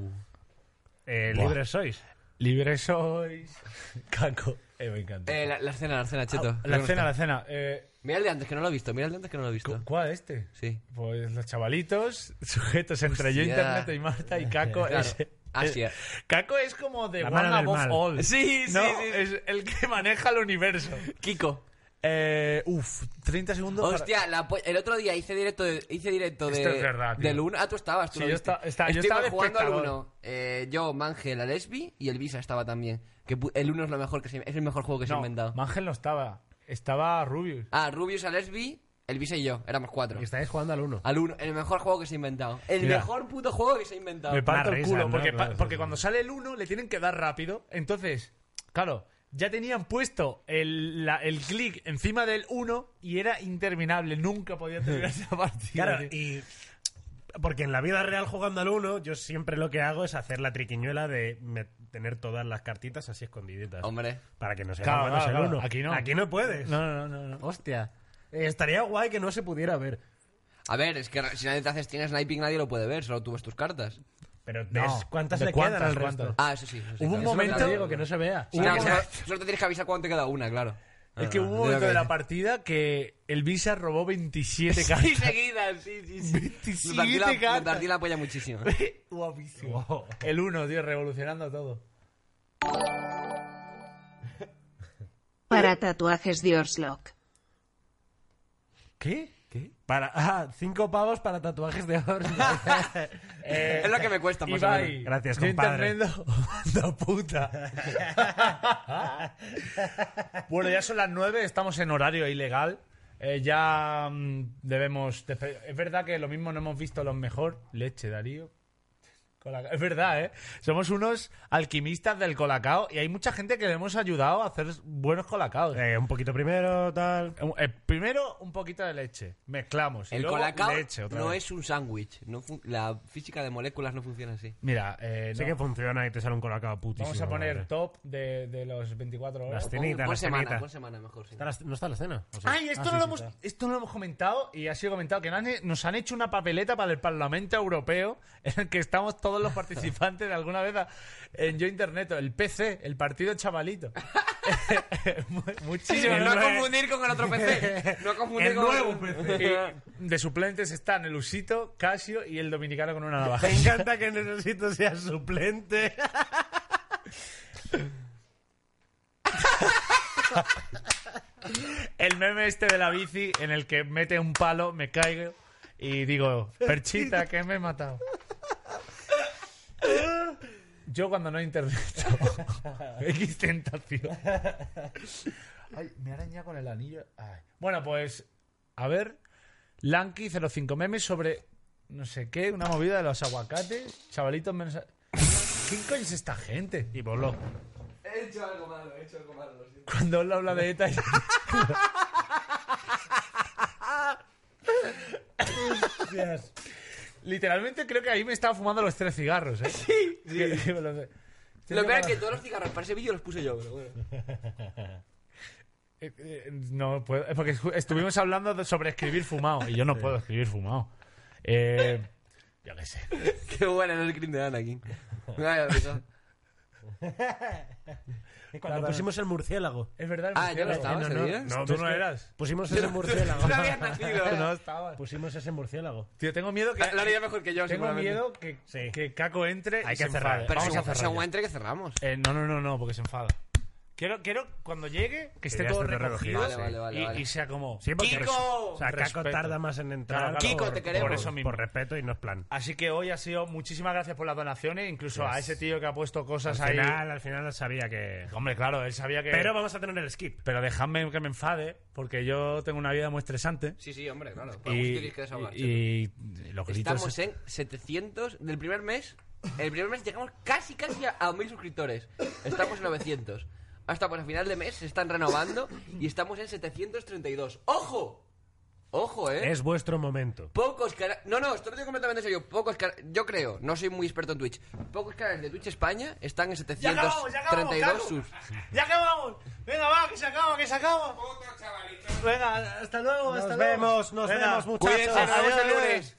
Speaker 9: eh, libres sois.
Speaker 1: Uh, Libre sois. Caco. Eh, me encanta.
Speaker 3: Eh, la, la escena, la escena, cheto. Creo
Speaker 1: la
Speaker 3: que no
Speaker 1: cena,
Speaker 3: está.
Speaker 1: la cena. Eh,
Speaker 3: Mira el de antes, que no lo he visto. Mira el de antes, que no lo he visto.
Speaker 1: ¿Cuál este?
Speaker 3: Sí.
Speaker 1: Pues los chavalitos, sujetos entre yo,
Speaker 3: Hostia.
Speaker 1: Internet y Marta y Caco.
Speaker 3: Claro, Ah,
Speaker 1: es- es-
Speaker 3: Asia.
Speaker 1: Caco es como de
Speaker 4: La
Speaker 1: One
Speaker 4: mano del
Speaker 1: Above
Speaker 4: mal.
Speaker 1: All.
Speaker 3: Sí, sí,
Speaker 1: ¿no?
Speaker 3: sí, sí.
Speaker 1: Es el que maneja el universo.
Speaker 3: Kiko.
Speaker 1: Eh, uf, 30 segundos. para-
Speaker 3: Hostia, la po- el otro día hice directo de, hice directo de,
Speaker 1: Esto es verdad, tío.
Speaker 3: del 1. Ah, tú estabas,
Speaker 1: Sí,
Speaker 3: tú lo
Speaker 1: yo
Speaker 3: viste.
Speaker 1: esta- esta- yo
Speaker 3: Estuvimos
Speaker 1: estaba de
Speaker 3: jugando al
Speaker 1: espectador.
Speaker 3: 1. Eh, yo, Manje, la Lesbi y el Visa estaba también. Que pu- el 1 es lo mejor que se, es el mejor juego que se ha
Speaker 1: No,
Speaker 3: inventado.
Speaker 1: Mangel no estaba. Estaba Rubius.
Speaker 3: Ah, Rubius, a Lesbi, el Visa y yo. Éramos cuatro.
Speaker 4: Y estáis jugando al 1.
Speaker 3: Al 1, el mejor juego que se ha inventado. El
Speaker 1: Mira.
Speaker 3: mejor puto juego que se ha inventado.
Speaker 1: Me parto
Speaker 4: Una
Speaker 1: el
Speaker 4: risa,
Speaker 1: culo,
Speaker 4: ¿no?
Speaker 1: porque,
Speaker 4: Claro,
Speaker 1: pa-
Speaker 4: sí,
Speaker 1: porque
Speaker 4: sí.
Speaker 1: cuando sale el 1 le tienen que dar rápido. Entonces, claro, ya tenían puesto el, la- el clic encima del 1 y era interminable. Nunca podía terminar esa partida.
Speaker 4: Claro,
Speaker 1: tío.
Speaker 4: y. Porque en la vida real jugando al 1, yo siempre lo que hago es hacer la triquiñuela de me- tener todas las cartitas así escondiditas.
Speaker 3: Hombre.
Speaker 4: Para que no se
Speaker 1: Claro,
Speaker 4: claro,
Speaker 1: claro,
Speaker 4: el
Speaker 1: claro.
Speaker 4: 1.
Speaker 1: Aquí no.
Speaker 4: Aquí no puedes.
Speaker 1: No, no, no, no.
Speaker 4: Hostia. Eh, estaría guay que no se pudiera ver.
Speaker 3: A ver, es que si nadie te hace tiene sniping, nadie lo puede ver, solo tú ves tus cartas.
Speaker 4: Pero ¿ves
Speaker 1: No,
Speaker 4: cuántas
Speaker 1: ¿de
Speaker 4: le
Speaker 1: cuántas,
Speaker 4: quedan al
Speaker 1: cuántas?
Speaker 4: resto?
Speaker 3: Ah, eso sí. eso sí,
Speaker 4: Hubo
Speaker 3: claro.
Speaker 4: un
Speaker 3: Eso
Speaker 4: momento.
Speaker 3: te lo digo,
Speaker 4: que no se vea.
Speaker 3: Sí, claro, solo, solo te tienes que avisar cuando te queda una, claro. Ah,
Speaker 1: Es que hubo un momento de la partida que el Visa robó 27
Speaker 3: Sí,
Speaker 1: cartas.
Speaker 3: seguidas, sí, sí, sí.
Speaker 1: 27
Speaker 3: Me partí la- me
Speaker 1: cartas.
Speaker 3: partí la polla muchísimo. ¿eh?
Speaker 1: Guapísimo. El 1, tío, revolucionando todo.
Speaker 2: Para tatuajes de Orslock.
Speaker 4: ¿Qué? ¿Qué? Para, ah, cinco pavos para tatuajes de oro.
Speaker 1: Eh,
Speaker 3: Es lo que me cuesta, más o
Speaker 1: Ibai,
Speaker 3: menos.
Speaker 4: Gracias,
Speaker 1: yo
Speaker 4: compadre.
Speaker 1: internet no- no, puta. bueno, ya son las nueve, estamos en horario ilegal. Eh, ya mm, debemos... despe- Es verdad que lo mismo no hemos visto los mejor. Leche, Darío. Colacao. Es verdad, ¿eh? Somos unos alquimistas del colacao y hay mucha gente que le hemos ayudado a hacer buenos colacaos.
Speaker 9: Eh,
Speaker 1: eh,
Speaker 9: un poquito primero, tal.
Speaker 1: primero, un poquito de leche. Mezclamos. Pues y
Speaker 3: El
Speaker 1: luego
Speaker 3: colacao
Speaker 1: leche otra
Speaker 3: no
Speaker 1: vez.
Speaker 3: es un sándwich. No fun- la física de moléculas no funciona así.
Speaker 1: Mira, eh,
Speaker 9: Sé
Speaker 1: no.
Speaker 9: que funciona y te sale un colacao putísimo.
Speaker 1: Vamos a poner
Speaker 9: madre.
Speaker 1: top de, de los 24 horas.
Speaker 9: Las cenitas,
Speaker 3: por Oh,
Speaker 9: las
Speaker 3: semana,
Speaker 9: cenitas.
Speaker 3: por semana mejor. sí.
Speaker 9: ¿Está la- ¿No está la cena? ¿O sí?
Speaker 1: Ay, esto,
Speaker 9: Ah, sí,
Speaker 1: no lo
Speaker 9: sí,
Speaker 1: hemos,
Speaker 9: está.
Speaker 1: esto no lo hemos comentado y ha sido comentado que nos han, nos han hecho una papeleta para el Parlamento Europeo en el que estamos todos los participantes de alguna vez a- en Yo Internet, el PC, el partido chavalito. Mu- Muchísimas
Speaker 3: No
Speaker 1: gracias.
Speaker 3: confundir con el otro PC. No confundir
Speaker 1: El
Speaker 3: con el
Speaker 1: nuevo PC. Y de suplentes están el Usito, Casio y el Dominicano con una navaja.
Speaker 9: Me encanta que necesito sea suplente.
Speaker 1: El meme este de la bici en el que mete un palo, me caigo y digo, perchita, que me he matado. Yo cuando no interpreto X tentación. Ay, me araña con el anillo. Ay. Bueno, pues, a ver. Lanky05 memes sobre no sé qué, una movida de los aguacates. Chavalitos mensa- ¿Quién coño es esta gente?
Speaker 9: Y ponlo.
Speaker 3: He hecho algo malo, he hecho algo malo. lo siento.
Speaker 1: Cuando él habla de ETA. Literalmente creo que ahí me estaba fumando los tres cigarros, ¿eh? Sí,
Speaker 3: Lo peor es que todos los cigarros para ese vídeo los puse yo, pero bueno.
Speaker 1: Eh, No puedo, es porque estu- estuvimos hablando de- sobre escribir fumado y yo no puedo escribir fumado. Eh, yo qué sé.
Speaker 3: Qué bueno era el pues, screen de Anakin. Me había pensado.
Speaker 9: Cuando pusimos el murciélago.
Speaker 1: Es verdad, el
Speaker 3: Ah, yo no
Speaker 1: murciélago.
Speaker 3: estaba ese día.
Speaker 1: No, tú no eras.
Speaker 9: Pusimos ese murciélago.
Speaker 3: No habías nacido. Ah,
Speaker 1: No estabas.
Speaker 9: Pusimos ese murciélago.
Speaker 1: Tío, tengo miedo que.
Speaker 3: Lo haría mejor que yo,
Speaker 1: Tengo
Speaker 3: seguramente.
Speaker 1: miedo que,
Speaker 9: Sí.
Speaker 1: que Caco entre
Speaker 9: Hay
Speaker 1: y
Speaker 9: que
Speaker 1: se
Speaker 9: cerrar.
Speaker 1: enfade.
Speaker 3: Pero
Speaker 1: Vamos a
Speaker 3: según,
Speaker 1: cerrar
Speaker 3: según
Speaker 1: ya.
Speaker 3: entre que cerramos.
Speaker 1: Eh, no, no, no, no, porque se enfada. Quiero, quiero cuando llegue que esté
Speaker 9: ya
Speaker 1: todo
Speaker 9: esté todo
Speaker 1: recogido,
Speaker 9: recogido,
Speaker 3: Vale, vale, vale,
Speaker 1: y,
Speaker 3: vale.
Speaker 1: y sea como.
Speaker 9: Sí, porque
Speaker 3: ¡Kiko!
Speaker 9: res- O sea,
Speaker 1: Respeto.
Speaker 9: Caco tarda más en entrar.
Speaker 1: Claro, claro,
Speaker 3: Kiko,
Speaker 1: por-
Speaker 3: te queremos.
Speaker 1: Por eso mismo.
Speaker 9: Por respeto y no es plan.
Speaker 1: Así que hoy ha sido muchísimas gracias por las donaciones, incluso a ese tío que ha puesto cosas
Speaker 9: Al
Speaker 1: ahí.
Speaker 9: final, al final sabía que.
Speaker 1: Hombre, claro, él sabía que.
Speaker 9: Pero vamos a tener el skip.
Speaker 1: pero dejadme que me enfade, porque yo tengo una vida muy estresante.
Speaker 3: Sí, sí, hombre, claro. Por algún sitio
Speaker 1: Y,
Speaker 3: tienes que desahogar,
Speaker 1: y-
Speaker 3: chico.
Speaker 1: y los gritos.
Speaker 3: Estamos en 700 del primer mes. El primer mes llegamos casi, casi a, a 1000 suscriptores. Estamos en 900. Hasta para final de mes se están renovando y estamos en 732. ¡Ojo! ¡Ojo, eh!
Speaker 9: Es vuestro momento.
Speaker 3: Pocos canales. No, no, esto lo digo completamente en serio. Pocos cana- Yo creo, no soy muy experto en Twitch. Pocos canales de Twitch España están en
Speaker 1: ¡Ya acabamos, ya acabamos!
Speaker 3: 732
Speaker 1: Caco!
Speaker 3: sus.
Speaker 1: ¡Ya acabamos! Venga, va, que se acaba, que se acaba. Venga, hasta luego, hasta
Speaker 9: Nos
Speaker 1: luego.
Speaker 9: vemos, nos
Speaker 1: Venga,
Speaker 9: vemos, muchachos.
Speaker 3: Cuídense, nos vemos el
Speaker 1: Adiós,
Speaker 3: lunes.